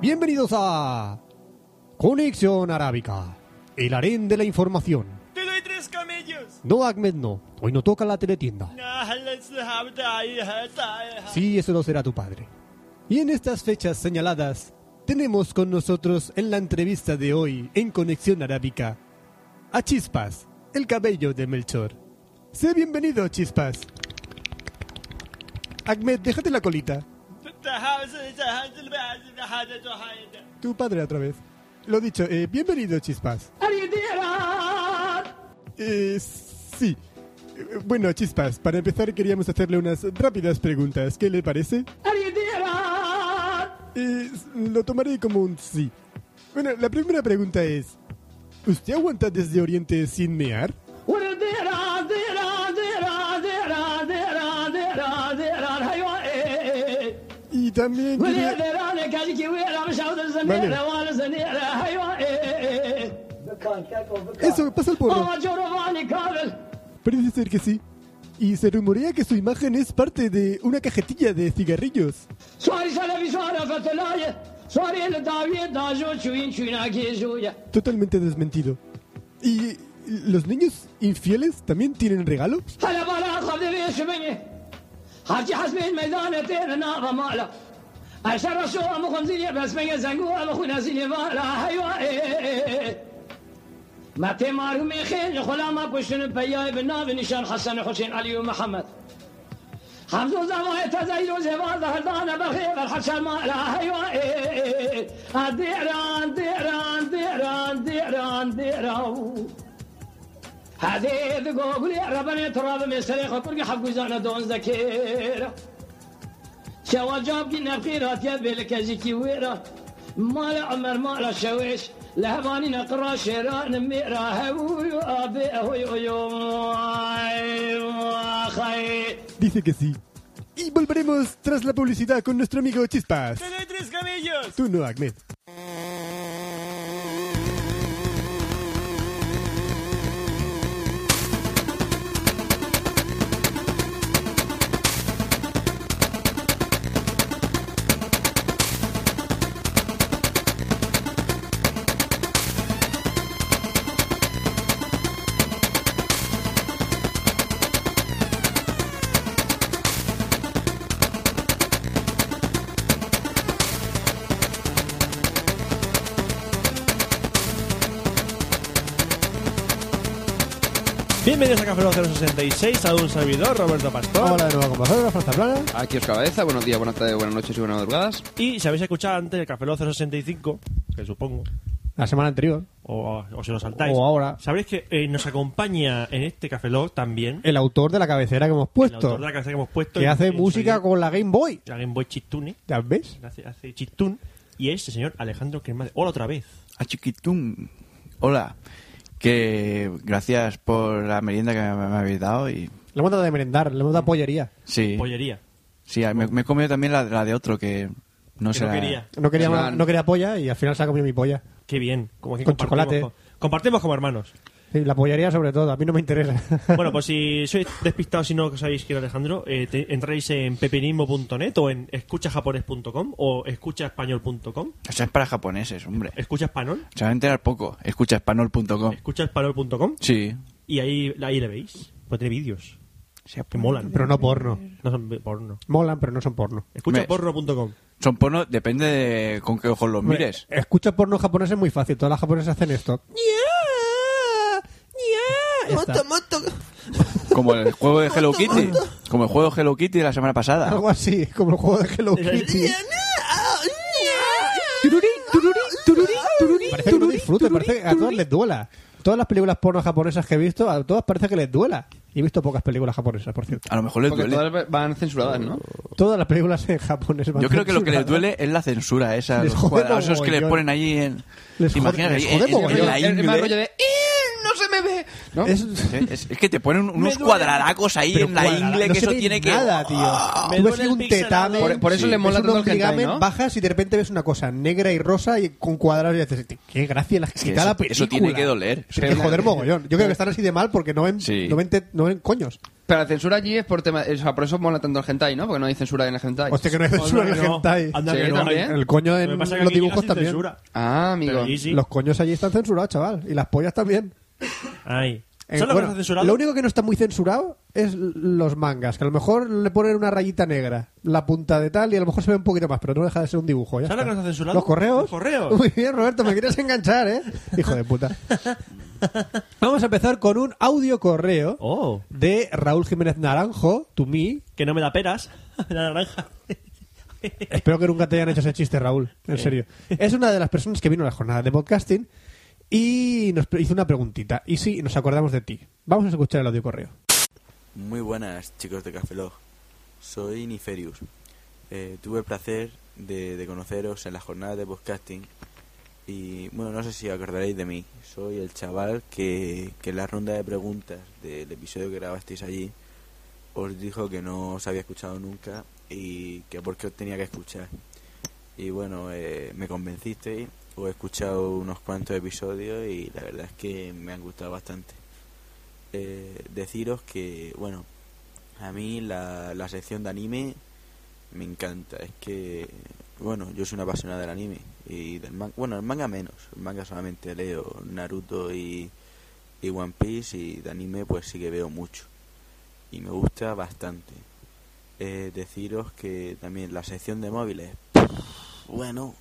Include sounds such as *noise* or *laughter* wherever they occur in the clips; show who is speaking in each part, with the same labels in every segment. Speaker 1: Bienvenidos a Conexión Arábica, el harén de la información.
Speaker 2: Te doy tres camellos.
Speaker 1: No, Ahmed, no. Hoy no toca la teletienda. Sí, eso no será tu padre. Y en estas fechas señaladas, tenemos con nosotros en la entrevista de hoy en Conexión Arábica a Chispas, el cabello de Melchor. Sé bienvenido, Chispas. Ahmed, déjate la colita. Tu padre otra vez. Lo dicho, eh, bienvenido, Chispas. Eh, sí. Eh, Bueno, Chispas, para empezar queríamos hacerle unas rápidas preguntas. ¿Qué le parece? Eh, lo tomaré como un sí. Bueno, la primera pregunta es... ¿Usted aguanta desde Oriente sin mear? Y también... quería- Eso, pasa el
Speaker 3: Oh.
Speaker 1: porro. Parece ser que sí. Y se rumorea que su imagen es parte de una cajetilla de cigarrillos. Totalmente desmentido. ¿Y los niños infieles también tienen regalo?
Speaker 3: هلا بلا خذ لي شبني حاجي حسبي الميدان تير نار مالا عشان شو ام خنزير بس بيا زنقو ام خونا زيني مالا هيوا ما تي مارو مي خين خلا ما بوشن بيا بنا بنشان حسن حسين علي ومحمد حمزو زواي تزايلو زوال هردانا بخير الحشان مالا هيوا ديران ديران ديران ديران ديران هذه بقول يا ربنا تراب من سري خطر حق زانا دون زكيرة شوا جاب كنا بخيرات يا بلك زكي ويرة ما لا عمر ما لا شويش لهباني نقرا شراء نميرة هوي أبي هوي أخي
Speaker 1: Dice que sí. Y volveremos tras la publicidad con nuestro amigo Chispas.
Speaker 2: Te doy tres camellos.
Speaker 1: Tú no, Ahmed.
Speaker 4: Bienvenidos a Café Lock 066 a un servidor, Roberto Pastor.
Speaker 1: Hola de nuevo, compañero. Franza Plana.
Speaker 5: Aquí os cabeza, buenos días, buenas tardes, buenas noches y buenas madrugadas.
Speaker 4: Y si habéis escuchado antes el Café Lock 065, que supongo,
Speaker 1: La semana anterior,
Speaker 4: o, o si lo saltáis,
Speaker 1: O ahora.
Speaker 4: sabréis que eh, nos acompaña en este Café Lock también
Speaker 1: el autor de la cabecera que hemos
Speaker 4: el autor
Speaker 1: puesto.
Speaker 4: de la canción que hemos puesto.
Speaker 1: Que
Speaker 4: en-
Speaker 1: hace
Speaker 4: en
Speaker 1: música
Speaker 4: sonido.
Speaker 1: con la Game Boy.
Speaker 4: La Game Boy Chitune,
Speaker 1: ¿Ya ves?
Speaker 4: hace, hace Chitune, y es el señor Alejandro Kermade. Hola otra vez.
Speaker 6: A Chiquitum. Hola. Que gracias por la merienda que me, me habéis dado y
Speaker 1: Le hemos dado de merendar, le hemos dado pollería.
Speaker 6: sí,
Speaker 1: Pues
Speaker 4: Pollería.
Speaker 6: sí, me, me he comido también la, la de otro que no
Speaker 4: Que
Speaker 6: sé.
Speaker 4: no quería.
Speaker 1: No quería,
Speaker 5: Es
Speaker 1: ma-
Speaker 5: una-
Speaker 1: no quería polla y al final se ha comido mi polla.
Speaker 4: Qué bien. Como que
Speaker 1: Con
Speaker 4: compartimos
Speaker 1: chocolate.
Speaker 4: con- compartimos como hermanos.
Speaker 1: Sí, la pollería sobre todo, a mí no me interesa. *laughs*
Speaker 4: Bueno, pues si sois despistados y no sabéis quién es Alejandro, eh, te- entráis en pepinismo.net o en escuchajapones.com o escuchaespañol.com.
Speaker 6: Eso es para japoneses, hombre.
Speaker 4: Escucha Espanol,
Speaker 6: Se va a enterar poco. Escucha espanol.com.
Speaker 4: escucha espanol.com
Speaker 6: Sí.
Speaker 4: y ahí, ahí le veis. Pues tiene vídeos
Speaker 6: Sí,
Speaker 4: que molan.
Speaker 1: pero no porno.
Speaker 4: No son porno.
Speaker 1: Molan, pero no son porno.
Speaker 4: Escucha
Speaker 6: Me-
Speaker 1: *laughs*
Speaker 4: porno.com.
Speaker 6: Son porno, depende de con qué ojos los mires.
Speaker 1: Hombre, Escucha porno japonés es muy fácil, todas las japonesas hacen esto. Ya está.
Speaker 6: Como el juego de Hello Kitty. Como el juego de Hello Kitty de la semana pasada.
Speaker 1: Algo así, como el juego de Hello Kitty. Parece que no disfruten, parece que a todas les duela. Todas las películas porno japonesas que he visto, a todas parece que les duela. Y he visto pocas películas japonesas, por cierto.
Speaker 6: A lo mejor les
Speaker 5: Porque
Speaker 6: duele.
Speaker 5: todas van censuradas, ¿no?
Speaker 1: Todas las películas en japonés. van
Speaker 6: Yo creo que lo que les
Speaker 1: censuradas.
Speaker 6: duele es la censura esa,
Speaker 1: Les
Speaker 6: los
Speaker 1: jode
Speaker 6: cuadrados esos que les
Speaker 1: mogollón.
Speaker 6: ponen allí en...
Speaker 1: Les
Speaker 6: ¿Te imaginas
Speaker 1: jode- les
Speaker 6: ahí en-
Speaker 1: jode
Speaker 6: en- en la
Speaker 1: mogollón.
Speaker 5: El, el más
Speaker 6: ingle?
Speaker 5: rollo de "¡Eh, ¡No se me ve! ¿eh? ¿No?
Speaker 6: Es, es- es que te ponen un- unos
Speaker 4: duele.
Speaker 6: cuadradacos ahí
Speaker 1: Pero
Speaker 6: en la
Speaker 1: cuadrada,
Speaker 6: ingle
Speaker 1: no
Speaker 6: que
Speaker 1: se
Speaker 6: eso
Speaker 1: ve
Speaker 6: tiene que. Ah,
Speaker 1: nada, tío.
Speaker 2: Me
Speaker 1: Tú ves
Speaker 2: duele
Speaker 1: ahí
Speaker 2: el
Speaker 1: un
Speaker 2: pixelado.
Speaker 1: tetamen,
Speaker 5: Por- por eso le
Speaker 1: ves
Speaker 5: mola
Speaker 1: un
Speaker 5: tanto el hentai,
Speaker 1: origami,
Speaker 5: ¿no?
Speaker 1: bajas y de repente ves una cosa negra y rosa y con cuadrados y dices, qué gracia la que
Speaker 6: que
Speaker 1: da la
Speaker 6: eso-
Speaker 1: película.
Speaker 6: eso tiene que doler.
Speaker 1: Eso tiene que joder mogollón. Yo creo que están así de mal porque no ven,
Speaker 6: Sí.
Speaker 1: no ven, te- no ven coños.
Speaker 5: Pero la censura allí es por tema. O sea, por eso mola tanto el hentai, ¿no? Porque no hay censura en el hentai.
Speaker 1: Hostia, que no hay censura en el hentai.
Speaker 4: Anda,
Speaker 5: Sí,
Speaker 4: que no.
Speaker 5: también.
Speaker 1: El coño
Speaker 4: Lo que
Speaker 1: en
Speaker 4: pasa es que
Speaker 1: los
Speaker 4: aquí llega
Speaker 1: dibujos
Speaker 4: sin
Speaker 1: también.
Speaker 4: censura.
Speaker 5: Ah, amigo.
Speaker 4: Pero allí sí.
Speaker 1: Los coños allí están censurados, chaval. Y las pollas también.
Speaker 4: Ay.
Speaker 1: Eh,
Speaker 4: ¿Son los que
Speaker 1: bueno,
Speaker 4: están censurados?
Speaker 1: lo único que no está muy censurado es l- los mangas, que a lo mejor le ponen una rayita negra, la punta de tal, y a lo mejor se ve un poquito más, pero no deja de ser un dibujo. ya
Speaker 4: ¿Sabes
Speaker 1: está.
Speaker 4: lo que no está censurado?
Speaker 1: Los correos.
Speaker 4: Los correos.
Speaker 1: *laughs* Muy bien, Roberto, me quieres enganchar,
Speaker 4: *laughs*
Speaker 1: ¿eh? Hijo de puta. Vamos a empezar con un audio correo
Speaker 4: Oh.
Speaker 1: de Raúl Jiménez Naranjo, to me.
Speaker 4: Que no me da peras. *laughs* La naranja.
Speaker 1: Espero que nunca te hayan hecho ese chiste, Raúl. En serio. Es una de las personas que vino a la jornada de podcasting y nos pre- hizo una preguntita. Y sí, nos acordamos de ti. Vamos a escuchar el audio correo.
Speaker 7: Muy buenas, chicos de Cafelog. Soy Niferius. Eh, tuve el placer de, de conoceros en la jornada de podcasting. Y bueno, no sé si acordaréis de mí. Soy el chaval que, que en la ronda de preguntas del episodio que grabasteis allí os dijo que no os había escuchado nunca y que por qué os tenía que escuchar. Y bueno, eh, me convencisteis, os he escuchado unos cuantos episodios y la verdad es que me han gustado bastante eh, deciros que, bueno, a mí la, la sección de anime me encanta. Es que, bueno, yo soy una apasionada del anime. y del man- Bueno, el manga menos. El manga solamente leo Naruto y, y One Piece y de anime pues sí que veo mucho. Y me gusta bastante. Eh, deciros que también la sección de móviles. Bueno,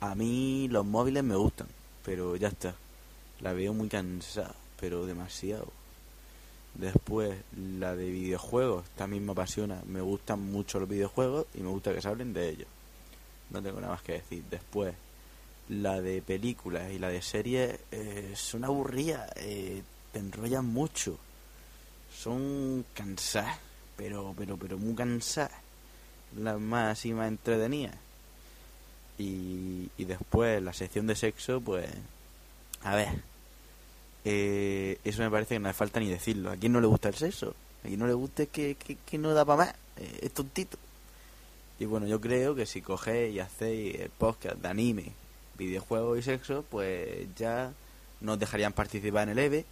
Speaker 7: a mí los móviles me gustan, pero ya está. La veo muy cansada, pero demasiado. Después, la de videojuegos también me apasiona. Me gustan mucho los videojuegos y me gusta que se hablen de ellos. No tengo nada más que decir. Después, la de películas y la de series eh, son aburridas, eh, te enrollan mucho. Son cansadas, pero, pero, pero muy cansadas. Las más y más entretenidas. Y, y después, la sección de sexo, pues. A ver, eh, eso me parece que no hace falta ni decirlo. ¿A quién no le gusta el sexo? ¿A quién no le gusta es que, que- que no da para más? Eh, es tontito. Y bueno, yo creo que si cogéis y hacéis el podcast de anime, videojuegos y sexo, pues ya no os dejarían participar en el EVE,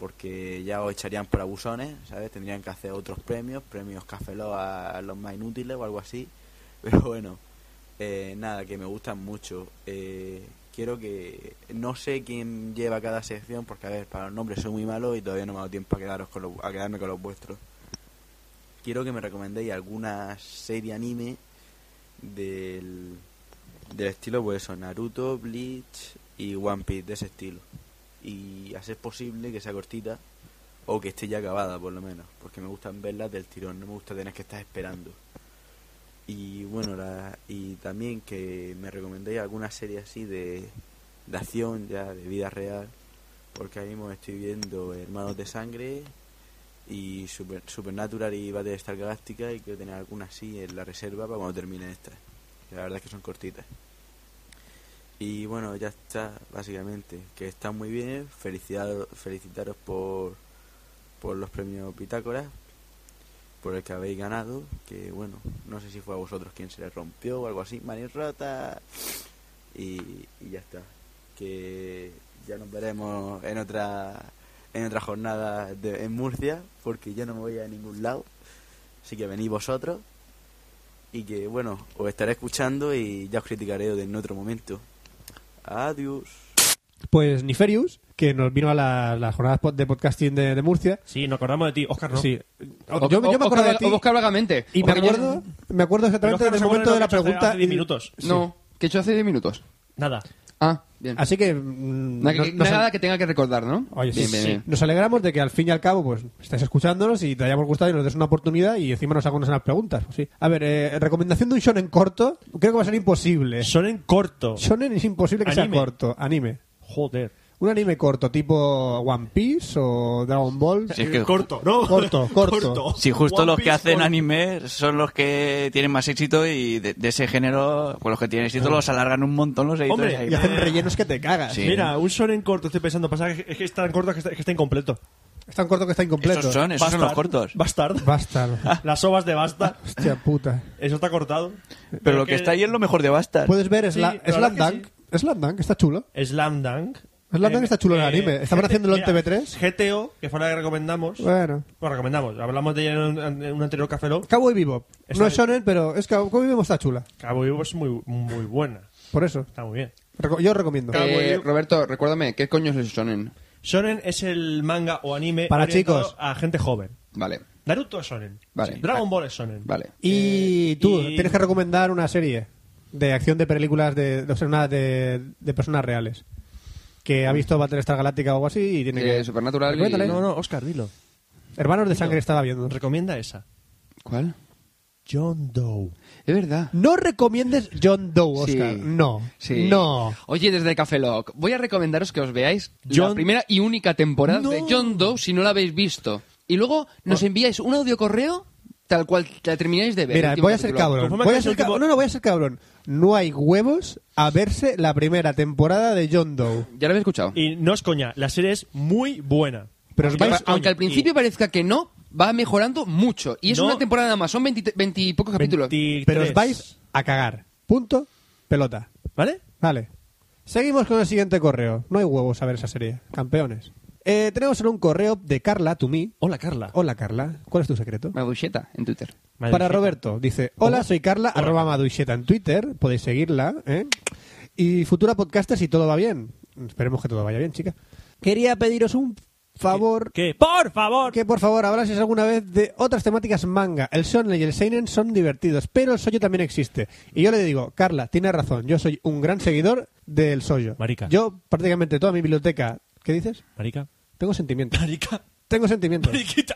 Speaker 7: porque ya os echarían por abusones, ¿sabes? Tendrían que hacer otros premios, premios Cafeló a los más inútiles o algo así. *laughs* Pero bueno, eh, nada, que me gustan mucho. Eh, quiero que. No sé quién lleva cada sección, porque a ver, para los nombres soy muy malo y todavía no me ha dado tiempo a, quedaros con los- a quedarme con los vuestros. Quiero que me recomendéis alguna serie anime del, del estilo, pues eso, Naruto, Bleach y One Piece, de ese estilo. Y a ser posible que sea cortita o que esté ya acabada, por lo menos, porque me gustan verlas del tirón, no me gusta tener que estar esperando y bueno la, y también que me recomendéis alguna serie así de, de acción ya de vida real porque ahora mismo estoy viendo Hermanos de Sangre y Super, Supernatural y Battlestar Galáctica y quiero tener alguna así en la reserva para cuando termine esta la verdad es que son cortitas y bueno ya está básicamente que está muy bien felicitaros, felicitaros por por los premios Pitágoras por el que habéis ganado, que bueno, no sé si fue a vosotros quien se le rompió o algo así, manis rota, y, y ya está, que ya nos veremos en otra en otra jornada de- en Murcia, porque yo no me voy a ningún lado, así que venid vosotros, y que bueno, os estaré escuchando y ya os criticaré en otro momento. Adiós.
Speaker 1: Pues Niferius, que nos vino a la- las jornadas pod- de podcasting de, de Murcia.
Speaker 4: Sí, nos acordamos de ti, Oscar, ¿no?
Speaker 1: Sí.
Speaker 5: O-
Speaker 1: Yo, yo
Speaker 5: o-
Speaker 1: me acuerdo de
Speaker 5: Oscar-
Speaker 1: ti.
Speaker 5: o Oscar vagamente.
Speaker 1: Y me
Speaker 5: Porque yo-
Speaker 1: acuerdo, me acuerdo
Speaker 4: Pero
Speaker 1: exactamente
Speaker 4: Oscar
Speaker 1: del
Speaker 4: se acuerda
Speaker 1: momento de
Speaker 4: lo
Speaker 1: la
Speaker 4: que hace
Speaker 1: pregunta.
Speaker 4: Hace 10
Speaker 1: y-
Speaker 4: minutos.
Speaker 5: No, que he hecho hace 10 minutos.
Speaker 4: Nada.
Speaker 5: Ah, bien.
Speaker 1: Así que. mm,
Speaker 5: nada, que,
Speaker 1: no- no sé-
Speaker 5: nada que tenga que recordar, ¿no?
Speaker 1: Oye,
Speaker 5: bien,
Speaker 1: sí,
Speaker 5: bien,
Speaker 1: sí.
Speaker 5: bien.
Speaker 1: Nos alegramos de que al fin y al cabo pues estés escuchándonos y te hayamos gustado y nos des una oportunidad y encima nos hagas unas preguntas. Pues sí. A ver, eh, recomendación de un shonen corto. Creo que va a ser imposible.
Speaker 4: Son en corto.
Speaker 1: Shonen es imposible que sea
Speaker 4: Anime.
Speaker 1: corto. Anime.
Speaker 4: Joder.
Speaker 1: Un anime corto, tipo One Piece o Dragon Ball.
Speaker 6: Sí, es que-
Speaker 4: Corto, ¿no?
Speaker 1: Corto,
Speaker 4: *laughs*
Speaker 1: corto.
Speaker 6: Si justo
Speaker 4: One
Speaker 6: los que
Speaker 4: Piece
Speaker 6: hacen
Speaker 4: corto.
Speaker 6: anime son los que tienen más éxito y de, de ese género, pues los que tienen éxito los alargan un montón los editores.
Speaker 4: Hombre,
Speaker 6: ahí.
Speaker 1: Y hacen rellenos que te cagas.
Speaker 6: Sí.
Speaker 4: Mira, un shonen corto, estoy pensando, pasa que es que es tan corto que está, que está incompleto.
Speaker 1: Es tan corto que está incompleto.
Speaker 6: Estos
Speaker 4: ¿eh?
Speaker 6: son, esos son los
Speaker 4: Bastard.
Speaker 6: cortos. *laughs*
Speaker 4: Bastard.
Speaker 1: Bastard.
Speaker 4: Las ovas de Basta.
Speaker 1: Hostia puta.
Speaker 4: Eso está cortado.
Speaker 6: Pero lo que está ahí es lo mejor de Bastard.
Speaker 1: Puedes ver
Speaker 4: Sí,
Speaker 1: Sla-
Speaker 4: la
Speaker 1: Slam
Speaker 4: verdad que
Speaker 1: Dunk. Slam Dunk está chulo.
Speaker 4: Slam Dunk.
Speaker 1: Slam Dunk está chulo el
Speaker 4: en eh,
Speaker 1: anime. Estaban haciéndolo en TV3.
Speaker 4: GTO, que fue la que recomendamos.
Speaker 1: Bueno.
Speaker 4: Bueno, recomendamos. Hablamos de ella en un, en un anterior Café Lock.
Speaker 1: Cowboy Bebop.
Speaker 4: Está
Speaker 1: No es
Speaker 4: bien.
Speaker 1: shonen, pero es que Cowboy Bebop está chula.
Speaker 4: Cabo Vivo es muy, muy buena.
Speaker 1: Por eso.
Speaker 4: Está muy bien.
Speaker 1: Reco- yo os recomiendo.
Speaker 4: Cowboy
Speaker 5: Eh,
Speaker 4: Bebop.
Speaker 5: Roberto, recuérdame, ¿qué coño es el shonen?
Speaker 4: Shonen es el manga o anime
Speaker 1: Para
Speaker 4: orientado
Speaker 1: chicos.
Speaker 4: a gente joven.
Speaker 5: Vale,
Speaker 4: Naruto es shonen.
Speaker 5: Vale.
Speaker 4: Sí. Dragon Ball es shonen.
Speaker 5: vale.
Speaker 1: Y tú,
Speaker 4: y-
Speaker 1: tienes que recomendar una serie de acción de películas de, de, o sea, una de, de personas reales. Que ha visto Battlestar Galáctica o algo así y tiene
Speaker 5: Eh,
Speaker 1: que...
Speaker 5: Supernatural y-
Speaker 1: Recuérdale.
Speaker 4: No, no, Oscar, dilo.
Speaker 1: Hermanos de Sangre estaba viendo.
Speaker 4: Recomienda esa.
Speaker 5: ¿Cuál?
Speaker 4: John Doe.
Speaker 5: Es verdad.
Speaker 1: No recomiendes John Doe,
Speaker 5: Sí.
Speaker 1: Oscar. No.
Speaker 5: Sí.
Speaker 1: No.
Speaker 5: Oye, desde Café Lock, voy a recomendaros que os veáis la
Speaker 4: John-
Speaker 5: primera y única temporada de
Speaker 4: No.
Speaker 5: John Doe si no la habéis visto. Y luego nos enviáis un audio correo tal cual la termináis de ver. el
Speaker 1: Mira,
Speaker 5: último
Speaker 1: voy a ser
Speaker 5: capítulo.
Speaker 1: cabrón.
Speaker 4: Conforme
Speaker 1: Voy
Speaker 4: que
Speaker 1: a
Speaker 4: es
Speaker 1: ser
Speaker 4: el último-
Speaker 1: ca- No, no, voy a ser cabrón. No hay huevos a verse la primera temporada de John Doe.
Speaker 5: Ya lo habéis escuchado.
Speaker 4: Y no es coña, la serie es muy buena.
Speaker 1: Pero os
Speaker 5: Aunque,
Speaker 1: vais...
Speaker 5: aunque al
Speaker 4: y-
Speaker 5: principio parezca que no, va mejorando mucho. Y es
Speaker 4: No.
Speaker 5: una temporada más, son 20, 20 y pocos capítulos.
Speaker 4: 23.
Speaker 1: Pero os vais a cagar. Punto. Pelota.
Speaker 4: ¿Vale?
Speaker 1: Vale. Seguimos con el siguiente correo. No hay huevos a ver esa serie. Campeones. Eh, tenemos en un correo de Carla to me.
Speaker 4: Hola, Carla.
Speaker 1: Hola Carla, ¿cuál es tu secreto?
Speaker 5: Maducheta en Twitter.
Speaker 4: Madre
Speaker 1: Para
Speaker 4: mía.
Speaker 1: Roberto, dice, hola, soy Carla, arroba maduixeta en Twitter, podéis seguirla, ¿eh? Y futura podcaster si todo va bien. Esperemos que todo vaya bien, chica. Quería pediros un favor,
Speaker 4: ¿Qué? ¡Por favor!
Speaker 1: que por favor hablases alguna vez de otras temáticas manga. El shonen y el seinen son divertidos, pero el soyo también existe. Y yo le digo, Carla, tienes razón, yo soy un gran seguidor del soyo.
Speaker 4: Marica.
Speaker 1: Yo prácticamente toda mi biblioteca, ¿qué dices?
Speaker 4: Marica.
Speaker 1: Tengo
Speaker 4: *laughs*
Speaker 1: sentimientos.
Speaker 4: Marica.
Speaker 1: Tengo sentimientos. *laughs*
Speaker 4: Mariquita.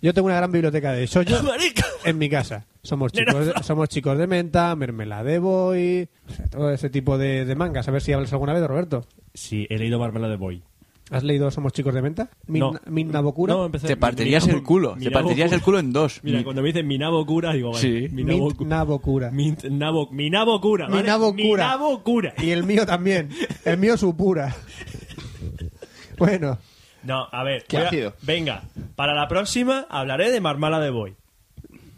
Speaker 1: Yo tengo una gran biblioteca de shoyo
Speaker 4: *laughs* Marica.
Speaker 1: en mi casa. Somos chicos, de, somos chicos de menta, mermelada de boy, o sea, todo ese tipo de, de mangas. A ver si hablas alguna vez, Roberto.
Speaker 4: Sí, he leído Marmela de Boy.
Speaker 1: ¿Has leído Somos chicos de menta? Min,
Speaker 4: No.
Speaker 1: Min Nabokura.
Speaker 4: No, empecé.
Speaker 6: Te partirías
Speaker 4: Minabo-
Speaker 6: el culo, te
Speaker 4: Minabo-
Speaker 6: partirías el culo en dos.
Speaker 4: Mira,
Speaker 6: Mi-
Speaker 4: cuando me dicen Minabo Cura, digo, vale.
Speaker 6: Sí.
Speaker 4: Minabo
Speaker 1: Mint
Speaker 4: Cu-
Speaker 1: Nabokura.
Speaker 4: Mint Nabo- Minabo Cura. ¿vale?
Speaker 1: Minabo Cura.
Speaker 4: Minabo Cura.
Speaker 1: Y el mío también. El mío supura. bueno,
Speaker 4: No, a ver.
Speaker 5: Qué
Speaker 4: voy a-
Speaker 5: ácido.
Speaker 4: Venga, para la próxima hablaré de Marmala de Boy.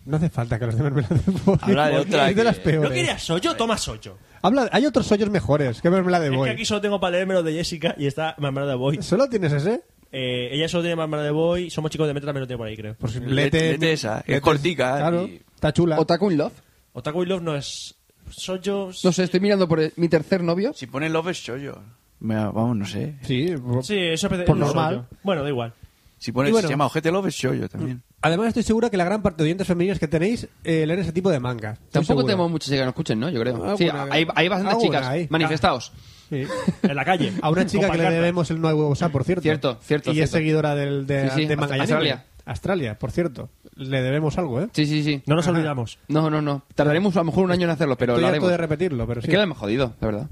Speaker 1: no hace falta que los de mermelada de boy.
Speaker 6: Habla
Speaker 1: *laughs*
Speaker 6: de otra
Speaker 1: Es de
Speaker 6: que-
Speaker 1: las
Speaker 4: ¿No
Speaker 1: peores.
Speaker 4: querías Soyo? Toma Soyo.
Speaker 1: Habla, hay otros sollos mejores que mermelada de
Speaker 4: Es
Speaker 1: boy.
Speaker 4: que aquí solo tengo para leerme los de Jessica y está Marmala de Boy.
Speaker 1: ¿Solo tienes ese?
Speaker 4: Eh, ella solo tiene Marmala de Boy. Somos chicos de Meta también lo tiene por ahí, creo.
Speaker 1: Pues
Speaker 6: Lete-
Speaker 1: lete-
Speaker 6: lete esa, es
Speaker 1: lete-
Speaker 6: cortica
Speaker 1: Claro,
Speaker 6: y-
Speaker 1: está chula.
Speaker 5: Otaku in Love.
Speaker 4: Otaku y Love no es. Soyo.
Speaker 5: No sé, estoy mirando por el- mi tercer novio.
Speaker 6: Si ponen Love es Shoujo. Mira, Vamos, no sé.
Speaker 1: Sí,
Speaker 4: Sí, eso es
Speaker 1: Por
Speaker 4: no
Speaker 1: normal.
Speaker 4: soy yo. Bueno, da igual.
Speaker 6: Si pones,
Speaker 1: Y bueno. Mm.
Speaker 6: se llama Ojete Love es Shoujo también.
Speaker 1: Además, estoy segura que la gran parte de oyentes femeninas que tenéis eh, leen ese tipo de mangas. Estoy
Speaker 5: Tampoco
Speaker 1: seguro.
Speaker 5: tenemos muchas chicas que nos escuchen, ¿no? Yo creo.
Speaker 1: Alguna
Speaker 5: Sí,
Speaker 1: hay.
Speaker 5: hay, hay bastantes
Speaker 1: Alguna
Speaker 5: chicas.
Speaker 1: hay.
Speaker 5: Manifestaos.
Speaker 1: Sí.
Speaker 4: En la calle.
Speaker 1: *laughs* A
Speaker 5: *laughs*
Speaker 1: una chica
Speaker 4: Con
Speaker 1: que le
Speaker 4: pancartas.
Speaker 1: debemos el No hay huevos A, por cierto.
Speaker 5: Cierto, cierto,
Speaker 1: Y es
Speaker 5: cierto.
Speaker 1: seguidora del, de,
Speaker 5: Sí, sí,
Speaker 1: de manga y
Speaker 5: Australia.
Speaker 1: anime. Australia, por cierto. Le debemos algo, ¿eh?
Speaker 5: Sí, sí, sí.
Speaker 4: No nos olvidamos.
Speaker 5: No, no, no. Tardaremos a lo mejor un año en hacerlo, pero
Speaker 1: Estoy
Speaker 5: lo
Speaker 1: harto
Speaker 5: haremos.
Speaker 1: de repetirlo, pero
Speaker 5: Es
Speaker 1: sí.
Speaker 5: que lo hemos jodido, la verdad.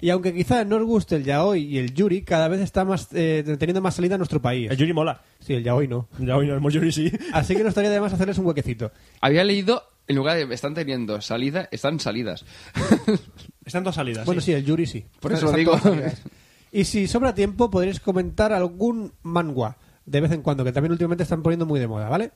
Speaker 1: Y aunque quizás no os guste el yaoi y el yuri, cada vez está más eh, teniendo más salida en nuestro país.
Speaker 4: El Yuri mola.
Speaker 1: Sí, el yaoi no.
Speaker 4: Ya hoy no, el Yuri sí.
Speaker 1: Así que no estaría de más hacerles un huequecito.
Speaker 5: Había leído, en lugar de están teniendo salida, están salidas.
Speaker 4: Están dos salidas.
Speaker 1: Bueno,
Speaker 4: sí.
Speaker 1: sí, el Yuri sí.
Speaker 5: Por
Speaker 1: Están- están
Speaker 5: eso digo.
Speaker 1: todas ligadas. *laughs* Y si sobra tiempo, podréis comentar algún mangua de vez en cuando, que también últimamente están poniendo muy de moda, ¿vale?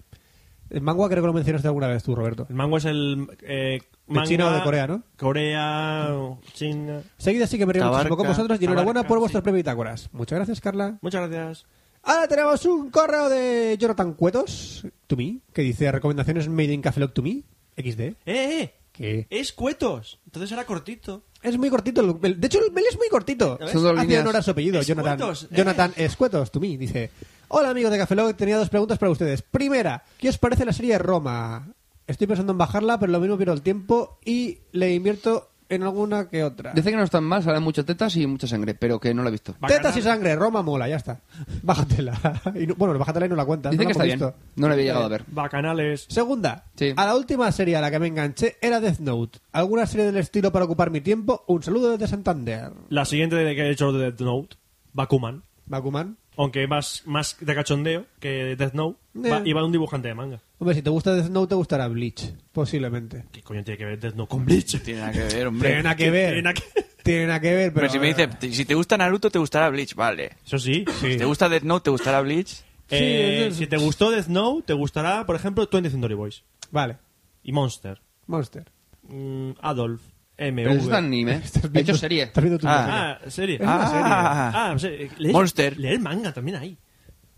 Speaker 1: El mangua creo que lo mencionaste alguna vez tú, Roberto.
Speaker 4: El mango es el. Eh,
Speaker 1: De
Speaker 4: manga-
Speaker 1: China o de Corea, ¿no?
Speaker 4: Corea, o China.
Speaker 1: Seguida sí que me río
Speaker 6: Tabarca,
Speaker 1: muchísimo con vosotros y enhorabuena
Speaker 4: Tabarca,
Speaker 1: por
Speaker 4: sí.
Speaker 1: vuestras premios Bitácoras. Muchas gracias, Carla.
Speaker 4: Muchas gracias.
Speaker 1: Ahora tenemos un correo de Jonathan Cuetos, to me, que dice recomendaciones made in Café Lock to me, XD.
Speaker 4: ¡Eh, eh!
Speaker 1: Que
Speaker 4: Es cuetos. Entonces era cortito.
Speaker 1: es muy cortito. el mail. De hecho, el mail es muy cortito.
Speaker 5: Son dos
Speaker 1: Hace
Speaker 5: líneas.
Speaker 1: honor a su apellido, Jonathan.
Speaker 4: Escuetos, eh.
Speaker 1: Jonathan Escuetos, to me, dice... Hola, amigos de Café Lock. Tenía dos preguntas para ustedes. Primera, ¿qué os parece la serie Roma? Estoy pensando en bajarla, pero lo mismo pierdo el tiempo y le invierto
Speaker 8: en alguna que
Speaker 1: Ah.
Speaker 8: otra.
Speaker 5: Dice que no están mal, salen muchas tetas y mucha sangre, pero que no la he visto.
Speaker 4: Bacanal.
Speaker 1: Tetas y sangre, Roma mola, ya está. Bájatela. Y no- bueno, bájatela y no la cuentas.
Speaker 5: Dice
Speaker 1: no
Speaker 5: que
Speaker 1: la
Speaker 5: está
Speaker 1: hemos
Speaker 5: bien.
Speaker 1: visto. Eh,
Speaker 5: No la había llegado a ver.
Speaker 4: Bacanales.
Speaker 1: Segunda.
Speaker 5: Sí.
Speaker 1: A la última serie a la que me enganché era Death Note. ¿Alguna serie del estilo para ocupar mi tiempo? Un saludo desde Santander.
Speaker 4: La siguiente de que he hecho de Death Note, Bakuman.
Speaker 1: Bakuman.
Speaker 4: Aunque más, más de cachondeo que de Death Note.
Speaker 1: Eh.
Speaker 4: Va, y va de un dibujante de manga.
Speaker 1: Hombre, si te gusta Death Note, te gustará Bleach. Posiblemente.
Speaker 4: ¿Qué coño tiene que ver Death Note con Bleach?
Speaker 6: Tiene nada que ver,
Speaker 1: Tiene
Speaker 6: hombre.
Speaker 1: nada que ver.
Speaker 4: Tiene nada que-
Speaker 1: Tiene nada que ver, pero...
Speaker 6: Pero si me dice, "Te- si te gusta Naruto, te gustará Bleach, vale.
Speaker 4: Eso sí, sí.
Speaker 6: Si te gusta Death Note, te gustará Bleach.
Speaker 4: Eh,
Speaker 1: Sí, es- es-
Speaker 4: Si te gustó Death Note, te gustará, por ejemplo, 20 Century Boys.
Speaker 1: Vale.
Speaker 4: Y Monster.
Speaker 1: Monster.
Speaker 4: Mm, Adolf. M.
Speaker 5: Pero eso está en anime. ¿Eh? Ha hecho
Speaker 1: *laughs*
Speaker 5: serie.
Speaker 1: Estás viendo tu
Speaker 6: Ah.
Speaker 1: serie.
Speaker 4: Ah, serie.
Speaker 1: Es una
Speaker 4: Ah, sí, leer-
Speaker 6: Monster.
Speaker 4: Leer manga también hay.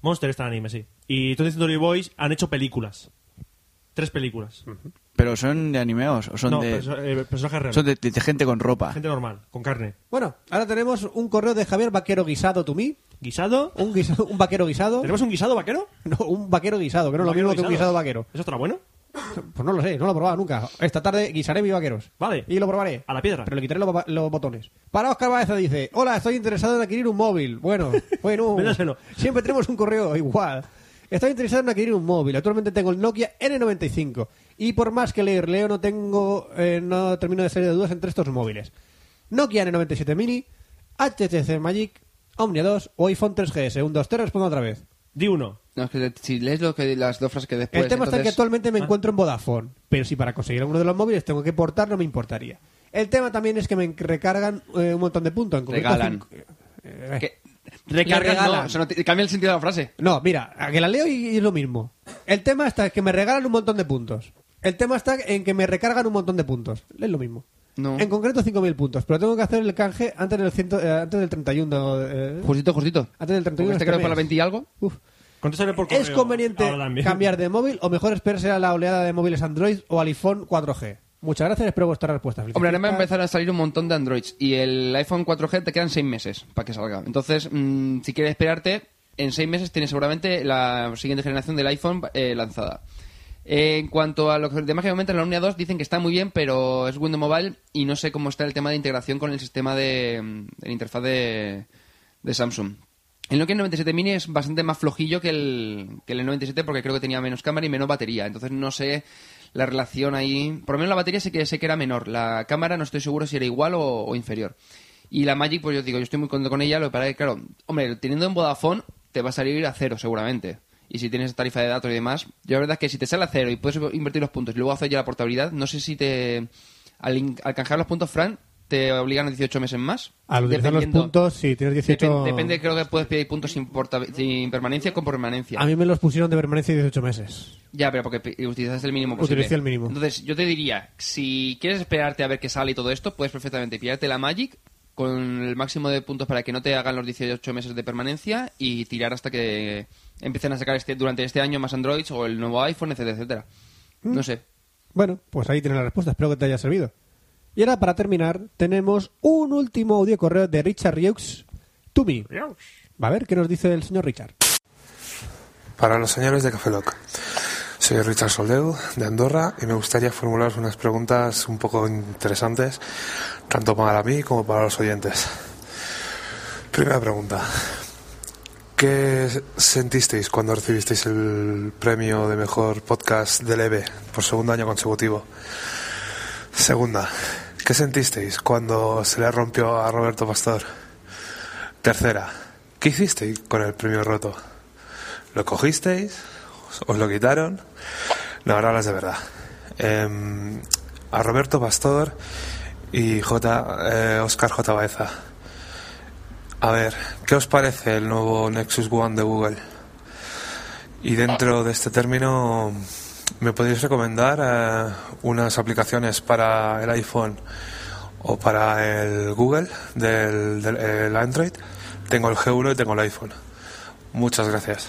Speaker 4: Monster está en anime, sí. Y 20 Century Boys han hecho películas. Tres películas.
Speaker 6: Pero son de animeos o Mm. son
Speaker 4: no,
Speaker 6: de.
Speaker 4: perso- eh, personajes reales.
Speaker 6: Son de, de- de gente con ropa.
Speaker 4: Gente normal, con carne.
Speaker 1: Bueno, ahora tenemos un correo de Javier Vaquero Guisado to me.
Speaker 4: ¿Guisado?
Speaker 1: Un, guisado- un vaquero guisado.
Speaker 4: ¿Tenemos un guisado vaquero?
Speaker 1: No, un vaquero guisado, que no es lo
Speaker 4: ¿Vaquero
Speaker 1: mismo que un guisado vaquero.
Speaker 4: ¿Eso estará bueno?
Speaker 1: Pues no lo sé, no lo he probado nunca. Esta tarde guisaré mis vaqueros.
Speaker 4: Vale.
Speaker 1: Y lo probaré.
Speaker 4: A la piedra.
Speaker 1: Pero le quitaré los, ba- los botones. Para Oscar Baeza dice: Hola, estoy interesado en adquirir un móvil.
Speaker 4: *laughs*
Speaker 1: Bueno, bueno.
Speaker 4: Véndaselo.
Speaker 1: Siempre tenemos un correo igual. Estoy interesado en adquirir un móvil. Actualmente tengo el Nokia N95. Y por más que leer, leo, no tengo. eh, no termino de salir de dudas entre estos móviles: Nokia N97 Mini, HTC Magic, Omnia 2 o iPhone 3GS. Un 2 te respondo otra vez.
Speaker 4: Di uno.
Speaker 5: No, es que te- si lees lo que, las dos frases que después.
Speaker 1: el tema está en que
Speaker 5: Pues entonces- ah.
Speaker 1: actualmente me encuentro en Vodafone, pero si para conseguir alguno de los móviles tengo que portar, no me importaría. El tema también es que me recargan eh, un montón de puntos. En concreto,
Speaker 5: Regalan.
Speaker 1: cinco- eh,
Speaker 5: que-
Speaker 1: Le
Speaker 5: Recargas,
Speaker 1: regalan.
Speaker 5: no, eso no te- cambia el sentido de la frase.
Speaker 1: No, mira, a que la leo y, y es lo mismo. El tema está en que me regalan un montón de puntos. El tema está en que me recargan un montón de puntos. Es lo mismo.
Speaker 5: No.
Speaker 1: En concreto 5.000 puntos, pero tengo que hacer el canje antes del, ciento- eh, antes del 31. eh,
Speaker 5: Justito, justito.
Speaker 1: antes del 31
Speaker 5: Porque
Speaker 1: de
Speaker 5: este
Speaker 1: este
Speaker 5: creo
Speaker 1: mes.
Speaker 5: para la 20 y algo.
Speaker 1: Uf.
Speaker 4: Contestaré por correo.
Speaker 1: ¿Es conveniente
Speaker 4: ahora también. *laughs*
Speaker 1: cambiar de móvil o mejor esperarse a la oleada de móviles Android o al iPhone 4G? Muchas gracias, espero vuestra respuesta.
Speaker 5: Hombre, ahora me van a empezar a salir un montón de Androids. Y el iPhone 4G te quedan 6 meses para que salga. Entonces, mm, si quieres esperarte, en 6 meses tienes seguramente la siguiente generación del iPhone eh, lanzada. Eh, en cuanto a los demás que comentan, la Omnia 2 dicen que está muy bien, pero es Windows Mobile y no sé cómo está el tema de integración con el sistema de, mm, de la interfaz de, de Samsung. El Nokia 97 Mini es bastante más flojillo que el, que el 97 porque creo que tenía menos cámara y menos batería. Entonces no sé la relación ahí. Por lo menos la batería sé que, sé que era menor. La cámara no estoy seguro si era igual o, o inferior. Y la Magic, pues yo digo, yo estoy muy contento con ella. Lo que pasa es que, claro, hombre, teniendo en Vodafone te va a salir a cero seguramente. Y si tienes tarifa de datos y demás, yo la verdad es que si te sale a cero y puedes invertir los puntos y luego hacer ya la portabilidad, no sé si te. Al, in- al canjear los puntos, Fran, te obligan a 18 meses más.
Speaker 1: Al utilizar los
Speaker 5: dependiendo-
Speaker 1: puntos, si tienes 18...
Speaker 5: Depen- depende, creo que puedes pedir puntos sin, porta- sin permanencia con permanencia.
Speaker 1: A mí me los pusieron de permanencia 18 meses.
Speaker 5: Ya, pero porque pi- utilizaste el mínimo posible.
Speaker 1: Utilicé el mínimo.
Speaker 5: Entonces, yo te diría, si quieres esperarte a ver qué sale y todo esto, puedes perfectamente pillarte la Magic con el máximo de puntos para que no te hagan los 18 meses de permanencia y tirar hasta que empiecen a sacar este durante este año más Androids o el nuevo iPhone, etcétera, etcétera.
Speaker 1: Mm.
Speaker 5: No sé.
Speaker 1: Bueno, pues ahí tienes la respuesta, espero que te haya servido. Y ahora, para terminar, tenemos un último audio correo de Richard Rieux to me. Va a ver qué nos dice el señor Richard.
Speaker 9: Para los señores de Café Lock. Soy Richard Soldeu, de Andorra, y me gustaría formularos unas preguntas un poco interesantes, tanto para mí como para los oyentes. Primera pregunta. ¿Qué sentisteis cuando recibisteis el premio de mejor podcast del EVE por segundo año consecutivo? Segunda. ¿Qué sentisteis cuando se le rompió a Roberto Pastor? Tercera. ¿Qué hicisteis con el premio roto? ¿Lo cogisteis? ¿Os lo quitaron? No, ahora hablas de verdad. Em, a Roberto Pastor y J, eh, Oscar J. Baeza. A ver, ¿qué os parece el nuevo Nexus One de Google? Y dentro de este término, ¿me podéis recomendar eh, unas aplicaciones para el iPhone o para el Google del, del- el Android? Tengo el G1 y tengo el iPhone. Muchas gracias.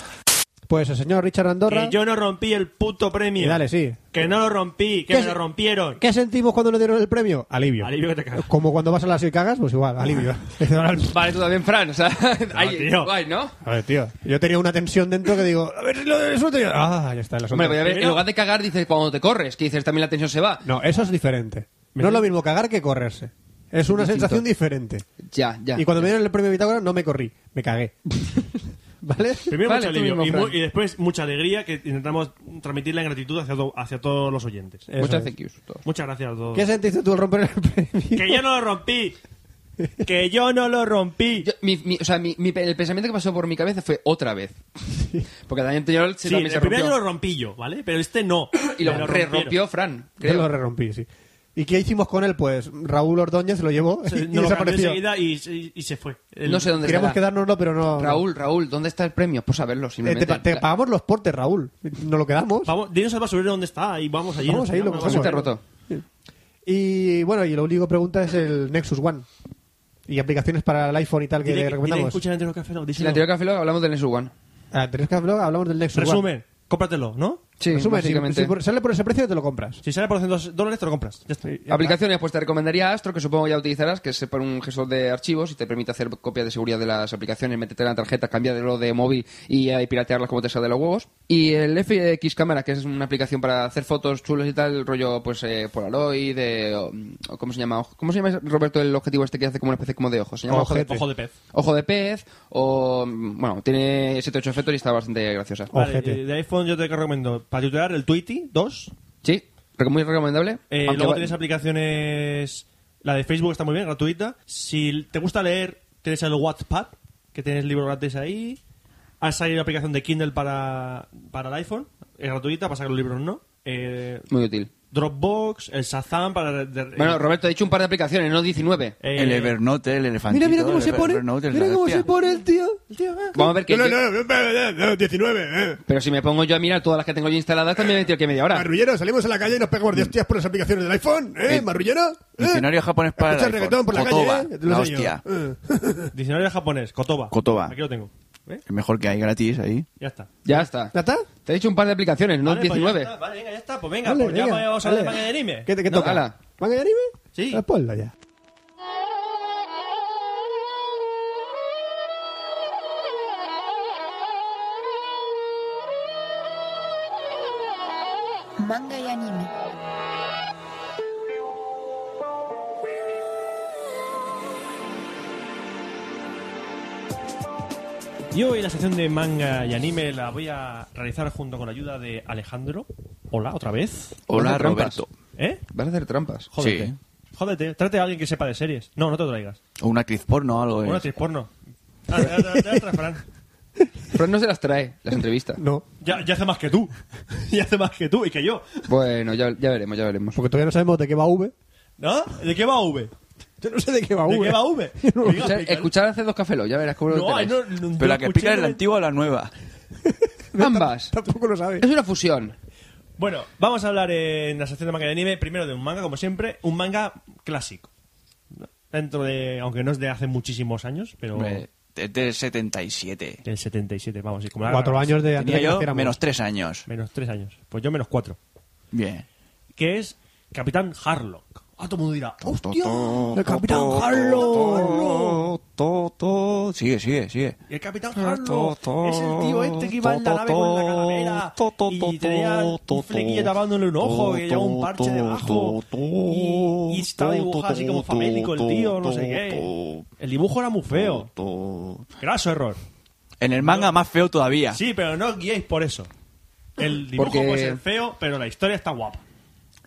Speaker 1: Pues el señor Richard Andorra...
Speaker 4: Que yo no rompí el puto premio.
Speaker 1: Y dale, sí.
Speaker 4: Que no lo rompí,
Speaker 1: ¿Qué
Speaker 4: que me
Speaker 1: se-
Speaker 4: lo rompieron.
Speaker 1: ¿Qué sentimos cuando nos dieron el premio? Alivio.
Speaker 4: Alivio que te cagas.
Speaker 1: Como cuando vas a las y cagas, pues igual,
Speaker 4: *laughs*
Speaker 1: alivio.
Speaker 5: Vale, tú también, Fran.
Speaker 1: *laughs*
Speaker 5: O sea, ahí-
Speaker 4: tío.
Speaker 5: guay, ¿no?
Speaker 1: A ver, tío. Yo tenía una tensión dentro que digo, a ver si lo resuelto. yo. Ah, ya está el asunto.
Speaker 5: Hombre, voy a ver, en lugar de cagar, dices cuando te corres, que dices también la tensión se va.
Speaker 1: No, eso es diferente. No es lo mismo cagar que correrse. Es una sensación diferente.
Speaker 5: Ya, ya.
Speaker 1: Y cuando me dieron el premio Bitácora no me corrí, me cagué.
Speaker 4: *laughs*
Speaker 1: ¿Vale?
Speaker 4: Primero
Speaker 5: Vale,
Speaker 4: mucho
Speaker 5: tú
Speaker 4: alivio
Speaker 5: mismo,
Speaker 4: y,
Speaker 5: Fran.
Speaker 4: mu- y después mucha alegría que intentamos transmitirla en gratitud hacia, to- hacia todos los oyentes.
Speaker 1: Eso
Speaker 5: Muchas
Speaker 1: es.
Speaker 5: thank yous. todos.
Speaker 4: Muchas gracias a todos.
Speaker 1: ¿Qué sentiste tú al romper el premio?
Speaker 4: ¡Que yo no lo
Speaker 5: *laughs*
Speaker 4: rompí! ¡Que yo no lo rompí!
Speaker 5: Yo- mi- mi- o sea, mi- mi pe- el pensamiento que pasó por mi cabeza fue otra vez. Porque el año anterior se-
Speaker 4: sí,
Speaker 5: también se
Speaker 4: el primer año
Speaker 5: rompió.
Speaker 4: lo rompí yo, ¿vale? Pero este no.
Speaker 5: *coughs* y lo,
Speaker 4: Me
Speaker 5: re
Speaker 4: rompieron.
Speaker 5: rompió Fran.
Speaker 1: *laughs* Yo
Speaker 5: Creo.
Speaker 1: lo rerompí, sí. ¿Y qué hicimos con él? Pues Raúl Ordóñez lo llevó *laughs*
Speaker 4: Se-
Speaker 1: y
Speaker 4: nos lo cambió
Speaker 1: desapareció.
Speaker 4: enseguida y, y- y se fue. El-
Speaker 5: No sé dónde
Speaker 1: Queríamos
Speaker 5: estará.
Speaker 1: quedárnoslo, pero no.
Speaker 5: Raúl, Raúl, ¿dónde está el premio? Pues a verlo,
Speaker 1: Eh, te,
Speaker 5: simplemente.
Speaker 1: pa- te pagamos los portes, Raúl. Nos lo quedamos.
Speaker 4: Vamos, dinos al basurero dónde está y vamos allí.
Speaker 1: Vamos
Speaker 4: Nos
Speaker 1: ahí, lo
Speaker 4: tiramos
Speaker 1: cogemos.
Speaker 4: al
Speaker 5: Está
Speaker 4: basurero.
Speaker 5: roto.
Speaker 1: Y bueno, y la única pregunta es el Nexus One. Y aplicaciones para el iPhone y tal que le
Speaker 4: Dile que- dile que
Speaker 1: recomendamos.
Speaker 4: escucha el anterior café, no,
Speaker 5: Si
Speaker 4: díselo.
Speaker 5: la anterior Café Lock hablamos del Nesu One.
Speaker 1: Ah, tenés que hablar, hablamos del Nexus One.
Speaker 4: Resumen, cómpratelo, ¿no?
Speaker 5: Sí,
Speaker 1: Resumen, si-
Speaker 5: básicamente.
Speaker 1: si por- sale por ese precio, te lo compras.
Speaker 4: Si sale por 200 dólares, te lo compras. Ya está.
Speaker 5: Aplicaciones, pues te recomendaría Astro, que supongo ya utilizarás, que es para un gestor de archivos y te permite hacer copias de seguridad de las aplicaciones, meterte en la tarjeta, cambiarlo de móvil y eh, piratearlas como te sale de los huevos. Y el FX Cámara, que es una aplicación para hacer fotos chulas y tal, rollo pues eh, Polaroid, eh, o, o ¿cómo se llama? Ojo- ¿Cómo se llama Roberto el objetivo este que hace como una especie como de ojo? Se llama ojo de,
Speaker 1: Ojete.
Speaker 4: Ojo de pez.
Speaker 5: ojo de pez o mm, bueno, tiene 7 8 efectos y está bastante graciosa.
Speaker 4: Vale,
Speaker 1: Ojete.
Speaker 4: eh, de iPhone yo te recomiendo para tutear el Tweety 2.
Speaker 5: Sí, re- muy recomendable.
Speaker 4: Eh,
Speaker 5: aunque
Speaker 4: luego
Speaker 5: va-
Speaker 4: tienes aplicaciones... La de Facebook está muy bien, gratuita. Si te gusta leer, tienes el Wattpad, que tienes libros gratis ahí. Ha salido la aplicación de Kindle para, para el iPhone. Es gratuita, pasa que los libros no. Eh,
Speaker 5: Muy útil.
Speaker 4: Dropbox, el Shazam para... de- de-
Speaker 5: Bueno, Roberto, he dicho un par de aplicaciones, no 19.
Speaker 4: eh,
Speaker 6: el
Speaker 4: *laughs*
Speaker 6: Evernote, el elefantito.
Speaker 1: Mira, mira cómo
Speaker 6: el
Speaker 1: se
Speaker 6: Ever-
Speaker 1: pone.
Speaker 6: Evernote, el
Speaker 1: Mira cómo
Speaker 6: hostia.
Speaker 1: se pone el tío.
Speaker 5: Vamos a ver qué...
Speaker 1: 19, eh.
Speaker 5: Pero si me pongo yo a mirar todas las que tengo yo instaladas, también me tiro que media hora.
Speaker 1: Marrullero, salimos a la calle y nos pegamos de hostias por las aplicaciones del iPhone, ¿eh?
Speaker 6: Eh,
Speaker 1: Marrullero.
Speaker 6: diccionario japonés para el
Speaker 1: Escucha reggaetón
Speaker 6: iPhone.
Speaker 1: por la
Speaker 6: Cotoba,
Speaker 1: calle, ¿eh? Te lo
Speaker 6: la
Speaker 1: enseño.
Speaker 6: hostia.
Speaker 1: Eh.
Speaker 4: Diccionario japonés, Kotoba.
Speaker 6: Kotoba.
Speaker 4: Aquí lo tengo. ¿Eh?
Speaker 6: El mejor que hay gratis ahí.
Speaker 4: Ya está.
Speaker 5: Ya está.
Speaker 1: ¿Ya está?
Speaker 5: Te he dicho un par de aplicaciones, no
Speaker 4: Vale, pues ya
Speaker 5: 19.
Speaker 4: está, vale, venga, ya está. Pues venga,
Speaker 1: Dale,
Speaker 4: pues
Speaker 1: venga,
Speaker 4: ya vamos a hablar de
Speaker 1: dale.
Speaker 4: manga de anime.
Speaker 1: ¿Qué, te- qué
Speaker 5: No,
Speaker 1: toca?
Speaker 5: ala.
Speaker 1: ¿Manga de anime?
Speaker 4: Sí.
Speaker 1: Ah, ponlo ya.
Speaker 8: Manga y anime.
Speaker 4: Y hoy la sección de manga y anime la voy a realizar junto con la ayuda de Alejandro. Hola, otra vez.
Speaker 6: Hola,
Speaker 5: Hace trampas.
Speaker 6: Roberto.
Speaker 4: ¿Eh?
Speaker 5: Vas a hacer trampas.
Speaker 4: Jódete.
Speaker 6: Sí.
Speaker 4: Jódete. Trate a alguien que sepa de series. No, no te traigas.
Speaker 6: O una actriz porno o algo. eh.
Speaker 4: Una
Speaker 6: es.
Speaker 4: actriz porno. Ah, te- te- te la traes, Fran.
Speaker 5: Fran no se las trae, las
Speaker 4: *laughs*
Speaker 5: entrevistas.
Speaker 1: No,
Speaker 4: Ya, ya hace más que tú. *laughs* Ya hace más que tú y que yo.
Speaker 5: Bueno, ya, ya veremos, ya veremos.
Speaker 1: porque todavía no sabemos de qué va V.
Speaker 4: ¿No? ¿De qué va V?
Speaker 1: Yo no sé de qué va
Speaker 4: ¿De
Speaker 1: V.
Speaker 4: qué va
Speaker 6: *laughs*
Speaker 4: V? Venga,
Speaker 5: Escuchar,
Speaker 4: explícalo.
Speaker 5: escuchar hace dos cafelos, ya verás cómo lo
Speaker 4: No, ay,
Speaker 5: tenéis.
Speaker 4: no, no, no
Speaker 6: Pero la que
Speaker 4: escuché,
Speaker 6: explica es
Speaker 4: no
Speaker 6: la
Speaker 4: me-
Speaker 6: antigua o la nueva.
Speaker 5: Ambas.
Speaker 1: *laughs* Tampoco lo sabe.
Speaker 5: Es una fusión.
Speaker 4: Bueno, vamos a hablar en la sección de manga de anime primero de un manga, como siempre, un manga clásico. Dentro de, aunque no es de hace muchísimos años, pero
Speaker 6: Hombre, es del 77.
Speaker 4: del 77, vamos, y como la-
Speaker 1: Cuatro años de antes
Speaker 6: Tenía
Speaker 1: de que
Speaker 6: yo
Speaker 1: naciéramos.
Speaker 6: menos 3 años.
Speaker 4: Menos tres años, pues yo menos cuatro.
Speaker 6: Bien.
Speaker 4: Que es Capitán Harlock. Ah, todo el mundo dirá, ¡hostia!
Speaker 1: El Capitán Harlock.
Speaker 6: To, to. Sigue, sigue, sigue.
Speaker 4: Y el Capitán
Speaker 6: To,
Speaker 4: Harlock
Speaker 6: to,
Speaker 4: es el tío este que iba en la nave con la calavera
Speaker 6: to, to, to,
Speaker 4: y tenía
Speaker 6: to,
Speaker 4: un flequillo
Speaker 6: to,
Speaker 4: tapándole un ojo
Speaker 6: to,
Speaker 4: que llevaba un parche
Speaker 6: to,
Speaker 4: debajo
Speaker 6: to,
Speaker 4: y, y estaba
Speaker 6: to,
Speaker 4: dibujado así como
Speaker 6: to,
Speaker 4: famélico el tío, no
Speaker 6: to,
Speaker 4: sé qué.
Speaker 6: to,
Speaker 4: El dibujo era muy feo.
Speaker 6: To.
Speaker 4: Graso error.
Speaker 6: En el manga más feo todavía.
Speaker 4: Sí, pero no os guiéis por eso. El dibujo
Speaker 5: Porque-
Speaker 4: puede ser feo, pero la historia está guapa.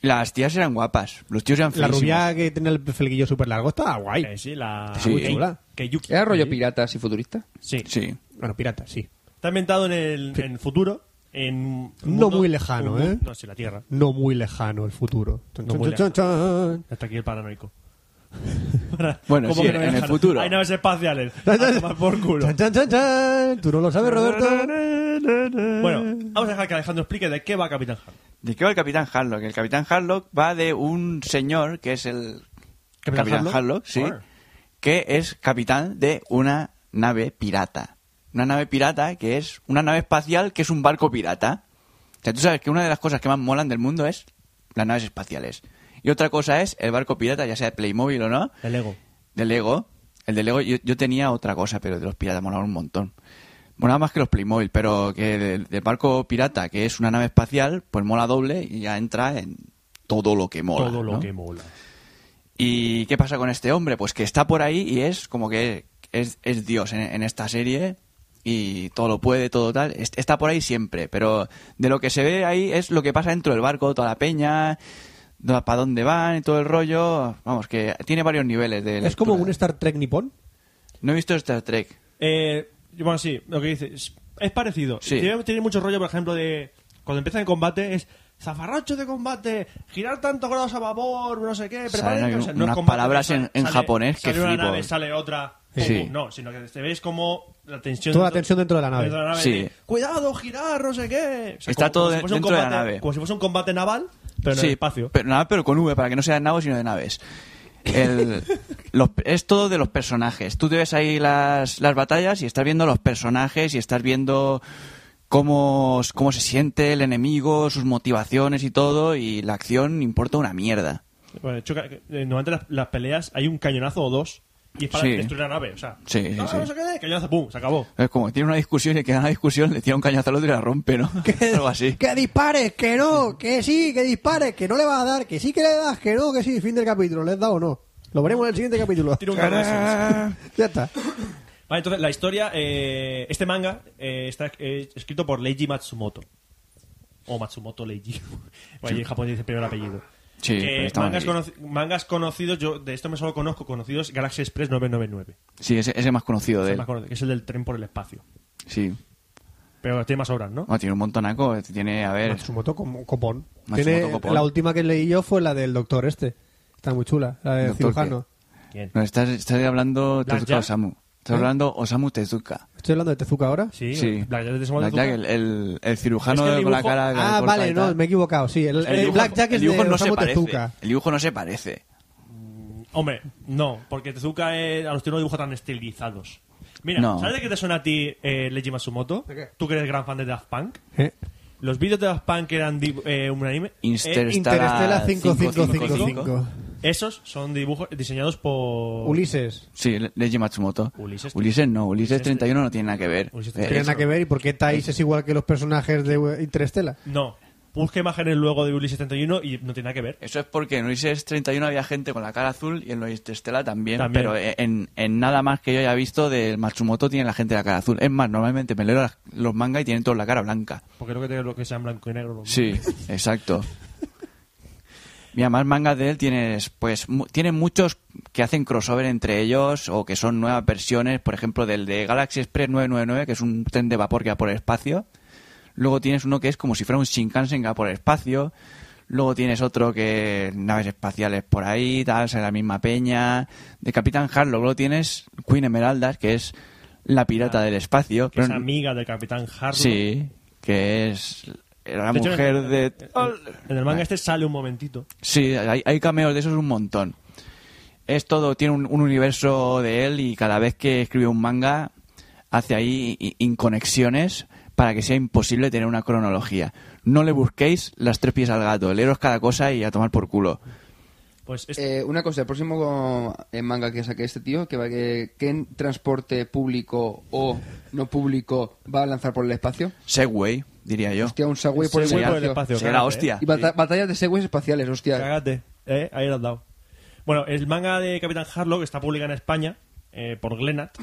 Speaker 6: Las tías eran guapas, los tíos eran
Speaker 1: La
Speaker 6: feísimos.
Speaker 1: rubia que tiene el flequillo súper largo estaba guay.
Speaker 4: Eh, sí, la...
Speaker 6: Sí.
Speaker 4: Muy chula. Keiyuki.
Speaker 5: ¿Era rollo
Speaker 4: Sí.
Speaker 5: piratas y futurista?
Speaker 4: Sí.
Speaker 6: Sí.
Speaker 1: Bueno, pirata, sí.
Speaker 4: Está ambientado en el en el futuro. En un
Speaker 1: No muy lejano,
Speaker 4: un-
Speaker 1: ¿eh?
Speaker 4: No, sí, la Tierra.
Speaker 1: No muy lejano el futuro. Chon,
Speaker 4: No
Speaker 1: chon,
Speaker 4: muy
Speaker 1: chon, chon.
Speaker 4: Hasta aquí el paranoico.
Speaker 6: Bueno,
Speaker 4: ¿Cómo
Speaker 6: sí,
Speaker 4: que no
Speaker 6: en el
Speaker 4: lejano?
Speaker 6: futuro.
Speaker 4: Hay naves espaciales. A
Speaker 1: Chan, chan,
Speaker 4: tomar por culo.
Speaker 1: chan, chan, chan, chan. Tú no lo sabes, Roberto.
Speaker 4: Bueno, vamos a dejar que Alejandro explique de qué va Capitán Harlock.
Speaker 6: ¿De qué va el Capitán Harlock? El Capitán Harlock va de un señor que es el
Speaker 4: ¿Capitán
Speaker 6: Capitán,
Speaker 4: Harlock?
Speaker 6: Harlock, sí,
Speaker 4: Joder.
Speaker 6: que es capitán de una nave pirata. Una nave pirata que es una nave espacial que es un barco pirata. O sea, tú sabes que una de las cosas que más molan del mundo es las naves espaciales. Y otra cosa es el barco pirata, ya sea de Playmobil o no,
Speaker 4: El ego.
Speaker 6: de Lego. El de Lego, yo, yo tenía otra cosa, pero de los piratas molaba un montón. Molaba más que los Playmobil, pero que del, del barco pirata, que es una nave espacial, pues mola doble y ya entra en todo lo que mola.
Speaker 4: Todo lo
Speaker 6: ¿no?
Speaker 4: que mola.
Speaker 6: ¿Y qué pasa con este hombre? Pues que está por ahí y es como que es, es Dios en, en esta serie y todo lo puede, todo tal. Es- Está por ahí siempre, pero de lo que se ve ahí es lo que pasa dentro del barco, toda la peña, para dónde van y todo el rollo. Vamos, que tiene varios niveles de...
Speaker 1: Es como
Speaker 6: lectura.
Speaker 1: un Star Trek nipón.
Speaker 6: No he visto Star Trek.
Speaker 4: Eh, bueno, sí, lo que dices. Es parecido.
Speaker 6: Sí.
Speaker 4: Tiene, tiene mucho rollo, por ejemplo, de. Cuando empieza el combate es. Zafarracho de combate, girar tantos grados a vapor, no sé qué,
Speaker 6: Salen
Speaker 4: preparen
Speaker 6: ahí
Speaker 4: o sea, no es
Speaker 6: unas
Speaker 4: combate,
Speaker 6: palabras
Speaker 4: sale-
Speaker 6: en- en
Speaker 4: sale-
Speaker 6: japonés que
Speaker 4: sale una
Speaker 6: flipo. eh.
Speaker 4: nave, sale otra, pum,
Speaker 6: Sí.
Speaker 4: pum, no, sino que te ves como la tensión.
Speaker 1: Toda la tensión dentro de la nave.
Speaker 4: dentro de la nave,
Speaker 6: Sí.
Speaker 4: de, Cuidado, girar, no sé qué. O sea,
Speaker 6: Está todo
Speaker 4: si fuese un
Speaker 6: dentro de la
Speaker 4: combate-
Speaker 6: nave.
Speaker 4: Como si fuese un combate naval, pero en
Speaker 6: sí,
Speaker 4: el espacio.
Speaker 6: Pero nada, pero con V, para que no sean nabos sino de naves.
Speaker 4: *laughs*
Speaker 6: El- los- es todo de los personajes. Tú te ves ahí las, las batallas y estás viendo los personajes y estás viendo cómo, cómo se siente el enemigo, sus motivaciones y todo, y la acción importa una mierda.
Speaker 4: Bueno, choca- eh, normalmente las, las peleas hay un cañonazo o dos y es para
Speaker 6: Sí.
Speaker 4: destruir la nave. O sea,
Speaker 6: Sí, sí,
Speaker 4: "Ah,
Speaker 6: sí.
Speaker 4: no sé qué, cañonazo, pum, se acabó.
Speaker 6: Es como tiene una discusión y queda una discusión, le tira un cañazo al otro y la rompe, ¿no? Algo así.
Speaker 1: Que dispares, que no, que sí, que dispares, que no le vas a dar, que sí que le das, que no, que sí, fin del capítulo, ¿le has dado o no? Lo veremos en el siguiente capítulo.
Speaker 4: Tiene un cañonazo.
Speaker 1: *laughs* Ya está.
Speaker 4: Vale, entonces la historia, eh, este manga eh, está eh, escrito por Leiji Matsumoto. O Matsumoto Leiji. *laughs* Bueno, allí en Japón dice primero el apellido.
Speaker 6: Sí,
Speaker 4: Que
Speaker 6: pero está mal
Speaker 4: mangas,
Speaker 6: ahí.
Speaker 4: conoci- mangas conocidos, yo de esto me solo conozco conocidos Galaxy Express 999.
Speaker 6: Sí, ese, ese más conocido de
Speaker 4: Es,
Speaker 6: él.
Speaker 4: más conocido, que es el del tren por el espacio.
Speaker 6: Sí.
Speaker 4: Pero tiene más obras, ¿no?
Speaker 6: Bueno, tiene un montonaco, este tiene, a ver,
Speaker 1: Matsumoto com- Copón.
Speaker 6: Matsumoto
Speaker 1: Tiene-
Speaker 6: Copón.
Speaker 1: La última que leí yo fue la del doctor este. Está muy chula, la del
Speaker 6: ¿Doctor
Speaker 1: cirujano.
Speaker 4: ¿Quién?
Speaker 6: No, estás, estás hablando
Speaker 4: Blackjack.
Speaker 6: Tezuka Osamu. Estás hablando Osamu Tezuka.
Speaker 1: ¿Estoy hablando de Tezuka ahora?
Speaker 4: ¿Eh? Sí,
Speaker 6: sí.
Speaker 4: Blackjack de Samuel
Speaker 6: Blackjack,
Speaker 4: Tezuka.
Speaker 6: el, el, el cirujano
Speaker 4: Es que el
Speaker 6: con la
Speaker 4: dibujo-
Speaker 6: cara.
Speaker 1: Ah,
Speaker 6: corta y
Speaker 1: vale, no,
Speaker 6: tal.
Speaker 1: me he equivocado, sí. El, el
Speaker 6: dibujo-
Speaker 1: Blackjack
Speaker 6: el
Speaker 1: es de
Speaker 6: dibujo no se
Speaker 1: Osamu
Speaker 6: parece.
Speaker 1: Tezuka.
Speaker 6: El dibujo no se parece.
Speaker 4: Hombre, no, porque Tezuka eh, a los tíos no dibuja tan estilizados. Mira,
Speaker 6: No.
Speaker 4: ¿sabes de qué te suena a ti eh, Leiji Matsumoto?
Speaker 1: ¿De qué?
Speaker 4: Tú que eres gran fan de Daft Punk.
Speaker 1: ¿Eh?
Speaker 4: Los vídeos de Daft Punk eran dibu- eh, un anime.
Speaker 6: Inster-
Speaker 4: eh,
Speaker 1: Interestela
Speaker 6: Interstellar
Speaker 1: 5555.
Speaker 6: 5555.
Speaker 4: esos son dibujos diseñados por.
Speaker 1: Ulises.
Speaker 6: Sí, Le- Leiji Matsumoto.
Speaker 4: Ulises-
Speaker 6: no, Ulises,
Speaker 4: Ulises
Speaker 6: 31 no tiene nada que ver.
Speaker 4: Ulises
Speaker 6: Eh,
Speaker 1: Tiene
Speaker 4: eso.
Speaker 1: nada que ver y por qué Thais es igual que los personajes de Interestela.
Speaker 4: No. Busca imágenes luego de Ulises 71 y no tiene nada que ver.
Speaker 6: Eso es porque en Ulises 31 había gente con la cara azul y en los Interstellar también,
Speaker 4: También.
Speaker 6: Pero eh, en, en nada más que yo haya visto del Matsumoto tiene la gente la cara azul. Es más, normalmente me leo las- los mangas y tienen todos la cara blanca.
Speaker 4: Porque creo que tiene lo que sea en blanco y negro. ¿no?
Speaker 6: Sí, exacto. Mira, más mangas de él tienes, pues, mu- tienen muchos que hacen crossover entre ellos o que son nuevas versiones, por ejemplo, del de Galaxy Express 999, que es un tren de vapor que va por el espacio. Luego tienes uno que es como si fuera un Shinkansen que va por el espacio. Luego tienes otro que naves espaciales por ahí, tal, sale la misma peña. De Capitán Harlow, luego tienes Queen Emeraldas, que es la pirata del espacio.
Speaker 4: Ah, Que es
Speaker 6: Pero-
Speaker 4: amiga del Capitán Harlow.
Speaker 6: Sí, que es la
Speaker 4: De hecho,
Speaker 6: mujer
Speaker 4: en-
Speaker 6: de...
Speaker 4: En el manga este sale un momentito.
Speaker 6: Sí, hay, hay cameos de esos un montón. Es todo, tiene un, un universo de él y cada vez que escribe un manga hace ahí i- inconexiones para que sea imposible tener una cronología. No le busquéis las tres pies al gato, leeros cada cosa y a tomar por culo.
Speaker 4: Pues es-
Speaker 5: Eh, una cosa, el próximo eh, manga que saque este tío, que va que, ¿qué en transporte público o no público va a lanzar por el espacio?
Speaker 6: Segway, diría yo.
Speaker 5: Hostia, un Segway por el
Speaker 4: Segway
Speaker 5: espacio.
Speaker 4: por el espacio.
Speaker 6: Sería la
Speaker 4: cágate,
Speaker 6: hostia.
Speaker 5: Y bata- batallas de Segways espaciales, hostia.
Speaker 4: Cágate, eh, ahí lo has dado. Bueno, el manga de Capitán Harlock está publicado en España eh, por Glenat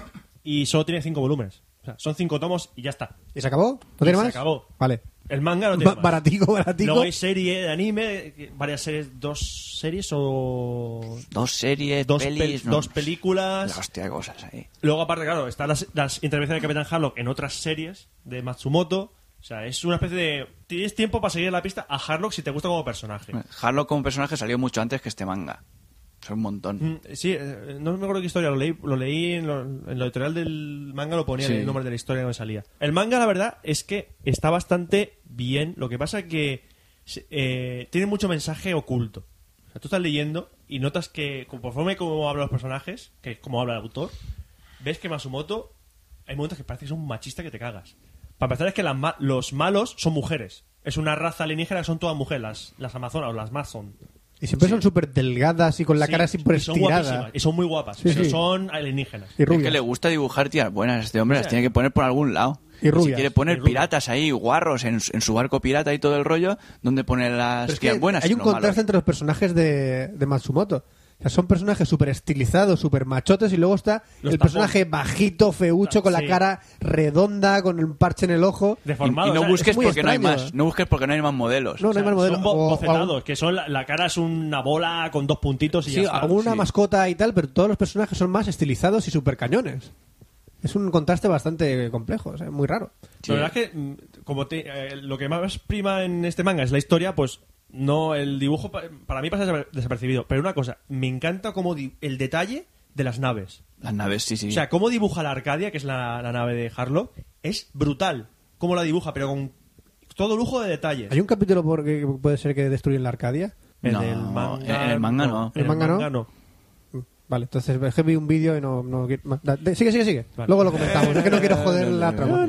Speaker 4: y solo tiene cinco volúmenes. O sea, son cinco tomos y ya está.
Speaker 1: ¿Y se acabó? ¿No
Speaker 4: Y
Speaker 1: tiene
Speaker 4: se
Speaker 1: más?
Speaker 4: acabó.
Speaker 1: Vale.
Speaker 4: El manga no tiene
Speaker 1: Ba-
Speaker 4: más.
Speaker 1: baratico, baratico.
Speaker 4: Luego hay serie de anime, eh, varias series, dos series o
Speaker 6: Dos series,
Speaker 4: dos,
Speaker 6: pelis,
Speaker 4: pel-
Speaker 6: no.
Speaker 4: dos películas.
Speaker 6: La hostia de cosas ahí.
Speaker 4: Luego, aparte, claro, están las, las intervenciones de Capitán Harlock en otras series de Matsumoto. O sea, es una especie de... Tienes tiempo para seguir la pista a Harlock si te gusta como personaje.
Speaker 6: Harlock como personaje salió mucho antes que este manga. Es un montón.
Speaker 4: Mm, Sí, eh, no me acuerdo qué historia, lo leí, lo leí en, lo, en lo editorial del manga, lo ponía
Speaker 6: Sí.
Speaker 4: en el nombre de la historia que me salía. El manga, la verdad, es que está bastante bien. Lo que pasa que se- eh, tiene mucho mensaje oculto. O sea, tú estás leyendo y notas que, conforme como hablan los personajes, que es como habla el autor, ves que Masumoto hay momentos que parece que es un machista que te cagas. Para empezar es que las ma- los malos son mujeres. Es una raza alienígena que son todas mujeres, las, las amazonas o las Mazon.
Speaker 1: Y siempre son súper delgadas y con la
Speaker 4: Sí,
Speaker 1: cara siempre
Speaker 4: y son
Speaker 1: estirada.
Speaker 4: guapísimas, y son muy guapas,
Speaker 1: Sí,
Speaker 4: pero
Speaker 1: sí.
Speaker 4: son alienígenas.
Speaker 1: Y
Speaker 6: Es que le
Speaker 1: rubia.
Speaker 6: gusta dibujar tías buenas a este hombre, las
Speaker 4: Sí.
Speaker 6: tiene que poner por algún lado. Pues
Speaker 1: Y rubias.
Speaker 6: Si quiere
Speaker 4: Y
Speaker 6: poner
Speaker 4: rubias.
Speaker 6: piratas ahí, guarros en, su- en su barco pirata y todo el rollo, donde pone las
Speaker 1: Pero es
Speaker 6: tías
Speaker 1: que
Speaker 6: buenas?
Speaker 1: hay
Speaker 6: y
Speaker 1: un
Speaker 6: los malos?
Speaker 1: contraste entre los personajes de, de Matsumoto. O sea, son personajes súper estilizados, súper machotes, y luego está
Speaker 4: Los
Speaker 1: el
Speaker 4: tapón.
Speaker 1: personaje bajito, feucho, con la
Speaker 4: Sí.
Speaker 1: cara redonda, con el parche en el ojo.
Speaker 6: Y, y
Speaker 4: Deformado.
Speaker 6: no
Speaker 4: o sea,
Speaker 6: busques
Speaker 1: es muy
Speaker 6: porque no hay
Speaker 1: extraño.
Speaker 6: más. No busques porque no hay más modelos.
Speaker 1: No, no
Speaker 4: o sea,
Speaker 1: hay más modelo.
Speaker 4: Son bo-
Speaker 1: O- o
Speaker 4: bocetados, que son la, la cara es una bola con dos puntitos y
Speaker 1: Sí,
Speaker 4: ya está.
Speaker 1: alguna
Speaker 6: sí.
Speaker 1: mascota y tal, pero todos los personajes son más estilizados y super cañones. Es un contraste bastante complejo, o sea, muy raro.
Speaker 4: La verdad es que mm, como te- eh, lo que más prima en este manga es la historia, pues no el dibujo pa- para mí pasa desaper- desapercibido. Pero una cosa, me encanta como di- el detalle de las naves.
Speaker 6: Las naves, sí, sí.
Speaker 4: O sea, cómo dibuja la Arcadia, que es la, la nave de Harlow, es brutal. Cómo la dibuja, pero con todo lujo de detalles.
Speaker 1: Hay un capítulo por que puede ser que destruyen la Arcadia.
Speaker 4: En
Speaker 6: No,
Speaker 4: el manga,
Speaker 6: en el manga no.
Speaker 4: En el manga no.
Speaker 1: Vale, entonces es que vi un vídeo y no, no quiero más. Da- de- Sigue, sigue, sigue.
Speaker 4: Vale.
Speaker 1: Luego lo comentamos. Es que no quiero joder la trama.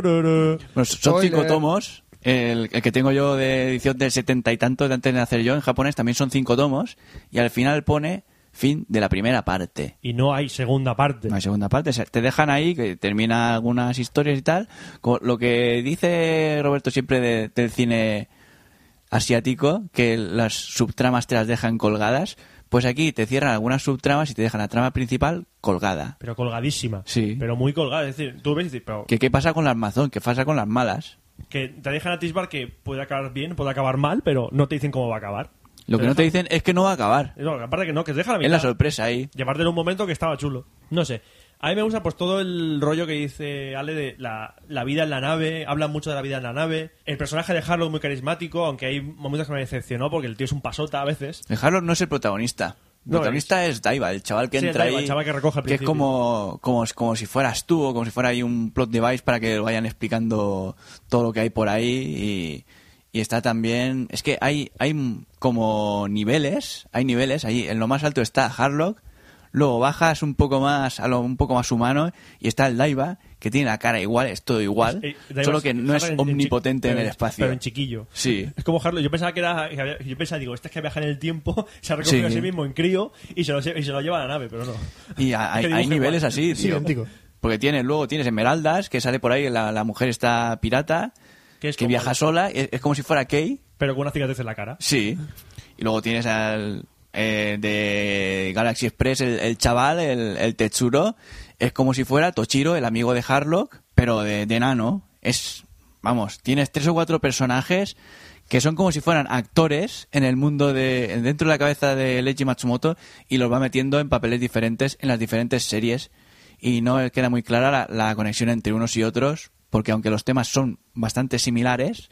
Speaker 6: Bueno, son
Speaker 5: Spoiler.
Speaker 6: cinco tomos. El, el que tengo yo de edición del setenta y tanto de antes de hacer yo en japonés también son cinco tomos. Y al final pone fin de la primera parte.
Speaker 4: Y no hay segunda parte.
Speaker 6: No hay segunda parte. O sea, te dejan ahí, que termina algunas historias y tal. Con lo que dice Roberto siempre de- del cine asiático, que las subtramas te las dejan colgadas. Pues aquí te cierran algunas subtramas y te dejan la trama principal colgada.
Speaker 4: Pero colgadísima.
Speaker 6: Sí.
Speaker 4: Pero muy colgada. Es decir, tú ves y dices, pero
Speaker 6: ¿Qué, qué pasa con las mazón? ¿Qué pasa con las malas?
Speaker 4: que te dejan atisbar que puede acabar bien, puede acabar mal, pero no te dicen cómo va a acabar.
Speaker 6: Lo que no te
Speaker 4: dejan-
Speaker 6: dicen es que no va a acabar.
Speaker 4: No, aparte que no, que te deja la mitad.
Speaker 6: Es la sorpresa ahí.
Speaker 4: Llevártelo un momento que estaba chulo. No sé. A mí me gusta pues todo el rollo que dice Ale de la, la vida en la nave. Hablan mucho de la vida en la nave. El personaje de Harlow muy carismático, aunque hay momentos que me decepcionó porque el tío es un pasota a veces.
Speaker 6: El Harold no es el protagonista. El
Speaker 4: No,
Speaker 6: protagonista es Daiba, el chaval que
Speaker 4: Sí, es
Speaker 6: entra
Speaker 4: Daiba,
Speaker 6: ahí.
Speaker 4: el chaval que recoge al
Speaker 6: es
Speaker 4: principio.
Speaker 6: como, como, como si fueras tú o como si fuera ahí un plot device para que vayan explicando todo lo que hay por ahí. Y, y está también. Es que hay, hay como niveles. Hay niveles. Ahí en lo más alto está Harlock. Luego bajas un poco más a lo un poco más humano y está el Daiba, que tiene la cara igual, es todo igual,
Speaker 4: Eh, Daiba
Speaker 6: solo que no
Speaker 4: Harlow
Speaker 6: es
Speaker 4: en- en chi-
Speaker 6: omnipotente en,
Speaker 4: pero
Speaker 6: el espacio.
Speaker 4: Pero en chiquillo.
Speaker 6: Sí.
Speaker 4: Es como Harlow. Yo pensaba que era. que había- Yo pensaba, digo, este es que viaja en el tiempo, *laughs* se ha recogido
Speaker 6: Sí.
Speaker 4: a sí mismo en crío y se lo, lle- y se lo lleva a la nave, pero no.
Speaker 6: Y a-
Speaker 4: Que
Speaker 6: hay, hay
Speaker 4: dibuja
Speaker 6: niveles
Speaker 4: igual.
Speaker 6: así,
Speaker 1: Sí,
Speaker 6: tío.
Speaker 1: idéntico.
Speaker 6: Porque tienes, luego tienes Esmeraldas, que sale por ahí, la, la mujer está pirata,
Speaker 4: Que
Speaker 6: que,
Speaker 4: es como-
Speaker 6: viaja sola, es, es como si fuera Kay,
Speaker 4: Pero con una cicatriz en la cara.
Speaker 6: sí. Y luego tienes al eh, de Galaxy Express, el, el chaval, el, el Tetsuro, es como si fuera Tochiro, el amigo de Harlock, pero de, de nano. Es, vamos, tienes tres o cuatro personajes que son como si fueran actores en el mundo de dentro de la cabeza de Leiji Matsumoto y los va metiendo en papeles diferentes en las diferentes series y no queda muy clara la, la conexión entre unos y otros porque aunque los temas son bastante similares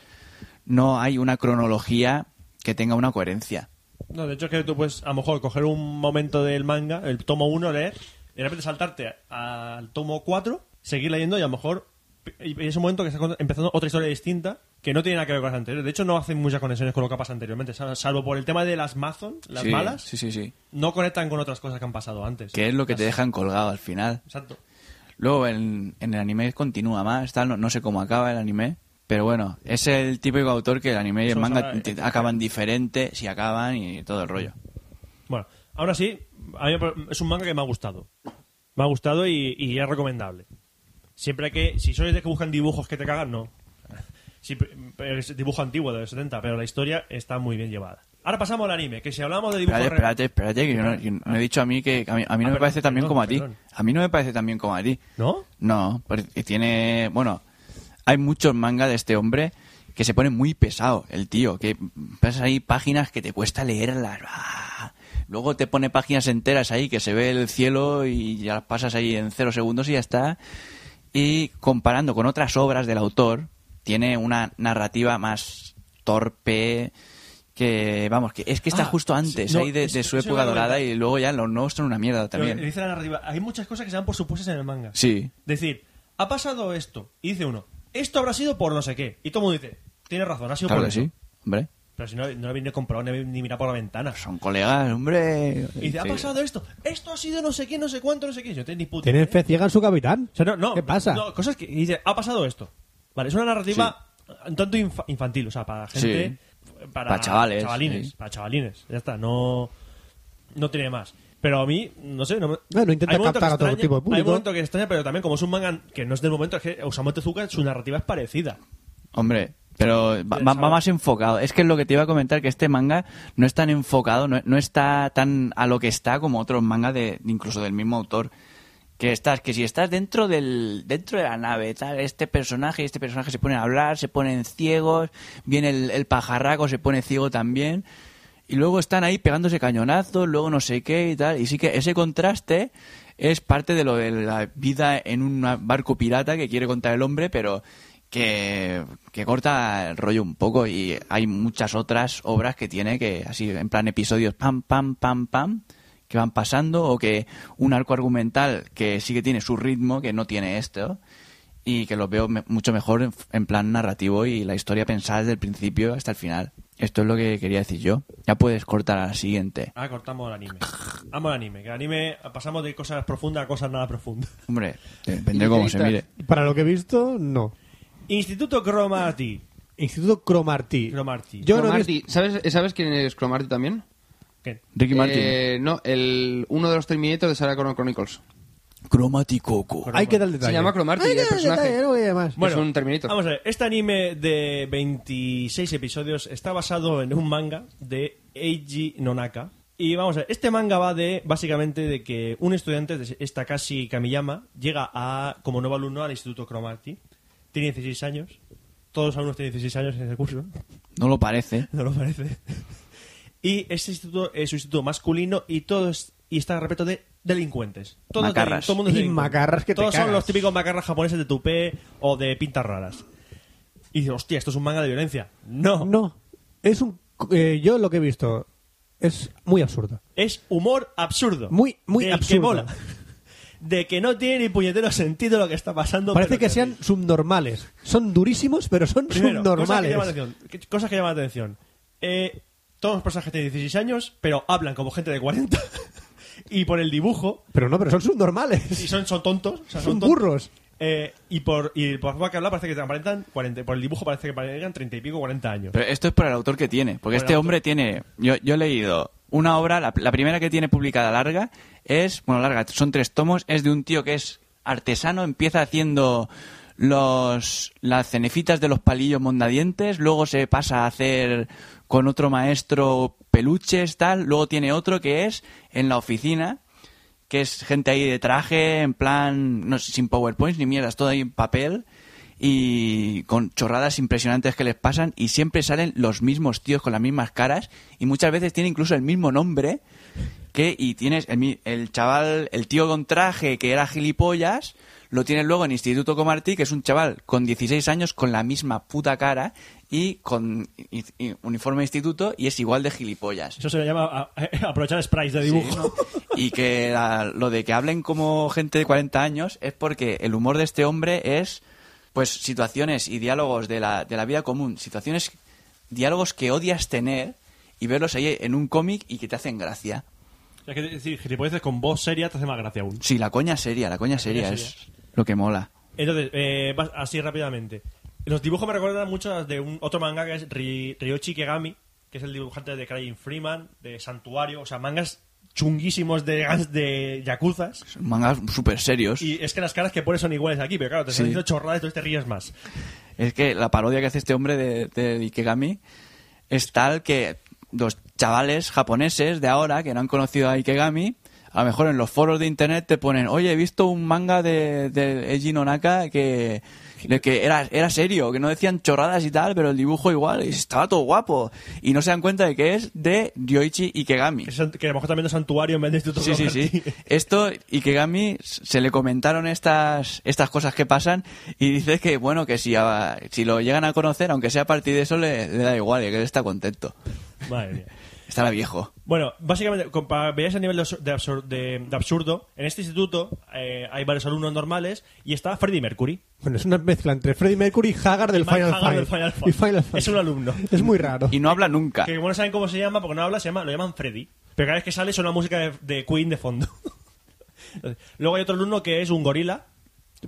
Speaker 6: no hay una cronología que tenga una coherencia
Speaker 4: No, de hecho es que tú puedes a lo mejor coger un momento del manga, el tomo 1, leer, y de repente saltarte al tomo 4, seguir leyendo y a lo mejor y- y es un momento que estás cont- empezando otra historia distinta que no tiene nada que ver con las anteriores. De hecho no hacen muchas conexiones con lo que ha pasado anteriormente, sal- salvo por el tema de las Mazon, las
Speaker 6: Sí,
Speaker 4: malas,
Speaker 6: sí sí sí
Speaker 4: no conectan con otras cosas que han pasado antes.
Speaker 6: que es lo que te
Speaker 4: Las-
Speaker 6: dejan colgado al final
Speaker 4: Exacto.
Speaker 6: Luego en, en el anime continúa más, tal, no, no sé cómo acaba el anime. Pero bueno, es el típico autor que el anime y el
Speaker 4: Eso
Speaker 6: manga
Speaker 4: sabe. eh,
Speaker 6: te- acaban diferente, si acaban y todo el rollo.
Speaker 4: Bueno, ahora sí, a mí me- es un manga que me ha gustado. Me ha gustado y, y es recomendable. Siempre que, si sois de que buscan dibujos que te cagan, no. *laughs* Sí, pe- pe- es dibujo antiguo de los 70, pero la historia está muy bien llevada. Ahora pasamos al anime, que si hablamos de dibujos...
Speaker 6: Espérate,
Speaker 4: re-
Speaker 6: espérate, espérate, que yo no, yo no he dicho a mí que a mí, a mí no
Speaker 4: Ah,
Speaker 6: me
Speaker 4: perdón,
Speaker 6: parece tan bien
Speaker 4: perdón,
Speaker 6: como a ti.
Speaker 4: perdón.
Speaker 6: A mí no me parece tan bien como a ti.
Speaker 4: ¿No?
Speaker 6: No, porque tiene. Bueno, hay muchos mangas de este hombre que se pone muy pesado, el tío. Que pasas ahí páginas que te cuesta leerlas. ¡ah! Luego te pone páginas enteras ahí que se ve el cielo y ya las pasas ahí en cero segundos y ya está. Y comparando con otras obras del autor, tiene una narrativa más torpe. Que vamos, que es que está
Speaker 4: Ah,
Speaker 6: justo antes
Speaker 4: sí, no,
Speaker 6: ahí de, de
Speaker 4: eso-
Speaker 6: su
Speaker 4: eso
Speaker 6: época
Speaker 4: iba a
Speaker 6: dorada
Speaker 4: comentar.
Speaker 6: y luego ya los nuevos son una mierda
Speaker 4: Pero
Speaker 6: también.
Speaker 4: Dice la arriba, hay muchas cosas que se dan por supuestas en el manga.
Speaker 6: Sí.
Speaker 4: Decir, ha pasado esto, y dice uno, esto habrá sido por no sé qué. Y todo el mundo dice, tienes razón, ha sido
Speaker 6: Claro
Speaker 4: por
Speaker 6: que
Speaker 4: eso.
Speaker 6: sí, hombre.
Speaker 4: Pero si no, no lo viene comprobado ni, ni mirar por la ventana.
Speaker 6: Son colegas, hombre.
Speaker 4: Y dice, ha
Speaker 6: Sí.
Speaker 4: pasado esto, esto ha sido no sé qué, no sé cuánto, no sé qué. Yo tengo ni puta
Speaker 1: Tienen
Speaker 4: idea.
Speaker 1: fe ciega en su capitán.
Speaker 4: O sea, no, no,
Speaker 1: ¿Qué pasa?
Speaker 4: No, cosas que y dice, ha pasado esto. Vale, es una narrativa un tanto infa- infantil, o sea, para gente. Para,
Speaker 6: Para chavales,
Speaker 4: Chavalines,
Speaker 6: sí.
Speaker 4: para chavalines. Ya está, no. No tiene más. Pero a mí, no sé. No, me-
Speaker 1: Bueno, intenta
Speaker 4: hay momentos
Speaker 1: captar
Speaker 4: que
Speaker 1: a todo
Speaker 4: extraña-
Speaker 1: tipo de
Speaker 4: Hay
Speaker 1: público.
Speaker 4: momentos que extraña, pero también como es un manga que no es del momento, es que Osamu Tezuka, su narrativa es parecida.
Speaker 6: Hombre, Pero va, va- va más enfocado. Es que es lo que te iba a comentar, que este manga no es tan enfocado, no, no está tan a lo que está como otros mangas de, incluso del mismo autor. Que estás, que si estás dentro del, dentro de la nave, tal, este personaje y este personaje se ponen a hablar, se ponen ciegos, viene el, el pajarraco, se pone ciego también, y luego están ahí pegándose cañonazos, luego no sé qué y tal, y sí que ese contraste es parte de lo de la vida en un barco pirata que quiere contar el hombre, pero que, que corta el rollo un poco y hay muchas otras obras que tiene que así en plan episodios pam pam pam pam que van pasando o que un arco argumental que sí que tiene su ritmo que no tiene esto y que lo veo me- mucho mejor en, en plan narrativo y la historia pensada desde el principio hasta el final esto es lo que quería decir yo ya puedes cortar a la siguiente
Speaker 4: Ah, cortamos el anime. *coughs* Vamos al anime. Que el anime pasamos de cosas profundas a cosas nada profundas.
Speaker 6: hombre depende de cómo se mire
Speaker 1: Para lo que he visto, no.
Speaker 4: Instituto Cromarty.
Speaker 1: Instituto Cromarty.
Speaker 4: Cromarty.
Speaker 1: Yo no he visto-
Speaker 5: Cromarty. ¿Sabes, ¿Sabes quién es Cromarty también?
Speaker 4: ¿Qué?
Speaker 6: Ricky Martin
Speaker 5: Eh, no, el, uno de los Terminator de Sarah Connor Chronicles.
Speaker 6: cromaticoco
Speaker 1: Hay que dar detalle.
Speaker 5: Se llama Cromarty,
Speaker 1: Hay que
Speaker 5: el
Speaker 1: dar
Speaker 5: personaje.
Speaker 1: detalle, no voy a más.
Speaker 5: es un Terminator.
Speaker 4: Vamos a ver, este anime de 26 episodios está basado en un manga de Eiji Nonaka. Y vamos a ver, este manga va de, básicamente, de que un estudiante de esta casi Kamiyama llega a, como nuevo alumno al Instituto Cromarty. Tiene 16 años. Todos los alumnos tienen 16 años en ese curso.
Speaker 6: no lo parece
Speaker 4: *laughs* No lo parece. Y este instituto es un instituto masculino y todos y está repleto de delincuentes. Todo,
Speaker 6: Macarras.
Speaker 4: todo el mundo es
Speaker 1: Y
Speaker 4: delincuente.
Speaker 1: macarras que te
Speaker 4: Todos son
Speaker 1: cagas.
Speaker 4: los típicos macarras japoneses de tupé o de pintas raras. Y dices, hostia, esto es un manga de violencia. No,
Speaker 1: No. Es un. eh, yo lo que he visto es muy absurdo.
Speaker 4: es humor absurdo.
Speaker 1: Muy, muy
Speaker 4: Del
Speaker 1: absurdo.
Speaker 4: Que mola. De que no tiene ni puñetero sentido lo que está pasando.
Speaker 1: Parece
Speaker 4: pero
Speaker 1: que
Speaker 4: te
Speaker 1: sean
Speaker 4: ríes.
Speaker 1: subnormales. Son durísimos, pero son
Speaker 4: Primero, Cosas que
Speaker 1: subnormales.
Speaker 4: llaman la atención. Que- Cosas que llaman la atención. Eh, todos los personajes tienen 16 años, pero hablan como gente de 40. *laughs* y por el dibujo,
Speaker 1: Pero no, pero son subnormales.
Speaker 4: y son, son tontos. o sea,
Speaker 1: Son
Speaker 4: tontos.
Speaker 1: burros.
Speaker 4: Eh, y por y por la forma que habla parece que te aparentan 40, por el dibujo parece que aparentan 30 y pico, 40 años.
Speaker 6: Pero esto es por el autor que tiene, porque
Speaker 4: Por el
Speaker 6: este
Speaker 4: autor.
Speaker 6: hombre tiene, yo, yo he leído una obra, la, la primera que tiene publicada larga es, bueno, larga, son tres tomos, es de un tío que es artesano, empieza haciendo los las cenefitas de los palillos mondadientes, luego se pasa a hacer con otro maestro peluches, tal, luego tiene otro que es en la oficina, que es gente ahí de traje, en plan, no sé, sin PowerPoints ni mierdas, todo ahí en papel y con chorradas impresionantes que les pasan y siempre salen los mismos tíos con las mismas caras y muchas veces tiene incluso el mismo nombre que y tienes el, mi- el chaval, el tío con traje que era gilipollas, lo tienes luego en Instituto Comartí, que es un chaval con 16 años con la misma puta cara y con y- y uniforme de instituto y es igual de gilipollas.
Speaker 4: Eso se le llama a- *laughs* a- aprovechar sprites de dibujo.
Speaker 6: Y que la- lo de que hablen como gente de 40 años es porque el humor de este hombre es, pues, situaciones y diálogos de la, de la vida común, situaciones, diálogos que odias tener y verlos ahí en un cómic y que te hacen gracia.
Speaker 4: O sea, que *laughs* es decir, gilipolleces con voz seria te hace más gracia aún.
Speaker 6: Sí, la coña seria, la coña seria
Speaker 4: coña
Speaker 6: es lo que mola.
Speaker 4: Entonces, eh, vas- así rápidamente. Los dibujos me recuerdan mucho a los de un otro manga que es Ry- Ryochi Kegami, que es el dibujante de Crying Freeman, de Santuario, o sea, mangas chunguísimos de, de yakuzas.
Speaker 6: Son mangas súper serios.
Speaker 4: Y es que las caras que pones son iguales aquí, pero claro, te
Speaker 6: Sí.
Speaker 4: están diciendo chorradas, entonces te ríes más.
Speaker 6: Es que la parodia que hace este hombre de, de Ikegami es tal que los chavales japoneses de ahora que no han conocido a Ikegami, a lo mejor en los foros de internet te ponen, oye, he visto un manga de, de Eiji no Naka que, de que era, era serio, que no decían chorradas y tal, pero el dibujo igual, y estaba todo guapo. Y no se dan cuenta de que es de Ryoichi Ikegami.
Speaker 4: Que san- que a lo mejor también es santuario en vez de instituto.
Speaker 6: Sí, sí, sí. Esto, Ikegami, se le comentaron estas, estas cosas que pasan y dice que, bueno, que si, a- si lo llegan a conocer, aunque sea a partir de eso, le, le da igual y que él está contento.
Speaker 4: *laughs* Madre mía.
Speaker 6: Estará viejo.
Speaker 4: Bueno, básicamente, con- para veáis el nivel de, absur- de absur- de- de absurdo, en este instituto eh, hay varios alumnos normales y está Freddie Mercury.
Speaker 1: Bueno, es una mezcla entre Freddie Mercury y Hagar del,
Speaker 4: Mike
Speaker 1: Final,
Speaker 4: Hagar del
Speaker 1: Fight.
Speaker 4: Final Fight.
Speaker 1: Y Final Fight.
Speaker 4: Es un alumno.
Speaker 1: Es muy raro.
Speaker 6: Y no habla nunca.
Speaker 4: Que como no saben cómo se llama, porque no habla, se llama, lo llaman Freddy. Pero cada vez que sale suena música de, de Queen de fondo. *laughs* Luego hay otro alumno que es un gorila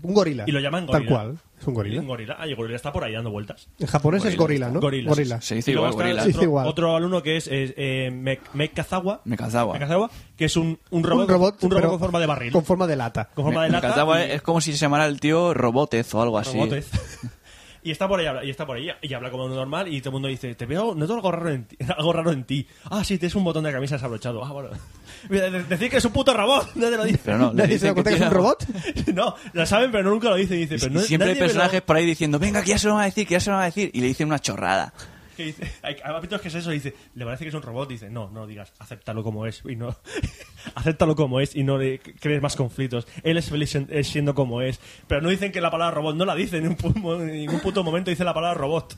Speaker 1: Un gorila.
Speaker 4: y lo llaman gorila.
Speaker 1: Tal cual. Es un gorila.
Speaker 4: Un gorila. Ay, el gorila está por ahí dando vueltas.
Speaker 1: En japonés es gorila, ¿no?
Speaker 4: Gorilas.
Speaker 1: Gorila.
Speaker 6: Sí. Se dice
Speaker 4: Y luego
Speaker 6: igual,
Speaker 4: está
Speaker 6: gorila.
Speaker 1: Se dice
Speaker 4: Otro,
Speaker 1: igual.
Speaker 4: otro alumno que es, es, eh, Mek- Mekazawa.
Speaker 6: Mekazawa.
Speaker 4: Mekazawa, que es un, un robot,
Speaker 1: Un robot,
Speaker 4: un robot
Speaker 1: pero
Speaker 4: con forma de barril.
Speaker 1: Con forma de lata.
Speaker 4: Con forma
Speaker 6: Me-
Speaker 4: de
Speaker 6: me
Speaker 4: lata.
Speaker 6: encantaba,
Speaker 4: y-
Speaker 6: es como si se llamara el tío Robotez o algo así.
Speaker 4: Robotez. *laughs* Y está por ahí, habla- y está por ahí, y habla como normal, y todo el mundo dice, te veo, noto algo raro en ti. *laughs* Algo raro en ti. Ah, sí, tienes un botón de camisa desabrochado. Ah, bueno. *laughs* Mira, de- Decir que es un puto robot, *laughs* nadie lo dice.
Speaker 6: Pero no, le
Speaker 1: ¿Nadie se
Speaker 6: dicen
Speaker 1: da cuenta que es un
Speaker 6: tiene
Speaker 1: robot?
Speaker 4: *laughs* No, lo saben, pero nunca lo dicen. Y dice,
Speaker 6: Y-
Speaker 4: pero
Speaker 6: y
Speaker 4: no-
Speaker 6: siempre hay
Speaker 4: nadie me lo-
Speaker 6: personajes por ahí diciendo, venga, que ya se lo van a decir, que ya se lo van a decir. Y le dicen una chorrada.
Speaker 4: que dice, hay hay papitos que es eso, dice, le parece que es un robot, dice, no, no digas, acéptalo como es y no *laughs* acéptalo como es y no le crees más conflictos. Él es feliz en- eh, siendo como es, pero no dicen que la palabra robot, no la dicen en, un pu- mo- en ningún puto momento dice la palabra robot.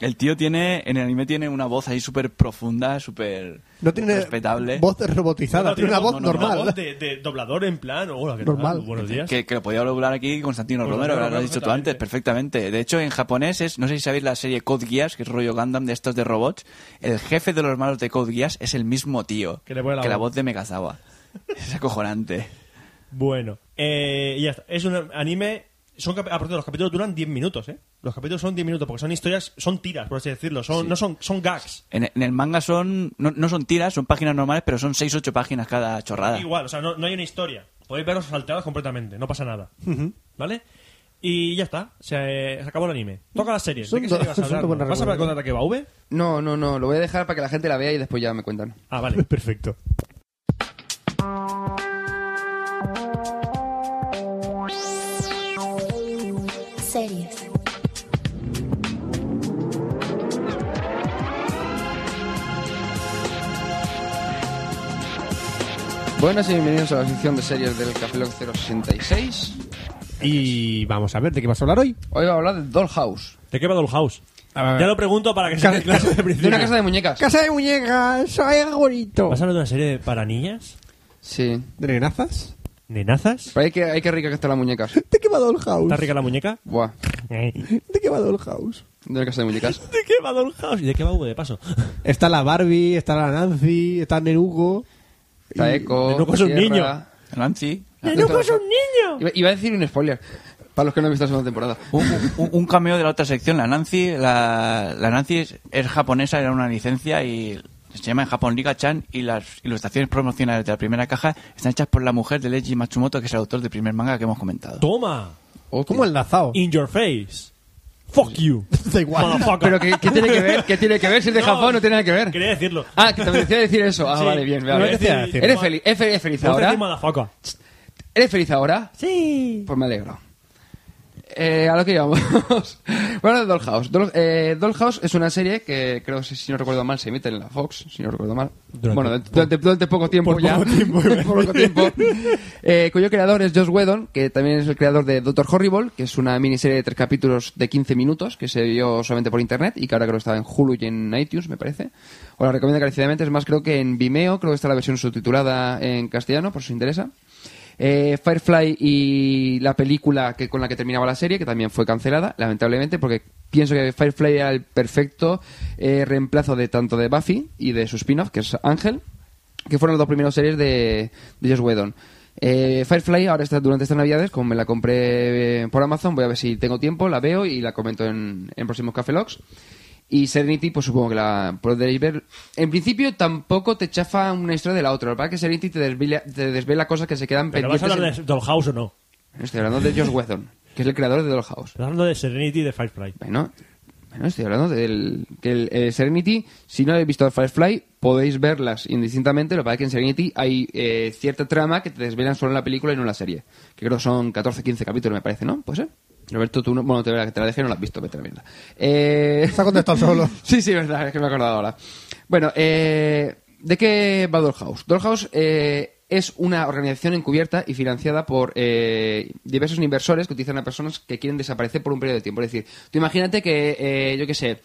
Speaker 6: El tío tiene, en el anime tiene una voz ahí súper profunda, súper
Speaker 1: No tiene
Speaker 6: respetable.
Speaker 1: voz robotizada,
Speaker 4: No,
Speaker 1: tiene una
Speaker 4: no,
Speaker 1: voz
Speaker 4: no, no,
Speaker 1: normal.
Speaker 4: Una voz de, de doblador en plan, hola, ¿qué
Speaker 1: Normal.
Speaker 4: tal? Buenos días.
Speaker 6: Que, que lo podía hablar aquí Constantino
Speaker 4: Bueno,
Speaker 6: Romero,
Speaker 4: Romero,
Speaker 6: lo has dicho tú
Speaker 4: perfectamente.
Speaker 6: antes, perfectamente. De hecho, en japonés es, no sé si sabéis la serie Code Geass, que es rollo Gundam de estos de robots, el jefe de los malos de Code Geass es el mismo tío
Speaker 4: Que le pone la
Speaker 6: la
Speaker 4: voz.
Speaker 6: voz de Megazawa. *laughs* Es acojonante.
Speaker 4: Bueno, eh, y ya está. Es un anime. Son, cap- aparte, los capítulos duran 10 minutos, ¿eh? Los capítulos son 10 minutos porque son historias, son tiras, por así decirlo. Son, No son, son gags.
Speaker 6: En, en el manga son, no, no son tiras, son páginas normales, pero son 6-8 páginas cada chorrada.
Speaker 4: Igual, o sea, no, no hay una historia. Podéis verlos salteados completamente, no pasa nada. ¿Vale? Y ya está, se, eh, se acabó el anime. Toca las series.
Speaker 1: Son
Speaker 4: ¿De qué
Speaker 1: dos-
Speaker 4: serie vas a
Speaker 1: son
Speaker 4: hablar?
Speaker 1: dos buenas
Speaker 4: ¿Vas a hablar contra que va V?
Speaker 5: No, no, no, lo voy a dejar para que la gente la vea y después ya me cuentan.
Speaker 1: *laughs*
Speaker 4: Ah, vale.
Speaker 1: Perfecto.
Speaker 8: Series.
Speaker 5: Buenas y bienvenidos a la sección de series del Café Lock 066.
Speaker 1: Y vamos a ver de qué vas a hablar hoy.
Speaker 5: Hoy va a hablar de Dollhouse.
Speaker 4: ¿De qué va Dollhouse?
Speaker 1: Ah,
Speaker 4: Ya lo pregunto para que se quede claro desde el
Speaker 5: De
Speaker 4: principio.
Speaker 5: una casa de muñecas.
Speaker 1: Casa de muñecas, soy bonito.
Speaker 4: ¿Vas a hablar de una serie para niñas?
Speaker 5: Sí.
Speaker 1: ¿De nenazas?
Speaker 4: ¿Nenazas?
Speaker 5: Pero hay que, hay que rica que están las muñecas.
Speaker 1: ¿De qué va Dollhouse?
Speaker 4: ¿Está rica la muñeca?
Speaker 5: Buah.
Speaker 4: ¿De
Speaker 1: ¿De qué va Dollhouse?
Speaker 5: De una casa de muñecas.
Speaker 4: qué va Dollhouse? ¿Y de qué va V de
Speaker 5: *laughs*
Speaker 4: paso?
Speaker 1: Está la Barbie, está la Nancy, está Nerugo.
Speaker 5: Está Eco.
Speaker 4: Nenuco es un
Speaker 5: Sierra.
Speaker 4: niño.
Speaker 6: Nancy,
Speaker 5: Nenuco es un niño. Iba, iba a decir un spoiler. Para los que no han visto la segunda temporada.
Speaker 6: un, un- un cameo de la otra sección, la Nancy, la, la Nancy es, es japonesa, era una licencia y se llama en Japón Liga Chan y las ilustraciones promocionales de la primera caja están hechas por la mujer de Leiji Matsumoto, que es el autor del primer manga que hemos comentado.
Speaker 4: Toma.
Speaker 5: Hostia.
Speaker 1: ¿Cómo enlazado?
Speaker 4: In your face. Fuck
Speaker 5: *laughs*
Speaker 4: you.
Speaker 1: Da igual.
Speaker 4: Motherfucker.
Speaker 5: Pero ¿qué, qué tiene que ver? ¿Qué tiene que ver? Si es de
Speaker 4: No,
Speaker 5: Japón no tiene nada que ver.
Speaker 4: Quería decirlo.
Speaker 5: Ah, que te merecía decir eso. Ah,
Speaker 4: Sí.
Speaker 5: vale, bien.
Speaker 4: No
Speaker 5: Vale.
Speaker 4: te decía decir.
Speaker 5: ¿Eres feliz, eres feliz- feliz
Speaker 4: Vamos a decir
Speaker 5: ahora?
Speaker 4: motherfucker.
Speaker 5: ¿Eres feliz ahora?
Speaker 4: Sí.
Speaker 5: Pues me alegro. Eh, a lo que íbamos. *laughs* bueno, Dollhouse. Doll- eh, Dollhouse es una serie que creo, si si no recuerdo mal, se emite en la Fox, si no recuerdo mal.
Speaker 4: Durante-
Speaker 5: bueno, durante, durante- durante poco tiempo
Speaker 4: por
Speaker 5: ya.
Speaker 4: poco tiempo, iba a
Speaker 5: *laughs* Por
Speaker 4: *laughs*
Speaker 5: poco tiempo. Eh, cuyo creador es Josh Whedon, que también es el creador de Doctor Horrible, que es una miniserie de tres capítulos de 15 minutos que se vio solamente por internet y que ahora creo que está en Hulu y en iTunes, me parece. Os la recomiendo encarecidamente. Es más, creo que en Vimeo, creo que está la versión subtitulada en castellano, por si os interesa. Eh, Firefly y la película que con la que terminaba la serie, que también fue cancelada, lamentablemente, porque pienso que Firefly era el perfecto eh, reemplazo de tanto de Buffy y de su spin-off, que es Ángel, que fueron las dos primeras series de, de Joss Whedon. Eh, Firefly, ahora está, durante estas navidades, como me la compré eh, por Amazon, voy a ver si tengo tiempo, la veo y la comento en, en próximos Café Logs. Y Serenity, pues supongo que la podréis ver. En principio, tampoco te chafa una historia de la otra. Lo que pasa es que Serenity te desvela, te desvela cosas que se quedan
Speaker 4: ¿Pero vas
Speaker 5: pendientes.
Speaker 4: a hablar de
Speaker 5: en-
Speaker 4: Dollhouse o no?
Speaker 5: Estoy hablando de Josh Whedon, que es el creador de Dollhouse.
Speaker 4: Estás hablando de Serenity y de Firefly.
Speaker 5: Bueno, bueno, estoy hablando del que el, eh, Serenity. Si no habéis visto Firefly, podéis verlas indistintamente. Lo que pasa es que en Serenity hay eh, cierta trama que te desvelan solo en la película y no en la serie. Que creo que son 14, 15 capítulos, me parece, ¿no? Pues ser. Roberto, tú no, bueno, te, la- te la dejé, no la has visto, vete a la mierda. Eh...
Speaker 1: Está contestado solo.
Speaker 5: *laughs* Sí, sí, verdad, es que me he acordado ahora. Bueno, eh, ¿de qué va Dollhouse? Dollhouse eh, es una organización encubierta y financiada por eh, diversos inversores que utilizan a personas que quieren desaparecer por un periodo de tiempo. Es decir, tú imagínate que, eh, yo qué sé,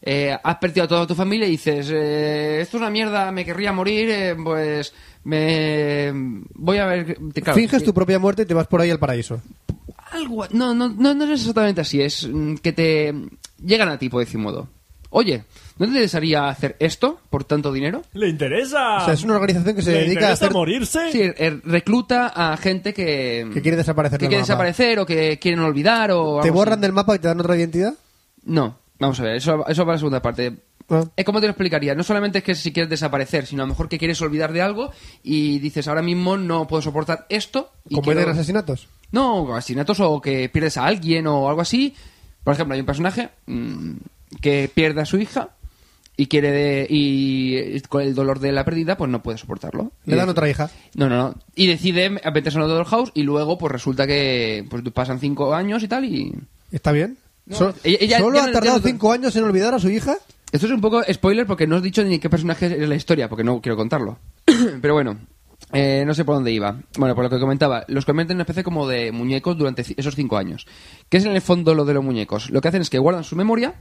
Speaker 5: eh, has perdido a toda tu familia y dices, eh, esto es una mierda, me querría morir, eh, pues me voy a ver... claro,
Speaker 1: Finges
Speaker 5: que-
Speaker 1: tu propia muerte y te vas por ahí al paraíso.
Speaker 5: algo. No, no, no, no es exactamente así. Es mm, que te llegan a ti, por decir modo. Oye, ¿no te interesaría hacer esto por tanto dinero?
Speaker 4: ¿Le interesa?
Speaker 5: Ah.
Speaker 1: O sea, es una organización que se
Speaker 4: ¿Le
Speaker 1: dedica a
Speaker 4: interesa
Speaker 1: hacer...
Speaker 4: morirse?
Speaker 5: Sí, eh, recluta a gente que.
Speaker 1: Que quiere desaparecer
Speaker 5: Que
Speaker 1: del
Speaker 5: quiere
Speaker 1: mapa.
Speaker 5: desaparecer o que quieren olvidar o.
Speaker 1: ¿Te
Speaker 5: algo
Speaker 1: borran
Speaker 5: así.
Speaker 1: del mapa y te dan otra identidad?
Speaker 5: No, vamos a ver, eso, eso va a la segunda parte.
Speaker 1: Ah.
Speaker 5: Es como te lo explicaría, no solamente es que si quieres desaparecer, sino a lo mejor que quieres olvidar de algo y dices, ahora mismo no puedo soportar esto. y
Speaker 1: ¿Cometer
Speaker 5: quiero-
Speaker 1: asesinatos?
Speaker 5: No, asesinatos o que pierdes a alguien o algo así. Por ejemplo, hay un personaje mm, que pierde a su hija y quiere de- y con el dolor de la pérdida pues no puede soportarlo.
Speaker 1: Le
Speaker 5: Y
Speaker 1: dan
Speaker 5: de-
Speaker 1: otra hija.
Speaker 5: No, no, no. Y decide meterse en el dollhouse y luego pues resulta que pues pasan cinco años y tal y
Speaker 1: ¿Está bien?
Speaker 5: No,
Speaker 1: So-
Speaker 5: ella- ella-
Speaker 1: ¿Solo
Speaker 5: ya
Speaker 1: ha
Speaker 5: no-
Speaker 1: tardado
Speaker 5: ya no-
Speaker 1: cinco años en olvidar a su hija?
Speaker 5: Esto es un poco spoiler porque no os he dicho ni qué personaje es la historia, porque no quiero contarlo. *clears throat* Pero bueno, eh, no sé por dónde iba. Bueno, por lo que comentaba, los convierten en una especie como de muñecos durante ci- esos cinco años. ¿Qué es en el fondo lo de los muñecos? Lo que hacen es que guardan su memoria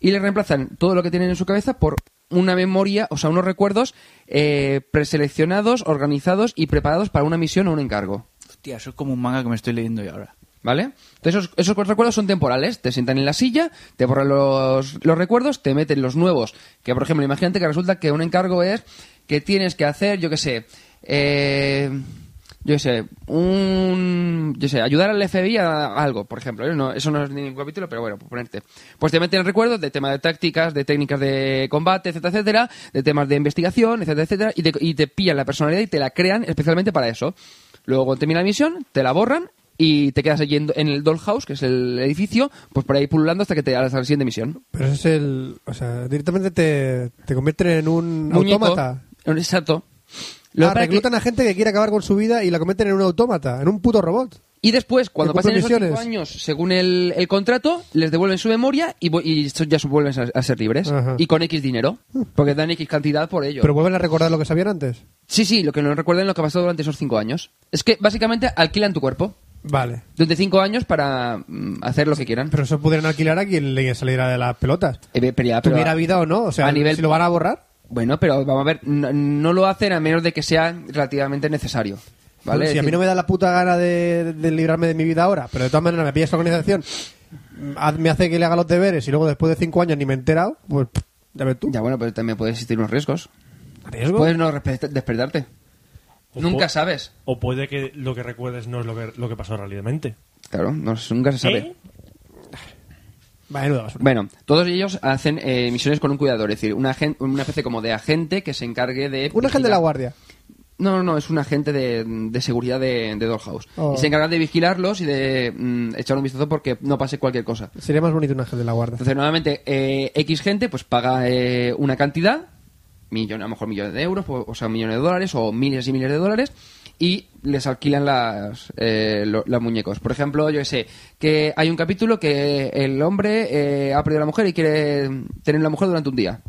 Speaker 5: y le reemplazan todo lo que tienen en su cabeza por una memoria, o sea, unos recuerdos eh, preseleccionados, organizados y preparados para una misión o un encargo.
Speaker 6: Hostia, eso es como un manga que me estoy leyendo yo ahora.
Speaker 5: ¿Vale? Entonces esos, esos recuerdos son temporales. Te sientan en la silla, te borran los, los recuerdos, te meten los nuevos. Que, por ejemplo, imagínate que resulta que un encargo es que tienes que hacer, yo qué sé, eh, yo qué sé, un... Yo qué sé, ayudar al FBI a, a algo, por ejemplo. ¿eh? No, eso no es ningún capítulo, pero bueno, por ponerte. Pues te meten recuerdos de temas de tácticas, de técnicas de combate, etcétera, etcétera, de temas de investigación, etcétera, etcétera, y te, y te pillan la personalidad y te la crean especialmente para eso. Luego, cuando termina la misión, te la borran y te quedas allí en, en el Dollhouse, que es el edificio, pues por ahí pululando hasta que te hagas la siguiente misión.
Speaker 1: Pero eso es el... O sea, directamente te, te convierte en un
Speaker 5: Muñeco.
Speaker 1: autómata.
Speaker 5: Un Exacto. Lo
Speaker 1: Ah,
Speaker 5: para que-
Speaker 1: reclutan a gente que quiere acabar con su vida y la convierten en un autómata, en un puto robot.
Speaker 5: Y después, cuando
Speaker 1: que
Speaker 5: pasen
Speaker 1: cumple
Speaker 5: esos cinco
Speaker 1: misiones.
Speaker 5: años, según el, el contrato, les devuelven su memoria y, vu- y estos ya se vuelven a, a ser libres.
Speaker 1: Ajá.
Speaker 5: Y con X dinero. Porque dan X cantidad por ello.
Speaker 1: Pero vuelven a recordar lo que sabían antes.
Speaker 5: Sí, sí, lo que no recuerden lo que ha pasado durante esos cinco años. Es que básicamente alquilan tu cuerpo.
Speaker 1: Vale.
Speaker 5: Durante cinco años para mm, hacer lo que quieran.
Speaker 1: Pero eso pudieran alquilar a quien le saliera de las pelotas.
Speaker 5: Eh, pero ya, pero-
Speaker 1: Tuviera vida o no. O sea,
Speaker 5: a nivel-
Speaker 1: si lo van a borrar.
Speaker 5: Bueno, pero vamos a ver, no, no lo hacen a menos de que sea relativamente necesario.
Speaker 1: Si a
Speaker 5: ¿Vale? Es
Speaker 1: mí
Speaker 5: decir,
Speaker 1: no me da la puta gana de, de librarme de mi vida ahora, pero de todas maneras me pillas la organización, haz- me hace que le haga los deberes y luego después de cinco años ni me he enterado, pues pff, ya Pues- ves tú.
Speaker 5: Ya bueno, pero también puede existir unos riesgos.
Speaker 1: ¿Riesgo?
Speaker 5: Puedes no respet- despertarte.
Speaker 4: O
Speaker 5: Nunca
Speaker 4: po-
Speaker 5: sabes.
Speaker 4: O puede que lo que recuerdes no es lo que, lo que pasó realmente.
Speaker 5: Claro, no, nunca se sabe.
Speaker 4: ¿Eh?
Speaker 1: Vale, nuda basura.
Speaker 5: Bueno, todos ellos hacen eh, misiones con un cuidador, es decir, una, agen- una especie como de agente que se encargue de...
Speaker 1: Un ángel de la
Speaker 5: vigilar-
Speaker 1: guardia.
Speaker 5: No, no, no, es un agente de, de seguridad de, de Dollhouse.
Speaker 1: Oh.
Speaker 5: Y se encarga de vigilarlos y de mm, echar un vistazo porque no pase cualquier cosa.
Speaker 1: Sería más bonito un ángel de la guardia.
Speaker 5: Entonces, normalmente, eh, X gente pues paga eh, una cantidad, millón, a lo mejor millones de euros, o, o sea, millones de dólares, o miles y miles de dólares, y les alquilan las, eh, lo- las muñecos. Por ejemplo, yo que sé, que hay un capítulo que el hombre eh, ha perdido a la mujer y quiere tener la mujer durante un día.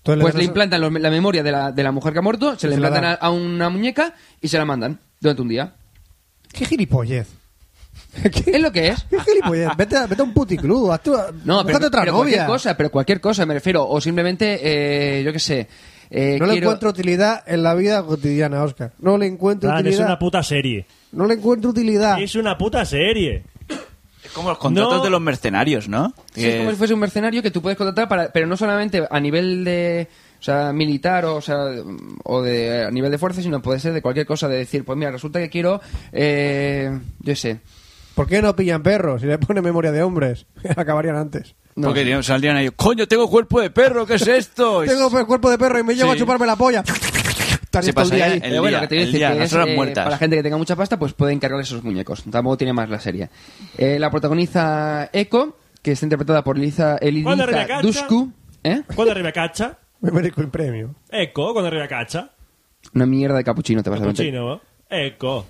Speaker 1: Entonces,
Speaker 5: Pues
Speaker 1: dan
Speaker 5: le
Speaker 1: eso-
Speaker 5: implantan los- la memoria de la, de la mujer que ha muerto, se, le
Speaker 1: se la
Speaker 5: implantan a,
Speaker 1: dan.
Speaker 5: a una muñeca y se la mandan durante un día.
Speaker 1: ¡Qué gilipollez! *laughs*
Speaker 5: Es
Speaker 1: ¿Qué,
Speaker 5: lo que es.
Speaker 1: qué gilipollez? Vete a, vete a un puticlub, haz tu,
Speaker 5: No, pero,
Speaker 1: búscate otra novia.
Speaker 5: pero cualquier cosa, pero cualquier cosa me refiero. O simplemente, eh, yo qué sé. eh,
Speaker 1: No le
Speaker 5: quiero-
Speaker 1: encuentro utilidad en la vida cotidiana, Oscar. No le encuentro
Speaker 4: Fran, es
Speaker 1: utilidad. Ah.
Speaker 4: una puta serie.
Speaker 1: No le encuentro utilidad.
Speaker 4: Es una puta serie.
Speaker 6: Es como los contratos
Speaker 4: No.
Speaker 6: de los mercenarios, ¿no?
Speaker 5: Sí, es
Speaker 6: Que-
Speaker 5: como si fuese un mercenario que tú puedes contratar, para, pero no solamente a nivel de. O sea, militar o, o sea, o de, a nivel de fuerza, sino puede ser de cualquier cosa. De decir, pues mira, resulta que quiero. eh, yo qué sé.
Speaker 1: ¿Por qué no pillan perros? Si le ponen memoria de hombres, *laughs* acabarían antes.
Speaker 5: No.
Speaker 6: Porque tío, saldrían ahí, coño, tengo cuerpo de perro, ¿qué es esto?
Speaker 1: *laughs*
Speaker 5: Pues-
Speaker 1: Tengo el cuerpo de perro y me llevo a
Speaker 6: Sí.
Speaker 1: chuparme la polla. Estaría
Speaker 6: Se
Speaker 1: todo el día
Speaker 6: pasaría
Speaker 1: ahí.
Speaker 6: el
Speaker 5: Pero bueno,
Speaker 6: día,
Speaker 5: que te voy a
Speaker 6: el
Speaker 5: decir
Speaker 6: día,
Speaker 5: que
Speaker 6: las
Speaker 5: es,
Speaker 6: horas
Speaker 5: eh,
Speaker 6: muertas.
Speaker 5: para la gente que tenga mucha pasta, pues puede encargar esos muñecos. Tampoco tiene más la serie. Eh, la protagoniza Echo, que está interpretada por Liza
Speaker 4: Hola,
Speaker 5: Elisa
Speaker 4: Rebecacha.
Speaker 5: Dusku. ¿Eh?
Speaker 4: Cuando arriba caccia,
Speaker 1: Me merezco un premio.
Speaker 4: ecco, cuando arriba caccia,
Speaker 5: Una mierda de capuchino te vas a meter.
Speaker 4: cappuccino, ecco.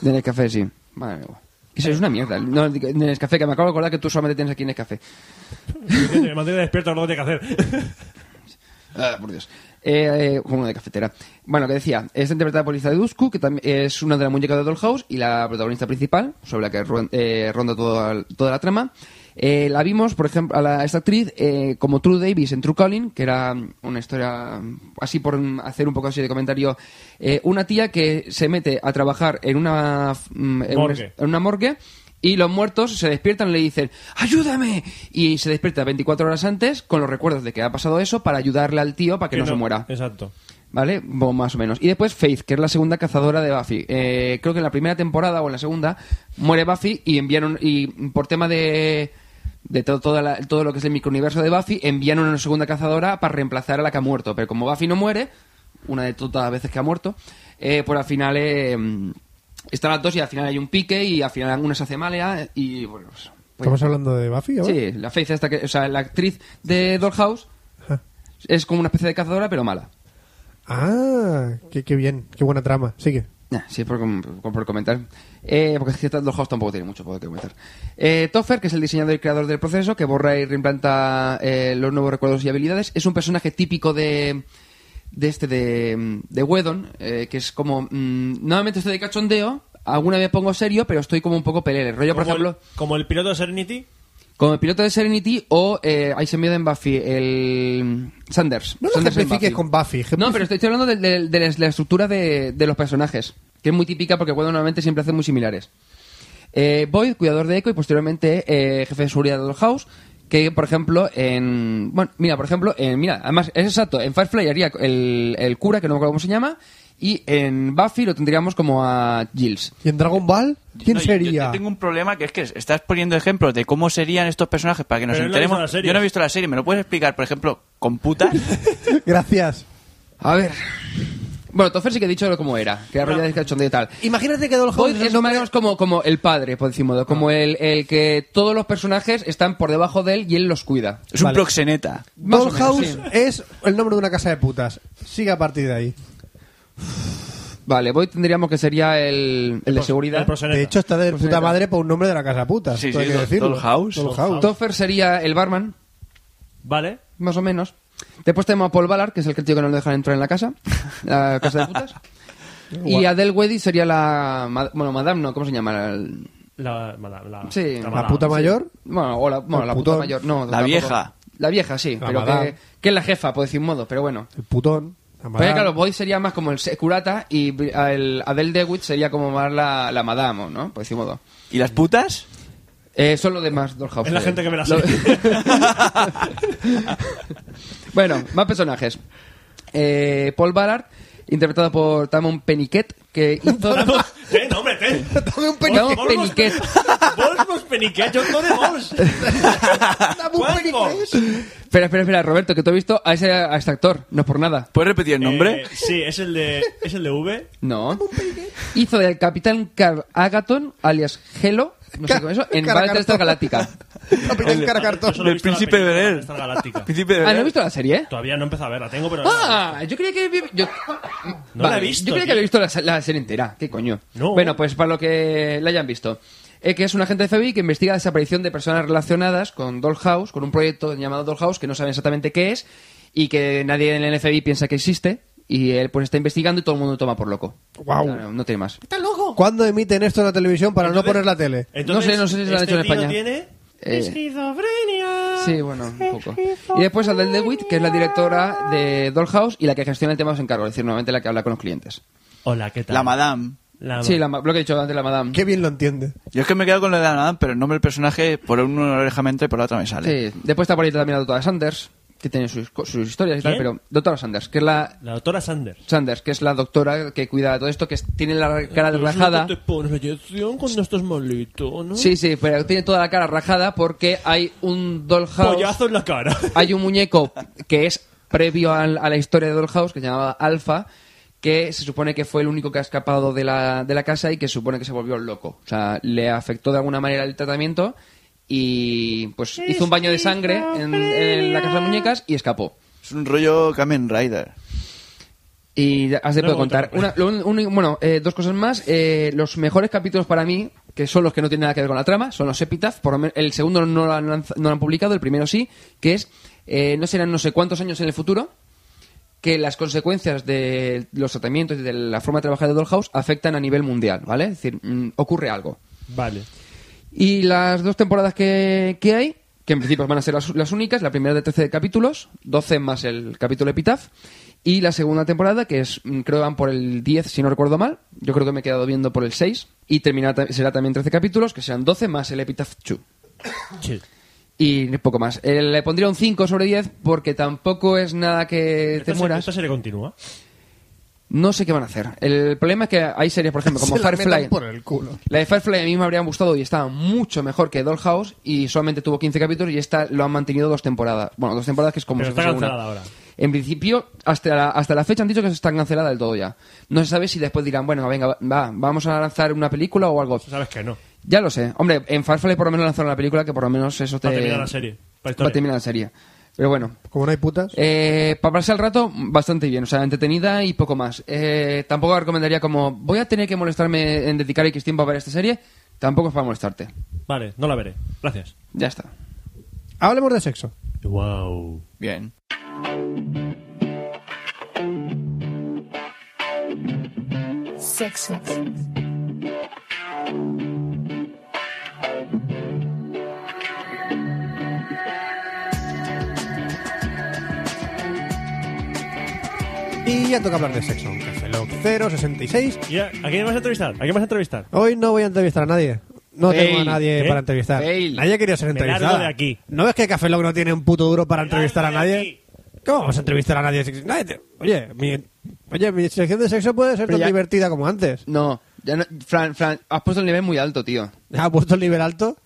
Speaker 5: De Nescafé, sí. Madre mía. Eso es una mierda. No, de Nescafé, que me acabo de acordar que tú solamente tienes aquí Nescafé.
Speaker 4: Me mantiene despierto, no lo que tiene que hacer.
Speaker 5: Ah, por Dios. Eh, eh, como una de cafetera. Bueno, que decía, es interpretada por Liza Dusku, que también es una de las muñecas de Dollhouse y la protagonista principal, sobre la que ru- eh, ronda toda, toda la trama. Eh, la vimos, por ejemplo, a, la- a esta actriz eh, como True Davis en True Calling, que era mm, una historia, mm, así por mm, hacer un poco así de comentario, eh, una tía que se mete a trabajar en una, f- mm, en una-
Speaker 4: Morgue.
Speaker 5: en una morgue y los muertos se despiertan y le dicen ¡Ayúdame! Y se despierta 24 horas antes con los recuerdos de que ha pasado eso para ayudarle al tío para que, no, se muera.
Speaker 4: Exacto.
Speaker 5: ¿Vale? Bo- más o menos. Y después Faith, que es la segunda cazadora de Buffy. Eh, creo que en la primera temporada o en la segunda muere Buffy y enviaron. Y por tema de. De todo, toda la- todo lo que es el microuniverso de Buffy, envían una segunda cazadora para reemplazar a la que ha muerto. Pero como Buffy no muere, una de todas las veces que ha muerto, eh, pues al final eh, están las dos y al final hay un pique y al final una se hace malea y bueno, pues,
Speaker 9: ¿Estamos hablando de Buffy ahora?
Speaker 5: Sí, la Faith esta que, o sea, la actriz de Dollhouse
Speaker 1: Ah.
Speaker 9: Ajá.
Speaker 5: es como una especie de cazadora pero mala.
Speaker 9: Ah, qué, qué bien, qué buena trama. Sigue.
Speaker 5: Nah, sí, por, com- por- por comentar. Eh, porque es que Dollhouse tampoco tiene mucho poder que comentar. Eh, Toffer, que es el diseñador y creador del proceso, que borra y reimplanta eh, los nuevos recuerdos y habilidades, es un personaje típico de de este de, de Wedon, eh, que es como... mm, nuevamente estoy de cachondeo, alguna vez pongo serio, pero estoy como un poco pelele. Rollo, por
Speaker 4: Como
Speaker 5: ejemplo...
Speaker 4: el, como el piloto de Serenity.
Speaker 5: Como el piloto de Serenity o eh, ahí se me dio en Buffy, el Sanders.
Speaker 9: No lo
Speaker 5: Sanders en
Speaker 9: ejemplifiques con Buffy, ejemplifica-
Speaker 5: No, pero estoy estoy hablando de, de- de la estructura de, de los personajes, que es muy típica porque cuando normalmente siempre hacen muy similares. Eh, Boyd, cuidador de Echo y posteriormente eh, jefe de seguridad de House, que por ejemplo en... Bueno, mira, por ejemplo, en, mira, además es exacto, en Firefly haría el, el cura, que no me acuerdo cómo se llama, y en Buffy lo tendríamos como a Giles.
Speaker 9: ¿Y en Dragon Ball? ¿Quién
Speaker 6: No, yo-
Speaker 9: sería?
Speaker 6: Yo, tengo un problema que es que estás poniendo ejemplos de cómo serían estos personajes para que nos
Speaker 4: Pero él no ha
Speaker 6: enteremos.
Speaker 4: visto la serie.
Speaker 6: yo no he visto la serie, ¿me lo puedes explicar, por ejemplo, con putas?
Speaker 1: *laughs*
Speaker 9: Gracias.
Speaker 5: A ver... Bueno, Toffer sí que he dicho lo como era, que era rollo de cachondeo y tal.
Speaker 9: Imagínate que Dollhouse...
Speaker 5: Boyd es lo menos como, como el padre, por decir modo,
Speaker 9: Ah.
Speaker 5: como el, el que todos los personajes están por debajo de él y él los cuida.
Speaker 6: Es un proxeneta.
Speaker 5: Más o menos,
Speaker 9: Dollhouse
Speaker 5: sí.
Speaker 9: es el nombre de una casa de putas. Sigue a partir de ahí.
Speaker 5: Vale, Boyd tendríamos que sería el, el de seguridad.
Speaker 4: El proseneta.
Speaker 9: De hecho, está de
Speaker 5: Pues
Speaker 9: puta
Speaker 5: neta.
Speaker 9: madre por un nombre de la casa de putas.
Speaker 6: Sí,
Speaker 9: todo hay
Speaker 6: sí,
Speaker 9: que
Speaker 6: Doll-
Speaker 9: decirlo.
Speaker 6: Dollhouse.
Speaker 9: Dollhouse.
Speaker 5: Toffer sería el barman,
Speaker 4: Vale.
Speaker 5: más o menos. Después tenemos a Paul Ballard, que es el tío que no lo dejan entrar en la casa, la casa de
Speaker 9: *laughs*
Speaker 5: putas. y Adele Weddy sería la... ma- Bueno, madame no, ¿cómo se llama? El-
Speaker 4: La, la, la-
Speaker 5: Sí.
Speaker 4: la
Speaker 5: La
Speaker 9: La
Speaker 4: mala. *laughs*
Speaker 9: puta mayor.
Speaker 5: Bueno, o la, bueno,
Speaker 9: El
Speaker 5: la
Speaker 9: putón.
Speaker 5: puta mayor, no.
Speaker 6: La
Speaker 5: tampoco.
Speaker 6: vieja.
Speaker 5: La vieja, sí,
Speaker 9: La
Speaker 5: pero
Speaker 9: madame.
Speaker 5: que, que es la jefa, por decir modo, pero bueno.
Speaker 9: El putón. la
Speaker 5: Pues
Speaker 9: madame.
Speaker 5: claro,
Speaker 9: *laughs*
Speaker 5: Boyd sería más como el se- curata y bri- el Adele DeWitt sería como más la, la madame, ¿o ¿no? Por decir modo.
Speaker 6: ¿Y las putas?
Speaker 5: Eh, son los demás Dollhouse.
Speaker 4: Es la gente que me la
Speaker 5: Lo-
Speaker 4: sabe.
Speaker 5: *laughs* bueno, más personajes. Eh, Paul Ballard, interpretado por Tamon Peniquet, que
Speaker 4: *laughs*
Speaker 5: hizo... *laughs*
Speaker 4: Ten, Eh, hombre, ten.
Speaker 9: Dame un
Speaker 5: Tamon
Speaker 9: penique.
Speaker 5: Peniquet.
Speaker 4: Volvos peniquet, yo no de Eh, vos.
Speaker 9: Dame un
Speaker 4: Cuerpos.
Speaker 9: penique.
Speaker 5: Espera, espera, espera, Roberto, que tú has visto a, ese, a este actor, no es por nada.
Speaker 6: ¿Puedes repetir el nombre?
Speaker 4: Eh, sí, es el de, es el de V.
Speaker 5: No. Hizo del capitán Carl Agaton, alias Helo, no sé cómo es eso, en
Speaker 9: Cara-
Speaker 4: *laughs*
Speaker 5: Battlestar Galáctica.
Speaker 9: Capitán
Speaker 4: Yo
Speaker 9: Caracartón.
Speaker 4: solo he
Speaker 6: Del
Speaker 4: visto la
Speaker 6: príncipe de
Speaker 4: película
Speaker 6: Bel-Air.
Speaker 4: Battlestar Galáctica.
Speaker 6: *laughs* Príncipe de
Speaker 5: Ah, ¿no he
Speaker 6: Bel-
Speaker 5: visto la serie?
Speaker 4: Todavía no he empezado a verla, tengo, pero.
Speaker 5: Ah, yo creía que vi- yo,
Speaker 4: No la he visto,
Speaker 5: Yo creía
Speaker 4: tío.
Speaker 5: que había visto la, la serie entera. ¿Qué coño?
Speaker 4: No.
Speaker 5: Bueno, pues para lo que la hayan visto. Eh, que es un agente de FBI que investiga la desaparición de personas relacionadas con Dollhouse, con un proyecto llamado Dollhouse que no saben exactamente qué es y que nadie en el FBI piensa que existe. Y él pues está investigando y todo el mundo lo toma por loco.
Speaker 9: Guau.
Speaker 5: No, no, no eh, tiene más.
Speaker 9: ¿Cuándo emiten esto en la televisión para no poner la tele?
Speaker 5: No sé, no sé si la han
Speaker 4: este
Speaker 5: hecho en
Speaker 4: tío
Speaker 5: España.
Speaker 4: tiene
Speaker 5: Eh.
Speaker 4: esquizofrenia.
Speaker 5: Sí, bueno, un poco. Y después Adele DeWitt, que es la directora de Dollhouse y la que gestiona el tema de los encargos, es decir, nuevamente la que habla con los clientes.
Speaker 4: Hola, ¿qué tal?
Speaker 6: La madame.
Speaker 4: La
Speaker 5: Sí,
Speaker 4: ma-
Speaker 5: la ma- lo que he dicho antes, la madame.
Speaker 9: Qué bien lo entiende.
Speaker 6: Yo es que me quedo con lo de la madame, pero el nombre del personaje por una oreja me entra y por la otra me sale.
Speaker 5: Sí, después está por ahí también la doctora Sanders, que tiene sus, co- sus historias y tal,
Speaker 4: ¿Quién?
Speaker 5: pero doctora Sanders, que es la
Speaker 4: la doctora Sanders.
Speaker 5: Sanders, que es la doctora que cuida todo esto, que es- tiene la cara rajada.
Speaker 2: te pones la inyección cuando estás malito, ¿no?
Speaker 5: Sí, sí, pero tiene toda la cara rajada porque hay un dollhouse,
Speaker 4: Pollazo en la cara. *laughs*
Speaker 5: hay un muñeco que es previo al- a la historia de Dollhouse, que se llamaba Alpha, que se supone que fue el único que ha escapado de la, de la casa y que se supone que se volvió loco. O sea, le afectó de alguna manera el tratamiento y pues hizo un baño de sangre en- en la casa de muñecas y escapó.
Speaker 6: Es un rollo Kamen Rider.
Speaker 5: Y ya has de
Speaker 4: No
Speaker 5: poder
Speaker 4: me
Speaker 5: contar.
Speaker 4: contaron.
Speaker 5: Una- lo un- un- bueno, eh, dos cosas más. Eh, los mejores capítulos para mí, que son los que no tienen nada que ver con la trama, son los Epitaph. Por lo men- el segundo no lo, han, lanz- no lo han publicado, el primero sí, que es, eh, no serán no sé cuántos años en el futuro, que las consecuencias de los tratamientos y de la forma de trabajar de Dollhouse afectan a nivel mundial, ¿vale? Es decir, mm, ocurre algo.
Speaker 4: Vale.
Speaker 5: Y las dos temporadas que, que hay, que en principio van a ser las, las únicas, la primera de 13 capítulos, 12 más el capítulo Epitaph, y la segunda temporada, que es mm, creo que van por el 10, si no recuerdo mal, yo creo que me he quedado viendo por el 6, y terminará, ta- será también 13 capítulos, que serán 12 más el Epitaph 2.
Speaker 4: Sí.
Speaker 5: Y poco más. Eh, le pondría un 5 sobre 10 porque tampoco es nada que
Speaker 4: Esta
Speaker 5: te
Speaker 4: se-
Speaker 5: mueras.
Speaker 4: Esta serie continúa.
Speaker 5: No sé qué van a hacer. El problema es que hay series, por
Speaker 1: *laughs*
Speaker 5: ejemplo, como
Speaker 9: Se la
Speaker 5: Firefly.
Speaker 9: metan por el culo.
Speaker 5: La de Firefly a mí me habría gustado y estaba mucho mejor que Dollhouse y solamente tuvo 15 capítulos y esta lo han mantenido dos temporadas. Bueno, dos temporadas que es como
Speaker 4: Pero
Speaker 5: si
Speaker 4: está
Speaker 5: fuese una.
Speaker 4: cancelada ahora.
Speaker 5: En principio, hasta la, hasta la fecha han dicho que está cancelada del todo ya. No se sabe si después dirán, bueno, venga, va, va, vamos a lanzar una película o algo.
Speaker 4: Tú sabes que no.
Speaker 5: Ya lo sé. Hombre, en Firefly por lo menos lanzaron la película que por lo menos eso te...
Speaker 4: Para terminar la serie. Para
Speaker 5: Va
Speaker 4: historia.
Speaker 5: a terminar la serie. Pero bueno,
Speaker 1: Como no hay putas.
Speaker 5: eh, para pasar el rato, bastante bien, o sea, entretenida y poco más. Eh, tampoco recomendaría como, voy a tener que molestarme en dedicar X tiempo a ver esta serie, tampoco es para molestarte.
Speaker 4: Vale, no la veré. Gracias.
Speaker 5: Ya está.
Speaker 1: Hablemos de sexo.
Speaker 4: Wow.
Speaker 5: *laughs*
Speaker 6: Bien.
Speaker 8: sexo,
Speaker 1: Y ya toca hablar de sexo. Café Lock 066.
Speaker 4: ¿Y a, ¿a quién vas a entrevistar? ¿A quién vas a entrevistar?
Speaker 1: Hoy no voy a entrevistar a nadie. No tengo a
Speaker 5: Fail.
Speaker 1: nadie
Speaker 4: ¿Eh?
Speaker 1: para entrevistar.
Speaker 5: Fail.
Speaker 1: Nadie quería ser
Speaker 4: Me largo
Speaker 1: entrevistado.
Speaker 4: de aquí.
Speaker 1: ¿No ves que Café Lock no tiene un puto duro para entrevistar a
Speaker 4: largo de
Speaker 1: nadie?
Speaker 4: aquí.
Speaker 1: ¿Cómo vamos a entrevistar a nadie? Si- nadie te- Oye, mi... Oye, mi selección de sexo puede ser
Speaker 5: Pero
Speaker 1: tan
Speaker 5: ya-
Speaker 1: divertida como antes.
Speaker 5: No, ya no, Fran, Fran, has puesto el nivel muy alto, tío.
Speaker 1: Ha puesto el nivel alto.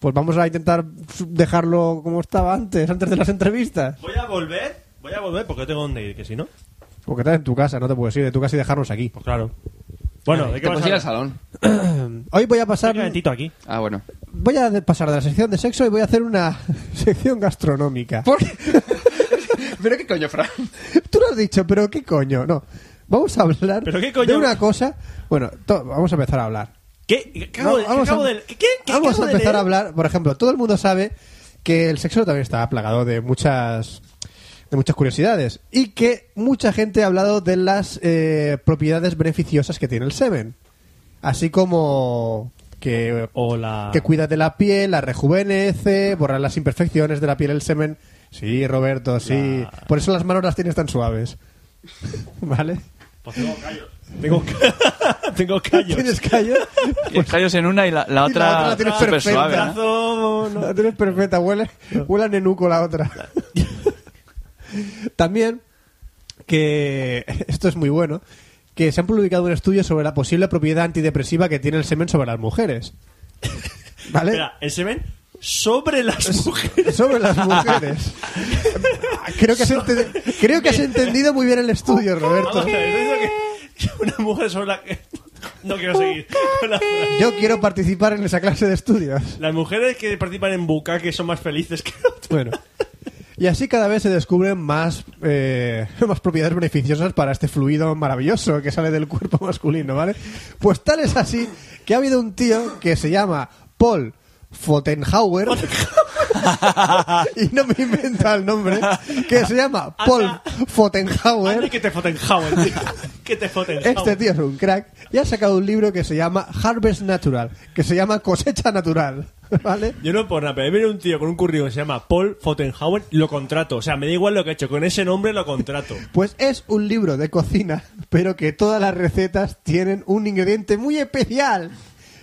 Speaker 1: Pues vamos a intentar dejarlo como estaba antes, antes de las entrevistas.
Speaker 4: Voy a volver. Voy a volver porque tengo dónde ir, que si no.
Speaker 1: Porque estás en tu casa, no te puedes ir de tu casa y dejarnos aquí.
Speaker 4: Pues claro. Bueno, ¿de qué
Speaker 5: Te
Speaker 4: vas
Speaker 5: puedes
Speaker 4: a
Speaker 5: ir al
Speaker 4: hablar?
Speaker 5: salón.
Speaker 1: Hoy voy a
Speaker 4: Estoy
Speaker 1: pasar...
Speaker 4: calentito aquí.
Speaker 5: Ah, bueno.
Speaker 1: Voy a de- pasar de la sección de sexo y voy a hacer una *laughs* sección gastronómica.
Speaker 5: ¿Por qué? *laughs* ¿Pero qué coño, Fran?
Speaker 1: *laughs* Tú lo has dicho, pero qué coño, no. Vamos a hablar
Speaker 4: ¿Pero qué coño?
Speaker 1: de una cosa. Bueno, to- vamos a empezar a hablar.
Speaker 4: ¿Qué? ¿Qué
Speaker 1: No,
Speaker 4: acabo de- qué acabo de- ¿Qué? qué- qué
Speaker 1: vamos
Speaker 4: acabo
Speaker 1: a
Speaker 4: de
Speaker 1: empezar
Speaker 4: leer?
Speaker 1: a hablar. Por ejemplo, todo el mundo sabe que el sexo también está plagado de muchas de muchas curiosidades y que mucha gente ha hablado de las eh, propiedades beneficiosas que tiene el semen, así como que
Speaker 4: O la...
Speaker 1: que cuida de la piel, la rejuvenece, borra las imperfecciones de la piel, el semen. Sí, Roberto, sí.
Speaker 4: La-
Speaker 1: Por eso las manos las tienes tan suaves. *laughs* ¿Vale?
Speaker 4: Pues tengo callos. Tengo, ca- *laughs* tengo callos.
Speaker 1: ¿Tienes callo?
Speaker 6: Los callos en una y la, la
Speaker 1: Y la otra
Speaker 6: otra,
Speaker 1: la tienes
Speaker 6: súper
Speaker 1: perfecta.
Speaker 4: ¿eh?
Speaker 6: suave. ¿no?
Speaker 4: Brazo, *laughs* no.
Speaker 1: La tienes perfecta, huele, huele a nenuco la otra. *laughs* También, que esto es muy bueno, que se han publicado un estudio sobre la posible propiedad antidepresiva que tiene el semen sobre las
Speaker 4: *laughs*
Speaker 1: mujeres. ¿Vale?
Speaker 4: Espera, el semen sobre las mujeres.
Speaker 1: Sobre las mujeres. creo, que has ente- creo que has entendido muy bien el estudio,
Speaker 4: *laughs* Vamos a
Speaker 1: Roberto.
Speaker 4: ver, ¿estás diciendo que *laughs* una mujer sobre la... No quiero seguir. con la frase.
Speaker 1: Yo quiero participar en esa clase de estudios.
Speaker 4: *laughs* Las mujeres que participan en bucaque son más felices que otras.
Speaker 1: Bueno. Y así cada vez se descubren más, eh, más propiedades beneficiosas para este fluido maravilloso que sale del cuerpo masculino, ¿vale? Pues tal es así que ha habido un tío que se llama Paul Fotenhauer. *laughs* y no me invento el nombre. Que se llama Paul
Speaker 4: Anda
Speaker 1: Fotenhauer.
Speaker 4: que te foten Howard, tío. Que te foten
Speaker 1: Este
Speaker 4: Howard.
Speaker 1: tío es un crack y ha sacado un libro que se llama Harvest Natural, que se llama Cosecha Natural, *laughs* ¿vale?
Speaker 4: Yo no por nada, pero viene un tío con un currículum que se llama Paul Fotenhauer, lo contrato. O sea, me da igual lo que ha hecho, con ese nombre lo contrato.
Speaker 1: Pues es un libro de cocina, pero que todas las recetas tienen un ingrediente muy especial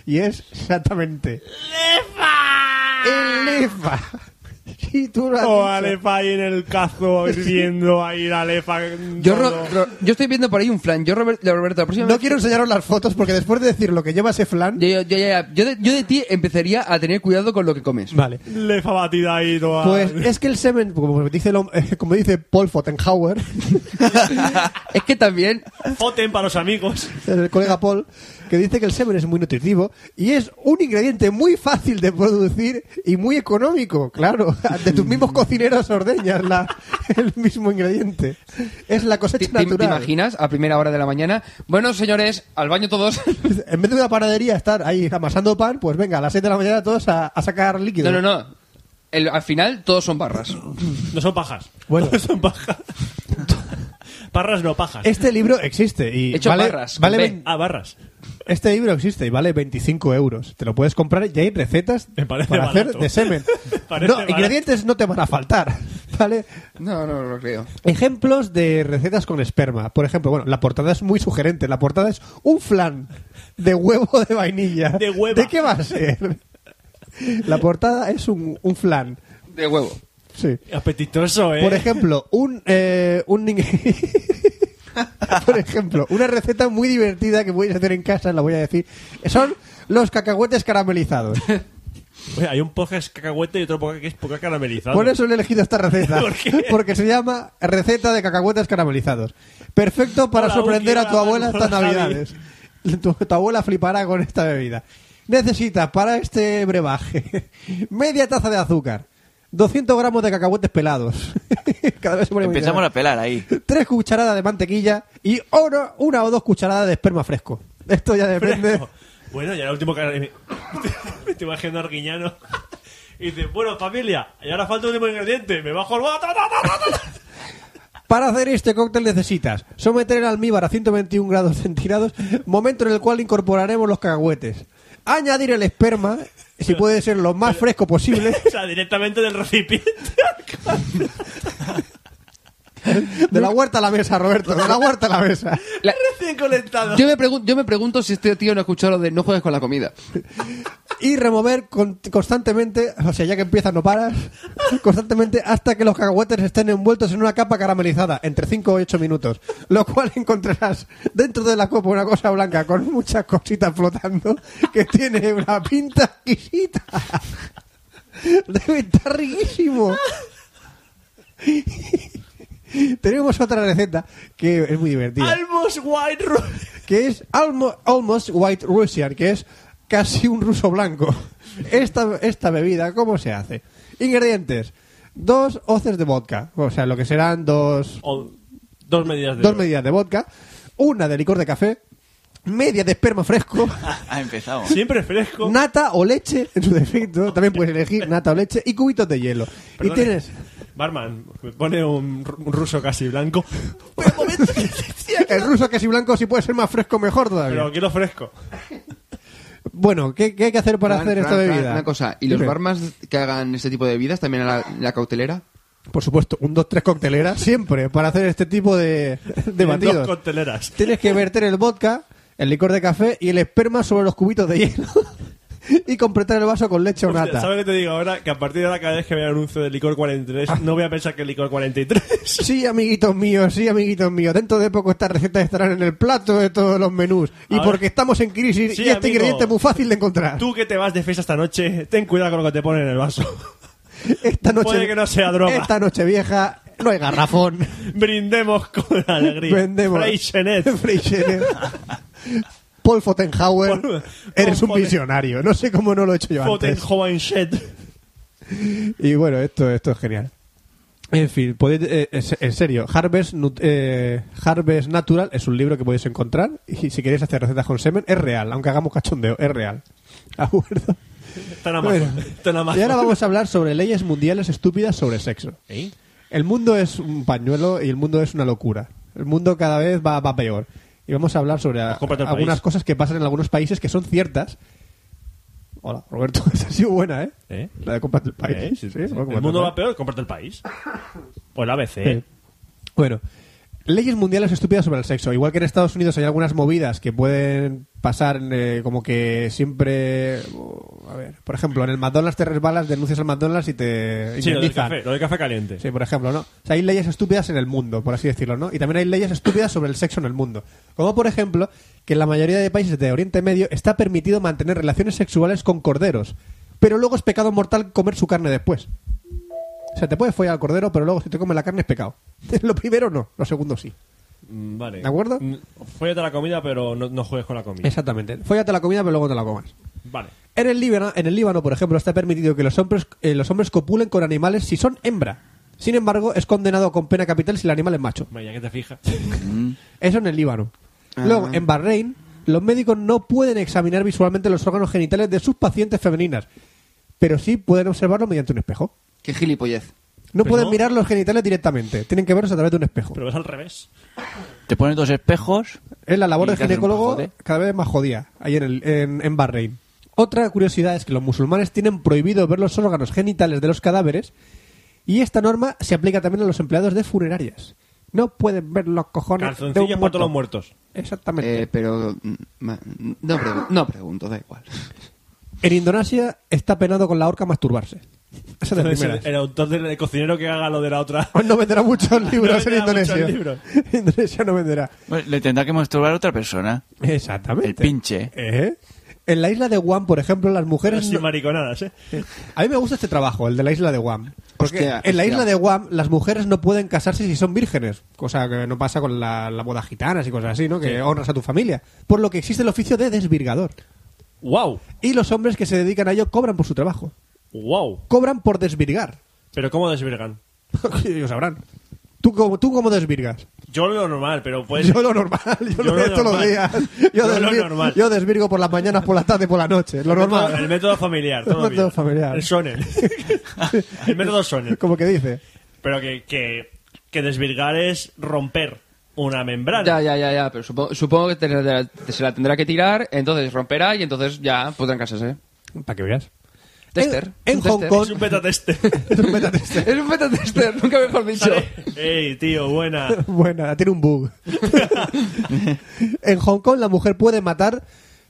Speaker 1: y es exactamente el lefa. Y tú lo has
Speaker 4: O
Speaker 1: dicho.
Speaker 4: Alefa Oh, ahí en el cazo, hirviendo ahí la Alefa.
Speaker 5: Yo,
Speaker 4: todo.
Speaker 5: Ro- Ro- yo estoy viendo por ahí un Fran. Yo, Robert- Roberto, la próxima
Speaker 1: No
Speaker 5: vez-
Speaker 1: quiero enseñaros las fotos porque después de decir lo que lleva ese flan,
Speaker 5: Yo, yo- yo- yo- yo de, yo de ti empezaría a tener cuidado con lo que *laughs* comes.
Speaker 1: vale.
Speaker 4: Lefa batida ahí toda.
Speaker 1: Pues es que el semen, como dice, el hom- *laughs* como dice Paul Fotenhauer,
Speaker 5: Es que también
Speaker 4: Foten para los amigos.
Speaker 1: el colega Paul, que dice que el semen es muy nutritivo y es un ingrediente muy fácil de producir y muy económico, claro. *laughs* De tus mismos cocineros ordeñas la- el mismo ingrediente. Es la
Speaker 5: ¿Te,
Speaker 1: cosecha
Speaker 5: te- te
Speaker 1: natural.
Speaker 5: imaginas a primera hora de la mañana? Bueno, señores, al
Speaker 1: *laughs*
Speaker 5: baño todos.
Speaker 1: En vez de una panadería estar ahí amasando pan, pues venga, a las 6 de la mañana todos a, a sacar líquido.
Speaker 5: No, no, no. El- al final todos son barras.
Speaker 4: No son pajas.
Speaker 1: Bueno.
Speaker 4: *laughs* No son pajas. Parras no, pajas.
Speaker 1: Este libro existe y
Speaker 5: Hecho
Speaker 1: vale,
Speaker 5: barras,
Speaker 1: vale
Speaker 5: con
Speaker 1: vein-
Speaker 5: B.
Speaker 4: Ah, barras.
Speaker 1: este libro existe y vale 25 euros. Te lo puedes comprar y hay recetas
Speaker 4: Me
Speaker 1: para
Speaker 4: parece
Speaker 1: hacer
Speaker 4: barato.
Speaker 1: de semen.
Speaker 4: Me *laughs* parece
Speaker 1: No,
Speaker 4: barato.
Speaker 1: ingredientes no te van a faltar, *laughs* ¿vale?
Speaker 5: No, no, no lo creo.
Speaker 1: Ejemplos de recetas con esperma. Por ejemplo, bueno, la portada es muy sugerente. La portada es un flan de huevo de vainilla.
Speaker 4: De hueva.
Speaker 1: ¿De qué va a ser? La portada es un, un flan.
Speaker 5: De huevo.
Speaker 1: Sí.
Speaker 4: Apetitoso, eh.
Speaker 1: Por ejemplo, un, eh, un ing- *laughs* Por ejemplo, una receta muy divertida que podéis hacer en casa, la voy a decir, son los cacahuetes caramelizados.
Speaker 4: Oye, hay un podcast cacahuete y otro podcast que es poca caramelizado.
Speaker 1: Por eso le he elegido esta receta.
Speaker 4: *laughs* ¿Por qué?
Speaker 1: Porque se llama receta de cacahuetes caramelizados. Perfecto para
Speaker 4: Hola,
Speaker 1: sorprender
Speaker 4: Uki,
Speaker 1: a tu
Speaker 4: hola,
Speaker 1: abuela
Speaker 4: Manu,
Speaker 1: *laughs* estas
Speaker 4: hola,
Speaker 1: navidades. Tu, tu abuela flipará con esta bebida. necesita para este brebaje *laughs* media taza de azúcar, 200 gramos de cacahuetes pelados. *laughs* Cada vez se pone muy
Speaker 6: Empezamos
Speaker 1: cara.
Speaker 6: a pelar ahí. *laughs*
Speaker 1: Tres cucharadas de mantequilla y oro, una o dos cucharadas de esperma fresco. Esto ya depende.
Speaker 4: Bueno, ya el último que me, *laughs* me estoy imaginando a Arguiñano. *laughs* Y dice, bueno, familia, y ahora falta un último ingrediente. Me bajo el guata, ta, ta, ta, ta, ta.
Speaker 1: Para hacer este cóctel necesitas someter el almíbar a 121 grados centígrados, momento en el cual incorporaremos los cacahuetes. Añadir el esperma, si puede ser lo más fresco posible,
Speaker 4: *laughs* O sea, directamente del recipiente.
Speaker 1: *laughs* de la huerta a la mesa, Roberto, de la huerta a la mesa.
Speaker 5: La-
Speaker 4: Recién colectado.
Speaker 5: yo, me pregun- yo me pregunto si este tío no ha escuchado lo de no juegues con la comida.
Speaker 1: Y remover con- constantemente, o sea, ya que empiezas no paras, constantemente hasta que los cacahuetes estén envueltos en una capa caramelizada, entre 5 y 8 minutos, lo cual *laughs* encontrarás dentro de la copa una cosa blanca con muchas cositas flotando que tiene una pinta exquisita. Debe estar riquísimo. Tenemos otra receta que es muy divertida
Speaker 4: Almos White Ru-
Speaker 1: que es almo- Almost White Russian, que es casi un ruso blanco. Esta, esta bebida, ¿cómo se hace? Ingredientes. Dos hoces de vodka, o sea, lo que serán dos,
Speaker 4: O dos medidas de
Speaker 1: dos medidas de vodka, una de licor de café, media de esperma
Speaker 4: *laughs*
Speaker 1: fresco,
Speaker 6: Ha empezado.
Speaker 4: Siempre fresco.
Speaker 1: nata o leche, en su defecto, también puedes elegir nata o leche, y cubitos de hielo.
Speaker 4: Perdone.
Speaker 1: Y tienes...
Speaker 4: Barman, me pone un, ru- un ruso casi blanco.
Speaker 1: El ruso casi blanco, si puede ser más fresco, mejor todavía.
Speaker 4: Pero quiero fresco.
Speaker 1: Bueno, ¿qué, qué hay que hacer para
Speaker 5: Fran,
Speaker 1: hacer
Speaker 5: Fran,
Speaker 1: esta
Speaker 5: Fran,
Speaker 1: bebida?
Speaker 5: Una cosa, ¿y los
Speaker 1: Dime.
Speaker 5: barmas que hagan este tipo de bebidas también a la, la cautelera?
Speaker 1: Por supuesto, un 2-3 coctelera siempre para hacer este tipo de, de
Speaker 4: *laughs* Dos
Speaker 1: batidos.
Speaker 4: cocteleras.
Speaker 1: Tienes que verter el vodka, el licor de café y el esperma sobre los cubitos de hielo *laughs* y completar el vaso con leche o
Speaker 4: Hostia,
Speaker 1: nata.
Speaker 4: ¿Sabes qué te digo ahora? Que a partir de ahora, cada vez que vea un anuncio de licor 43, no voy a pensar que es licor 43.
Speaker 1: Sí, amiguitos míos, sí, amiguitos míos. Dentro de poco estas recetas estarán en el plato de todos los menús. Y
Speaker 4: Ahora-
Speaker 1: porque estamos en crisis
Speaker 4: Sí,
Speaker 1: y este
Speaker 4: amigo.
Speaker 1: ingrediente es muy fácil de encontrar.
Speaker 4: Tú que te vas de fiesta esta noche, ten cuidado con lo que te ponen en el vaso. *laughs*
Speaker 1: esta noche,
Speaker 4: puede que no sea droga.
Speaker 1: Esta noche vieja no hay garrafón.
Speaker 4: Brindemos con alegría.
Speaker 1: Vendemos.
Speaker 4: Frey *laughs*
Speaker 1: *laughs*
Speaker 4: Chenet.
Speaker 1: Frey Chenet. Paul Fotenhauer,
Speaker 4: Paul-
Speaker 1: eres
Speaker 4: Paul
Speaker 1: un
Speaker 4: Foten-
Speaker 1: visionario. No sé cómo no lo he hecho yo
Speaker 4: Foten
Speaker 1: antes.
Speaker 4: joven shed.
Speaker 1: Y bueno, esto, esto es genial. En fin, podéis, eh, es- en serio, Harvest, Nut- eh, Harvest Natural es un libro que podéis encontrar. Y si queréis hacer recetas con semen, es real, aunque hagamos cachondeo, es real. *laughs* ¿De acuerdo?
Speaker 4: Tan amado.
Speaker 1: Bueno,
Speaker 4: Tan amado.
Speaker 1: y ahora vamos a hablar sobre leyes mundiales estúpidas sobre sexo.
Speaker 4: ¿Eh?
Speaker 1: El mundo es un pañuelo y el mundo es una locura. El mundo cada vez va, va peor. Y vamos a hablar sobre a-
Speaker 4: cómprate el
Speaker 1: algunas
Speaker 4: país.
Speaker 1: cosas que pasan en algunos países que son ciertas. Hola, Roberto, *laughs* esa ha sido buena, ¿eh?
Speaker 4: ¿Eh?
Speaker 1: La de cómprate el país.
Speaker 4: ¿Eh? Sí, sí.
Speaker 1: bueno,
Speaker 4: El
Speaker 1: cómprate
Speaker 4: mundo
Speaker 1: el
Speaker 4: va
Speaker 1: país.
Speaker 4: peor, comparte el país. *coughs* Pues O el ABC.
Speaker 1: Sí. Bueno, leyes mundiales estúpidas sobre el sexo. Igual que en Estados Unidos hay algunas movidas que pueden pasar eh, como que siempre... oh, a ver, por ejemplo, en el McDonald's te resbalas, denuncias al McDonald's y te
Speaker 4: Sí, lo del
Speaker 1: indemnizan.
Speaker 4: café, lo del café caliente.
Speaker 1: Sí, por ejemplo, ¿no? O sea, hay leyes estúpidas en el mundo, por así decirlo, ¿no? Y también hay leyes estúpidas sobre el sexo en el mundo. Como, por ejemplo, que en la mayoría de países de Oriente Medio está permitido mantener relaciones sexuales con corderos, pero luego es pecado mortal comer su carne después. O sea, te puedes follar al cordero, pero luego si te comes la carne es pecado. *laughs* Lo primero no, lo segundo sí.
Speaker 4: Mm, Vale.
Speaker 1: ¿De acuerdo?
Speaker 4: Mm, Fóllate la comida, pero no, no juegues con la comida.
Speaker 1: Exactamente. Fóllate la comida, pero luego te la comas.
Speaker 4: Vale.
Speaker 1: En el Líbano, en el Líbano, por ejemplo, está permitido que los hombres, eh, los hombres copulen con animales si son hembra. Sin embargo, es condenado con pena capital si el animal es macho.
Speaker 4: Vaya, que te *laughs* fijas.
Speaker 1: Eso en el Líbano. Luego, en Bahrein, los médicos no pueden examinar visualmente los órganos genitales de sus pacientes femeninas, pero sí pueden observarlo mediante un espejo.
Speaker 5: Qué gilipollez.
Speaker 1: No
Speaker 4: Pero
Speaker 1: pueden
Speaker 4: no.
Speaker 1: mirar los genitales directamente, tienen que verlos a través de un espejo.
Speaker 4: Pero es al revés.
Speaker 6: Te pones dos espejos.
Speaker 1: Es la labor
Speaker 6: Y
Speaker 1: del
Speaker 6: te hacen un
Speaker 1: ginecólogo
Speaker 6: pajote.
Speaker 1: cada vez más jodida ahí en, el- en, en Bahrein. Otra curiosidad es que los musulmanes tienen prohibido ver los órganos genitales de los cadáveres y esta norma se aplica también a los empleados de funerarias. No pueden ver los cojones de un
Speaker 4: Calzoncillos para
Speaker 1: muerto.
Speaker 4: todos los muertos.
Speaker 1: Exactamente.
Speaker 5: Eh, pero mm, ma- no, pregu- no pregunto, da igual.
Speaker 1: En Indonesia está penado con la horca masturbarse. Esa es la
Speaker 4: Entonces,
Speaker 1: primera.
Speaker 4: el, el autor del el cocinero que haga lo de la otra. *laughs*
Speaker 1: No venderá muchos libros en
Speaker 4: venderá
Speaker 1: Indonesia.
Speaker 4: muchos libros.
Speaker 1: *laughs* Indonesia no venderá.
Speaker 6: Bueno, le tendrá que masturbar a otra persona.
Speaker 1: Exactamente.
Speaker 6: El pinche.
Speaker 1: ¿Eh? En la isla de Guam, por ejemplo, las mujeres...
Speaker 4: Sin
Speaker 1: no-
Speaker 4: mariconadas, ¿eh?
Speaker 1: A mí me gusta este trabajo, el de la isla de Guam. Porque
Speaker 5: Hostia,
Speaker 1: en la
Speaker 5: hostia.
Speaker 1: isla de Guam las mujeres no pueden casarse si son vírgenes. Cosa que no pasa con la, la boda gitanas y cosas así, ¿no? Que honras a tu familia. Por lo que existe el oficio de desvirgador.
Speaker 4: ¡Wow!
Speaker 1: Y los hombres que se dedican a ello cobran por su trabajo.
Speaker 4: ¡Wow!
Speaker 1: Cobran por desvirgar.
Speaker 4: Pero ¿cómo desvirgan?
Speaker 1: *laughs* Ellos sabrán. ¿Tú cómo, ¿Tú cómo desvirgas?
Speaker 4: Yo lo normal, pero pues...
Speaker 1: yo lo normal, yo,
Speaker 4: Yo
Speaker 1: lo
Speaker 4: lo
Speaker 1: de todos los
Speaker 4: normal.
Speaker 1: días.
Speaker 4: Yo lo
Speaker 1: desvir-
Speaker 4: normal.
Speaker 1: yo desvirgo por las mañanas, por las tardes, por las noches. Lo
Speaker 4: El método-
Speaker 1: normal.
Speaker 4: El método familiar.
Speaker 1: *laughs* El
Speaker 4: todo
Speaker 1: método
Speaker 4: bien.
Speaker 1: familiar. *laughs*
Speaker 4: El Sonel. el método Sonel.
Speaker 1: Como que dice.
Speaker 4: Pero que, que, que desvirgar es romper una membrana.
Speaker 5: Ya, ya, ya, ya, pero supongo, supongo que te- te- se la tendrá que tirar, entonces romperá y entonces ya pues podrán casarse.
Speaker 1: Para que veas.
Speaker 5: Tester.
Speaker 1: En- en
Speaker 5: un
Speaker 1: Hong
Speaker 5: tester.
Speaker 1: Kong-
Speaker 4: Es un este.
Speaker 1: *laughs*
Speaker 4: beta tester.
Speaker 1: Es un beta tester.
Speaker 5: Es un beta tester, nunca mejor dicho.
Speaker 4: Sale, Ey,
Speaker 1: *laughs*
Speaker 4: tío, buena.
Speaker 1: Buena, tiene un bug. en Hong Kong la mujer puede matar,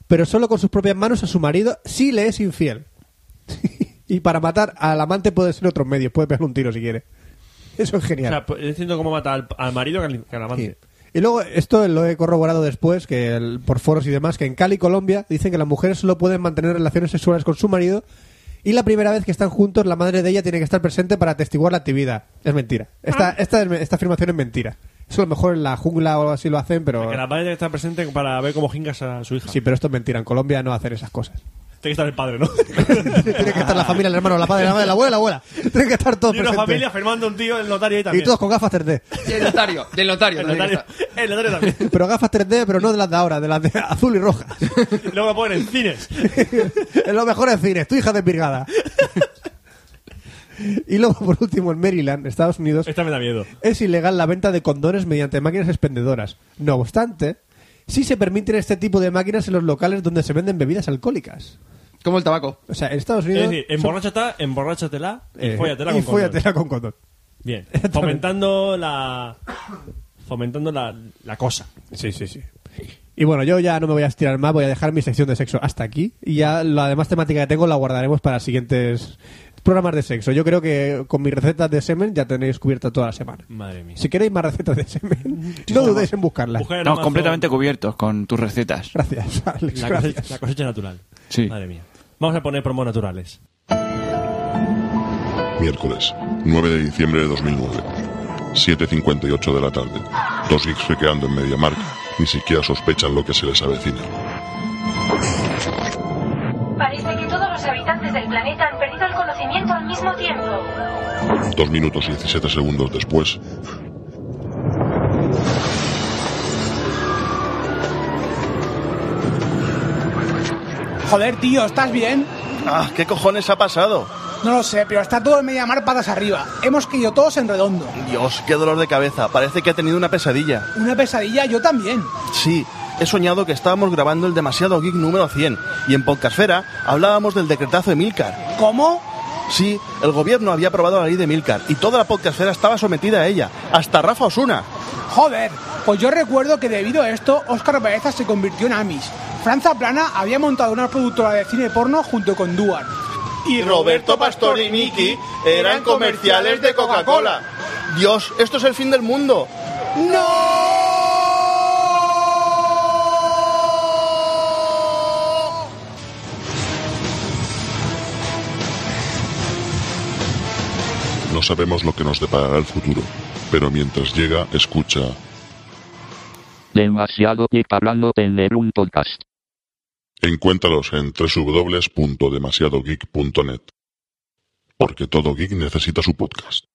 Speaker 1: pero solo con sus propias manos a su marido si le es infiel. *laughs* y para matar al amante puede ser otros medios, puede pegar un tiro si quiere. Eso es
Speaker 4: O
Speaker 1: genial.
Speaker 4: sea, pues, diciendo cómo mata al, al marido que al, que al amante.
Speaker 1: Sí. Y luego, esto lo he corroborado después, que el- por foros y demás, que en Cali, Colombia, dicen que las mujeres solo pueden mantener relaciones sexuales con su marido y la primera vez que están juntos, la madre de ella tiene que estar presente para atestiguar la actividad. Es mentira. Esta,
Speaker 4: Ah.
Speaker 1: esta, es- esta afirmación es mentira. Eso a lo mejor en la jungla o algo así lo hacen, pero...
Speaker 4: Que la madre tiene que estar presente para ver cómo jingas a su hija.
Speaker 1: Sí, pero esto es mentira. En Colombia no hacen esas cosas. *laughs*
Speaker 4: Tiene que estar el padre, ¿no?
Speaker 1: tiene que estar la familia, el hermano, la padre, la madre, la abuela, la abuela. Tienen que estar todos
Speaker 4: *laughs* Y una
Speaker 1: presentes.
Speaker 4: familia firmando un tío, el notario ahí
Speaker 1: y
Speaker 4: también.
Speaker 1: todos con gafas 3D.
Speaker 5: Y el notario, del notario.
Speaker 4: el,
Speaker 5: no tiene que
Speaker 4: notario, el notario también. *laughs*
Speaker 1: Pero gafas 3D, pero no de las de ahora, de las de azul y rojas.
Speaker 4: Luego lo ponen en cines.
Speaker 1: *laughs* en los mejores cines, tu hija desvirgada. y luego, por último, en Maryland, Estados Unidos,
Speaker 4: Esta me da miedo.
Speaker 1: es ilegal la venta de condones mediante máquinas expendedoras. No obstante, sí se permiten este tipo de máquinas en los locales donde se venden bebidas alcohólicas.
Speaker 5: estar. Como el *laughs* tabaco.
Speaker 1: O sea, en Estados
Speaker 4: Es
Speaker 1: Unidos...
Speaker 4: decir, emborráchata, emborráchatela y
Speaker 1: eh,
Speaker 4: fóllatela
Speaker 1: y
Speaker 4: con condón.
Speaker 1: fóllatela con condón. *laughs*
Speaker 4: Bien. Fomentando la... Fomentando la, la cosa.
Speaker 1: Sí, sí, sí. Y bueno, yo ya no me voy a estirar más, voy a dejar mi sección de sexo hasta aquí y ya la demás temática que tengo la guardaremos para siguientes programas de sexo. Yo creo que con mis recetas de semen ya tenéis cubierta toda la semana.
Speaker 4: Madre mía.
Speaker 1: Si queréis más recetas de
Speaker 4: *laughs*
Speaker 1: semen, no dudéis en buscarlas.
Speaker 4: Buscar en
Speaker 6: Estamos
Speaker 4: Amazon
Speaker 6: completamente cubiertos con tus recetas.
Speaker 1: Gracias, Alex.
Speaker 4: La
Speaker 1: gracias.
Speaker 4: cosecha, la cosecha natural.
Speaker 6: Sí.
Speaker 4: Madre mía. Vamos a poner promos naturales.
Speaker 10: Miércoles, 9 de diciembre de 2009. 7.58 de la tarde. Dos geeks recreando en Mediamarkt. Ni siquiera sospechan lo que se les avecina.
Speaker 8: Parece que todos los habitantes del planeta han perdido el conocimiento al mismo tiempo.
Speaker 10: Dos minutos y 17 segundos después.
Speaker 2: Joder, tío, ¿estás bien?
Speaker 10: Ah, ¿qué cojones ha pasado?
Speaker 2: No lo sé, pero está todo en media mar patas arriba. Hemos caído todos en redondo.
Speaker 10: Dios, qué dolor de cabeza. Parece que ha tenido una pesadilla.
Speaker 2: Una pesadilla, yo también.
Speaker 10: Sí, he soñado que estábamos grabando el demasiado geek número 100 y en Podcastfera hablábamos del decretazo de Milcar.
Speaker 2: ¿Cómo?
Speaker 10: Sí, el gobierno había aprobado la ley de Milcar y toda la podcastfera estaba sometida a ella, hasta Rafa Osuna.
Speaker 2: Joder, pues yo recuerdo que debido a esto, Oscar Baeza se convirtió en Amis. Franza Plana había montado una productora de cine porno junto con Duar.
Speaker 10: Y Roberto Pastor y Miki eran comerciales de Coca-Cola. Dios, esto es el fin del mundo. No sabemos lo que nos deparará el futuro, pero mientras llega, escucha
Speaker 2: Demasiado y hablando tener un podcast.
Speaker 10: Encuéntralos en www.demasiadogeek.net. Porque todo geek necesita su podcast.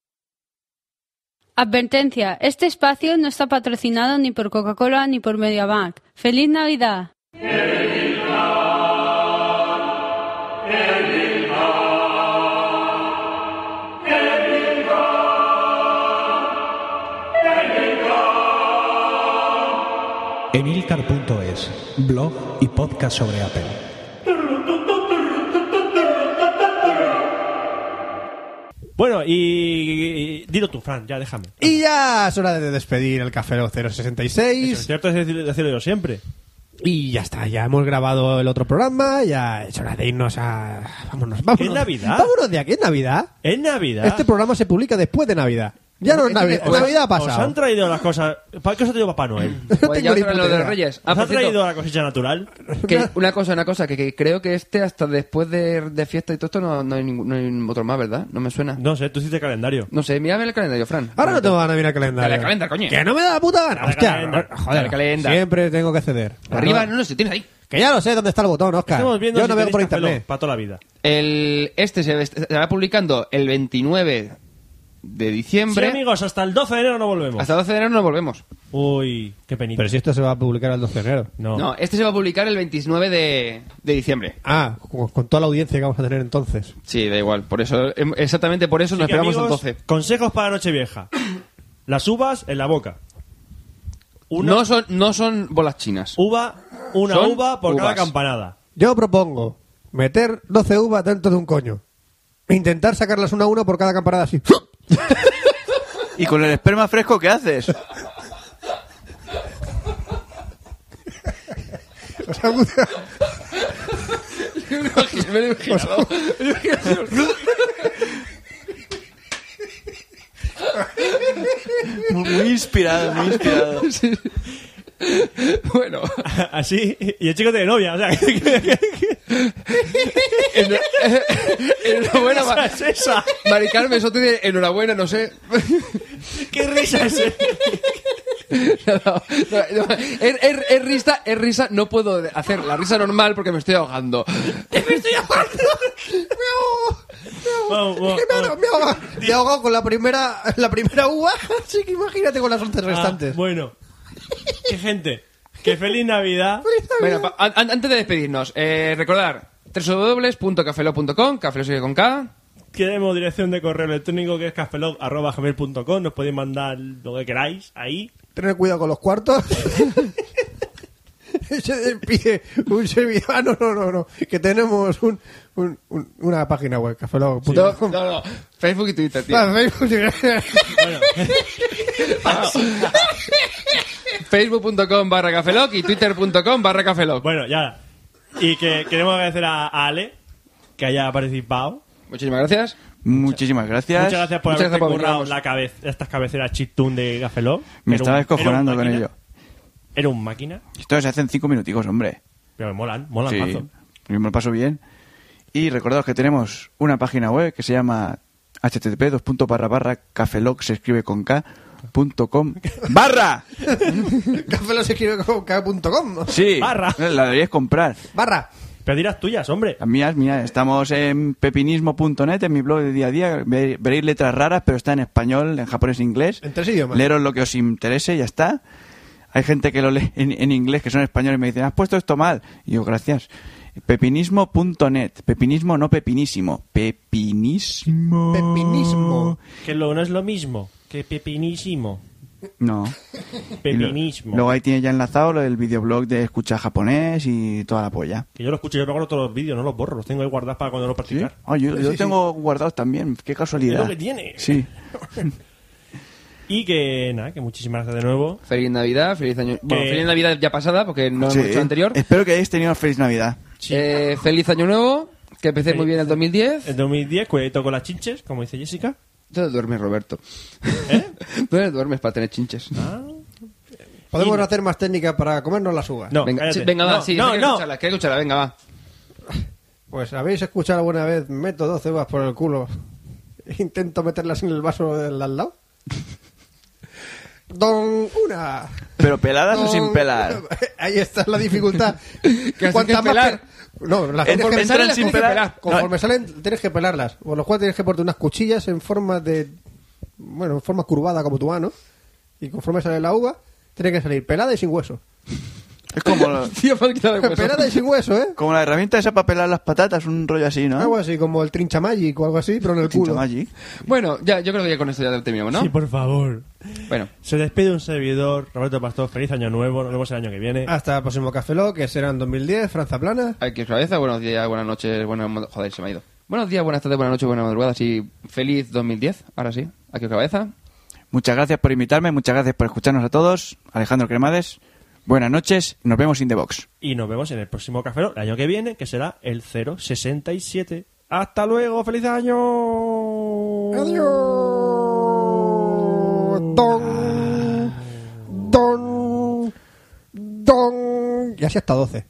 Speaker 8: Advertencia, este espacio no está patrocinado ni por Coca-Cola ni por MediaMark. ¡Feliz Navidad!
Speaker 2: Emilcar.es, blog y podcast sobre Apple.
Speaker 4: Bueno, y, y- y- Dilo tú, Fran, ya déjame.
Speaker 1: Y ya es hora de despedir el Café Lock
Speaker 4: Eso,
Speaker 1: 066.
Speaker 4: cierto es decir- decirlo yo siempre.
Speaker 1: Y ya está, ya hemos grabado el otro programa, ya es hora de irnos a... Vámonos, vámonos.
Speaker 4: ¿Es Navidad?
Speaker 1: Vámonos de aquí, es Navidad.
Speaker 4: Es Navidad.
Speaker 1: Este programa se publica después de Navidad. Ya no es Navidad,
Speaker 5: Os-
Speaker 1: Navidad ha
Speaker 4: Os han
Speaker 1: pasado.
Speaker 4: traído las cosas. ¿Para qué os ha traído
Speaker 1: *laughs*
Speaker 4: Papá Noel? ¿Os
Speaker 5: Pues
Speaker 1: tengo
Speaker 5: ya
Speaker 1: ni
Speaker 5: os traen lo
Speaker 1: puta
Speaker 5: de
Speaker 1: idea.
Speaker 5: Reyes. Ah,
Speaker 4: ha
Speaker 5: por cierto,
Speaker 4: traído la cosecha natural?
Speaker 5: que *laughs* una cosa, una cosa, que, que creo que este hasta después de, de fiesta y todo esto no, no hay ningún, no hay otro más, ¿verdad? No me suena. No,
Speaker 4: No sé, tú hiciste calendario.
Speaker 5: sé, mírame el calendario, Fran.
Speaker 1: Ahora no te van a mirar el calendario.
Speaker 5: Dale, calenda, coño.
Speaker 1: Que no me da la puta gana.
Speaker 4: Dale,
Speaker 1: Hostia,
Speaker 4: calenda.
Speaker 1: joder.
Speaker 5: Dale, calenda.
Speaker 1: Siempre tengo que ceder.
Speaker 5: Arriba, no, no, si tienes ahí.
Speaker 1: Que ya lo sé dónde está el botón, Oscar.
Speaker 4: Estamos viendo
Speaker 1: Yo
Speaker 4: si
Speaker 1: no veo
Speaker 4: tenéis
Speaker 1: por
Speaker 4: Café Lock
Speaker 1: internet.
Speaker 4: Para toda la vida.
Speaker 5: El, este se, se va publicando el 29 de
Speaker 4: Sí,
Speaker 5: diciembre.
Speaker 4: amigos, hasta el 12 de enero no volvemos.
Speaker 5: Hasta el 12 de enero no volvemos.
Speaker 4: Uy, qué penita.
Speaker 1: Pero si esto se va a publicar al 12 de enero.
Speaker 4: No.
Speaker 5: No, este se va a publicar el 29 de, de diciembre.
Speaker 1: Ah, con con toda la audiencia que vamos a tener entonces.
Speaker 5: Sí, da igual. Por eso, em- exactamente por eso
Speaker 4: Así
Speaker 5: nos
Speaker 4: que,
Speaker 5: esperamos al
Speaker 4: amigos,
Speaker 5: 12.
Speaker 4: Consejos para Nochevieja. Las uvas en la boca. Una
Speaker 5: No son, no son bolas chinas. *laughs*
Speaker 4: uva, una
Speaker 5: Son
Speaker 4: uva por cada
Speaker 5: uvas.
Speaker 4: campanada. *laughs*
Speaker 1: Yo propongo meter 12 uvas dentro de un coño. E Intentar sacarlas una a una por cada campanada así. *laughs*
Speaker 6: ¿Y con el esperma fresco qué haces?
Speaker 1: ¿Os ha gustado?
Speaker 5: Me lo he imaginado.
Speaker 6: Muy inspirado, muy inspirado. *laughs*
Speaker 5: Sí. Bueno,
Speaker 4: Así, y el chico tiene novia. O sea, *laughs* ¿qué,
Speaker 5: en- enhorabuena,
Speaker 4: risa
Speaker 5: Ma-
Speaker 4: es esa?
Speaker 5: Mari Carmen Soto dice, enhorabuena, no sé. *laughs*
Speaker 4: ¿Qué risa es esa?
Speaker 5: No, no, no, no. Es, es- es risa, es risa, no puedo hacer la risa normal porque me estoy ahogando.
Speaker 1: *laughs* ¡Me estoy ahogando! ¡Me
Speaker 4: Vamos,
Speaker 1: ahogo!
Speaker 4: vamos,
Speaker 1: Es que me ahogo!
Speaker 4: vamos.
Speaker 1: ¡Me ahogo! Me he ahogado con la primera, la primera uva, *laughs* así que imagínate con las 11
Speaker 4: Ah,
Speaker 1: restantes.
Speaker 4: bueno. Qué gente. Que feliz Navidad.
Speaker 5: Bueno, pa- an- an- antes de despedirnos, eh, recordar www.cafelo.com, cafelo sigue con K.
Speaker 4: Queremos dirección de correo electrónico que es cafelog.com. Nos podéis mandar lo que queráis ahí.
Speaker 1: Tener cuidado con los
Speaker 4: *laughs*
Speaker 1: cuartos. Se despide un servidor. Ah, no, no, no, no. Que tenemos un, un- un- una página web,
Speaker 5: No,
Speaker 1: cafelog.com.
Speaker 5: no, no, Facebook y Twitter, tío.
Speaker 1: Para Facebook.
Speaker 5: Facebook.com barra cafeloc y Twitter.com barra cafeloc.
Speaker 4: Bueno, ya. Y que queremos agradecer a a Ale que haya participado.
Speaker 5: Muchísimas gracias.
Speaker 6: Muchísimas gracias.
Speaker 4: Muchas gracias por
Speaker 5: Muchas
Speaker 4: haberte
Speaker 5: gracias por
Speaker 4: currado
Speaker 5: venirnos.
Speaker 4: la cabe- estas cabeceras chiptune de Gafeló.
Speaker 6: Me estaba descojonando con ello.
Speaker 4: Era un máquina,
Speaker 6: Esto se hace en cinco minuticos, hombre.
Speaker 4: pero me molan, molan
Speaker 6: Sí,
Speaker 4: mazo.
Speaker 6: yo me lo paso bien. Y recordaos que tenemos una página web que se llama http dos punto barra barra cafeloc se escribe con k punto com
Speaker 4: *laughs*
Speaker 6: barra
Speaker 1: *laughs* Cafelog se escribe como k.com.
Speaker 6: sí
Speaker 4: Barra.
Speaker 6: la deberías comprar
Speaker 1: Barra.
Speaker 4: Pero dirás tuyas, hombre.
Speaker 6: las mías mira estamos en pepinismo.net en mi blog de día a día Ve- veréis letras raras pero está en español en japonés e inglés
Speaker 1: En tres idiomas.
Speaker 6: leeros lo que os interese ya está hay gente que lo lee en, en inglés que son españoles y me dicen has puesto esto mal y yo gracias pepinismo.net pepinismo no pepinísimo pepinismo
Speaker 1: Pepinismo.
Speaker 4: Que lo, no es lo mismo que pepinísimo.
Speaker 6: no
Speaker 4: Pepinismo.
Speaker 6: luego ahí tiene ya enlazado lo del videoblog de escucha japonés y toda la polla
Speaker 4: Que yo lo escucho, yo me acuerdo todos los vídeos, no los borro, los tengo ahí guardados para cuando no
Speaker 6: ¿Sí?
Speaker 4: practicar.
Speaker 6: Ah, yo, yo
Speaker 1: sí.
Speaker 6: tengo guardados también qué casualidad
Speaker 4: Es lo que tiene.
Speaker 6: sí
Speaker 4: Y que nada, que muchísimas gracias de nuevo.
Speaker 5: Feliz Navidad, feliz año. Bueno,
Speaker 4: Eh.
Speaker 5: feliz Navidad ya pasada porque no
Speaker 6: Sí. Eh,
Speaker 5: hemos hecho anterior.
Speaker 6: espero que hayáis tenido una feliz navidad
Speaker 5: Eh, feliz año nuevo, que empecé muy bien el 2010.
Speaker 4: En 2010, cuidadito con las chinches, como dice Jessica.
Speaker 5: ¿Dónde duermes, Roberto? *laughs*
Speaker 4: ¿Eh? Ah,
Speaker 5: ¿Dónde duermes para tener chinches?
Speaker 1: Podemos
Speaker 4: Y-
Speaker 1: hacer más técnicas para comernos las uvas.
Speaker 4: No,
Speaker 5: venga,
Speaker 4: cállate.
Speaker 5: sí, venga, va,
Speaker 4: No,
Speaker 5: sí,
Speaker 4: no,
Speaker 5: quiero
Speaker 4: no.
Speaker 5: escucharla, quiero escucharla, venga, va. *laughs*
Speaker 1: Pues habéis escuchado alguna vez, meto 12 uvas por el culo. e Intento meterlas en el vaso del al
Speaker 4: *laughs*
Speaker 1: lado. Don una.
Speaker 6: pero peladas o
Speaker 1: Don-
Speaker 6: sin pelar
Speaker 1: *laughs* Ahí está la dificultad.
Speaker 5: Que
Speaker 1: Cuanta
Speaker 5: hay que pelar.
Speaker 1: pe- No, las
Speaker 6: Entran
Speaker 1: tienes que
Speaker 5: salen, las
Speaker 6: sin
Speaker 5: tienes que
Speaker 6: pelar.
Speaker 5: pelar.
Speaker 1: Conforme salen, tienes que pelarlas. Por lo cual tienes que ponerte unas cuchillas en forma de. Bueno, en forma curvada como tu mano. Y conforme sale la uva, tiene que salir pelada y sin hueso.
Speaker 6: Es como, lo-
Speaker 5: Tío, falta de hueso.
Speaker 1: pelada y sin hueso,
Speaker 6: *laughs*
Speaker 1: ¿eh?
Speaker 6: como la herramienta esa para pelar las patatas, un rollo así, ¿no?
Speaker 1: Algo así, como el trinchamagic o algo así, pero en el Ah, culo.
Speaker 6: ¿Ah? Magic.
Speaker 5: Bueno, ya, yo creo que ya con esto ya terminamos, ¿no?
Speaker 4: Sí, por favor.
Speaker 5: Bueno,
Speaker 4: Se despide un servidor, Roberto Pastor. Feliz año nuevo, nos vemos el año que viene.
Speaker 1: Hasta el próximo Café Lock, que será en 2010, Franza Plana.
Speaker 5: aquí os cabeza, buenos días, buenas noches, buenas... mo- Joder, se me ha ido. Buenos días, buenas tardes, buenas noches, buenas madrugadas y feliz 2010, ahora sí. Aquí ¿ah? os cabeza.
Speaker 6: Muchas gracias por invitarme, muchas gracias por escucharnos a todos. Alejandro Cremades, buenas noches, nos vemos in the box.
Speaker 4: Y nos vemos en el próximo Café Lock, el año que viene, que será el 067. ¡Hasta luego! ¡Feliz año!
Speaker 1: Adiós. Don. Don. Don. Y así hasta 12.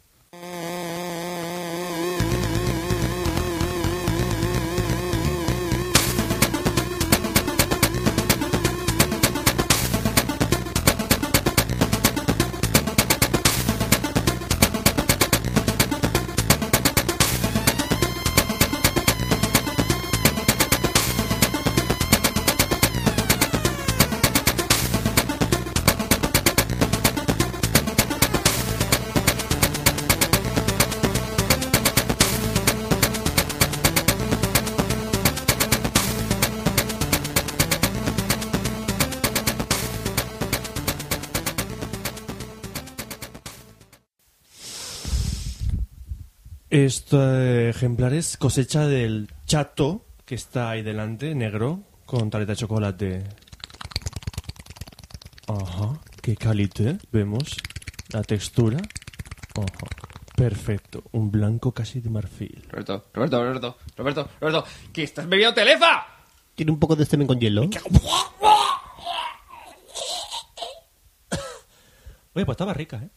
Speaker 4: Este ejemplar es cosecha del chato que está ahí delante, negro, con tarta de chocolate. Ajá, qué calité. Vemos la textura. Ajá, perfecto. Un blanco casi de marfil.
Speaker 5: Roberto, Roberto, Roberto, Roberto, Roberto, que estás bebiendo telefa.
Speaker 1: Tiene un poco de semen con hielo.
Speaker 4: Oye, pues estaba rica, ¿eh?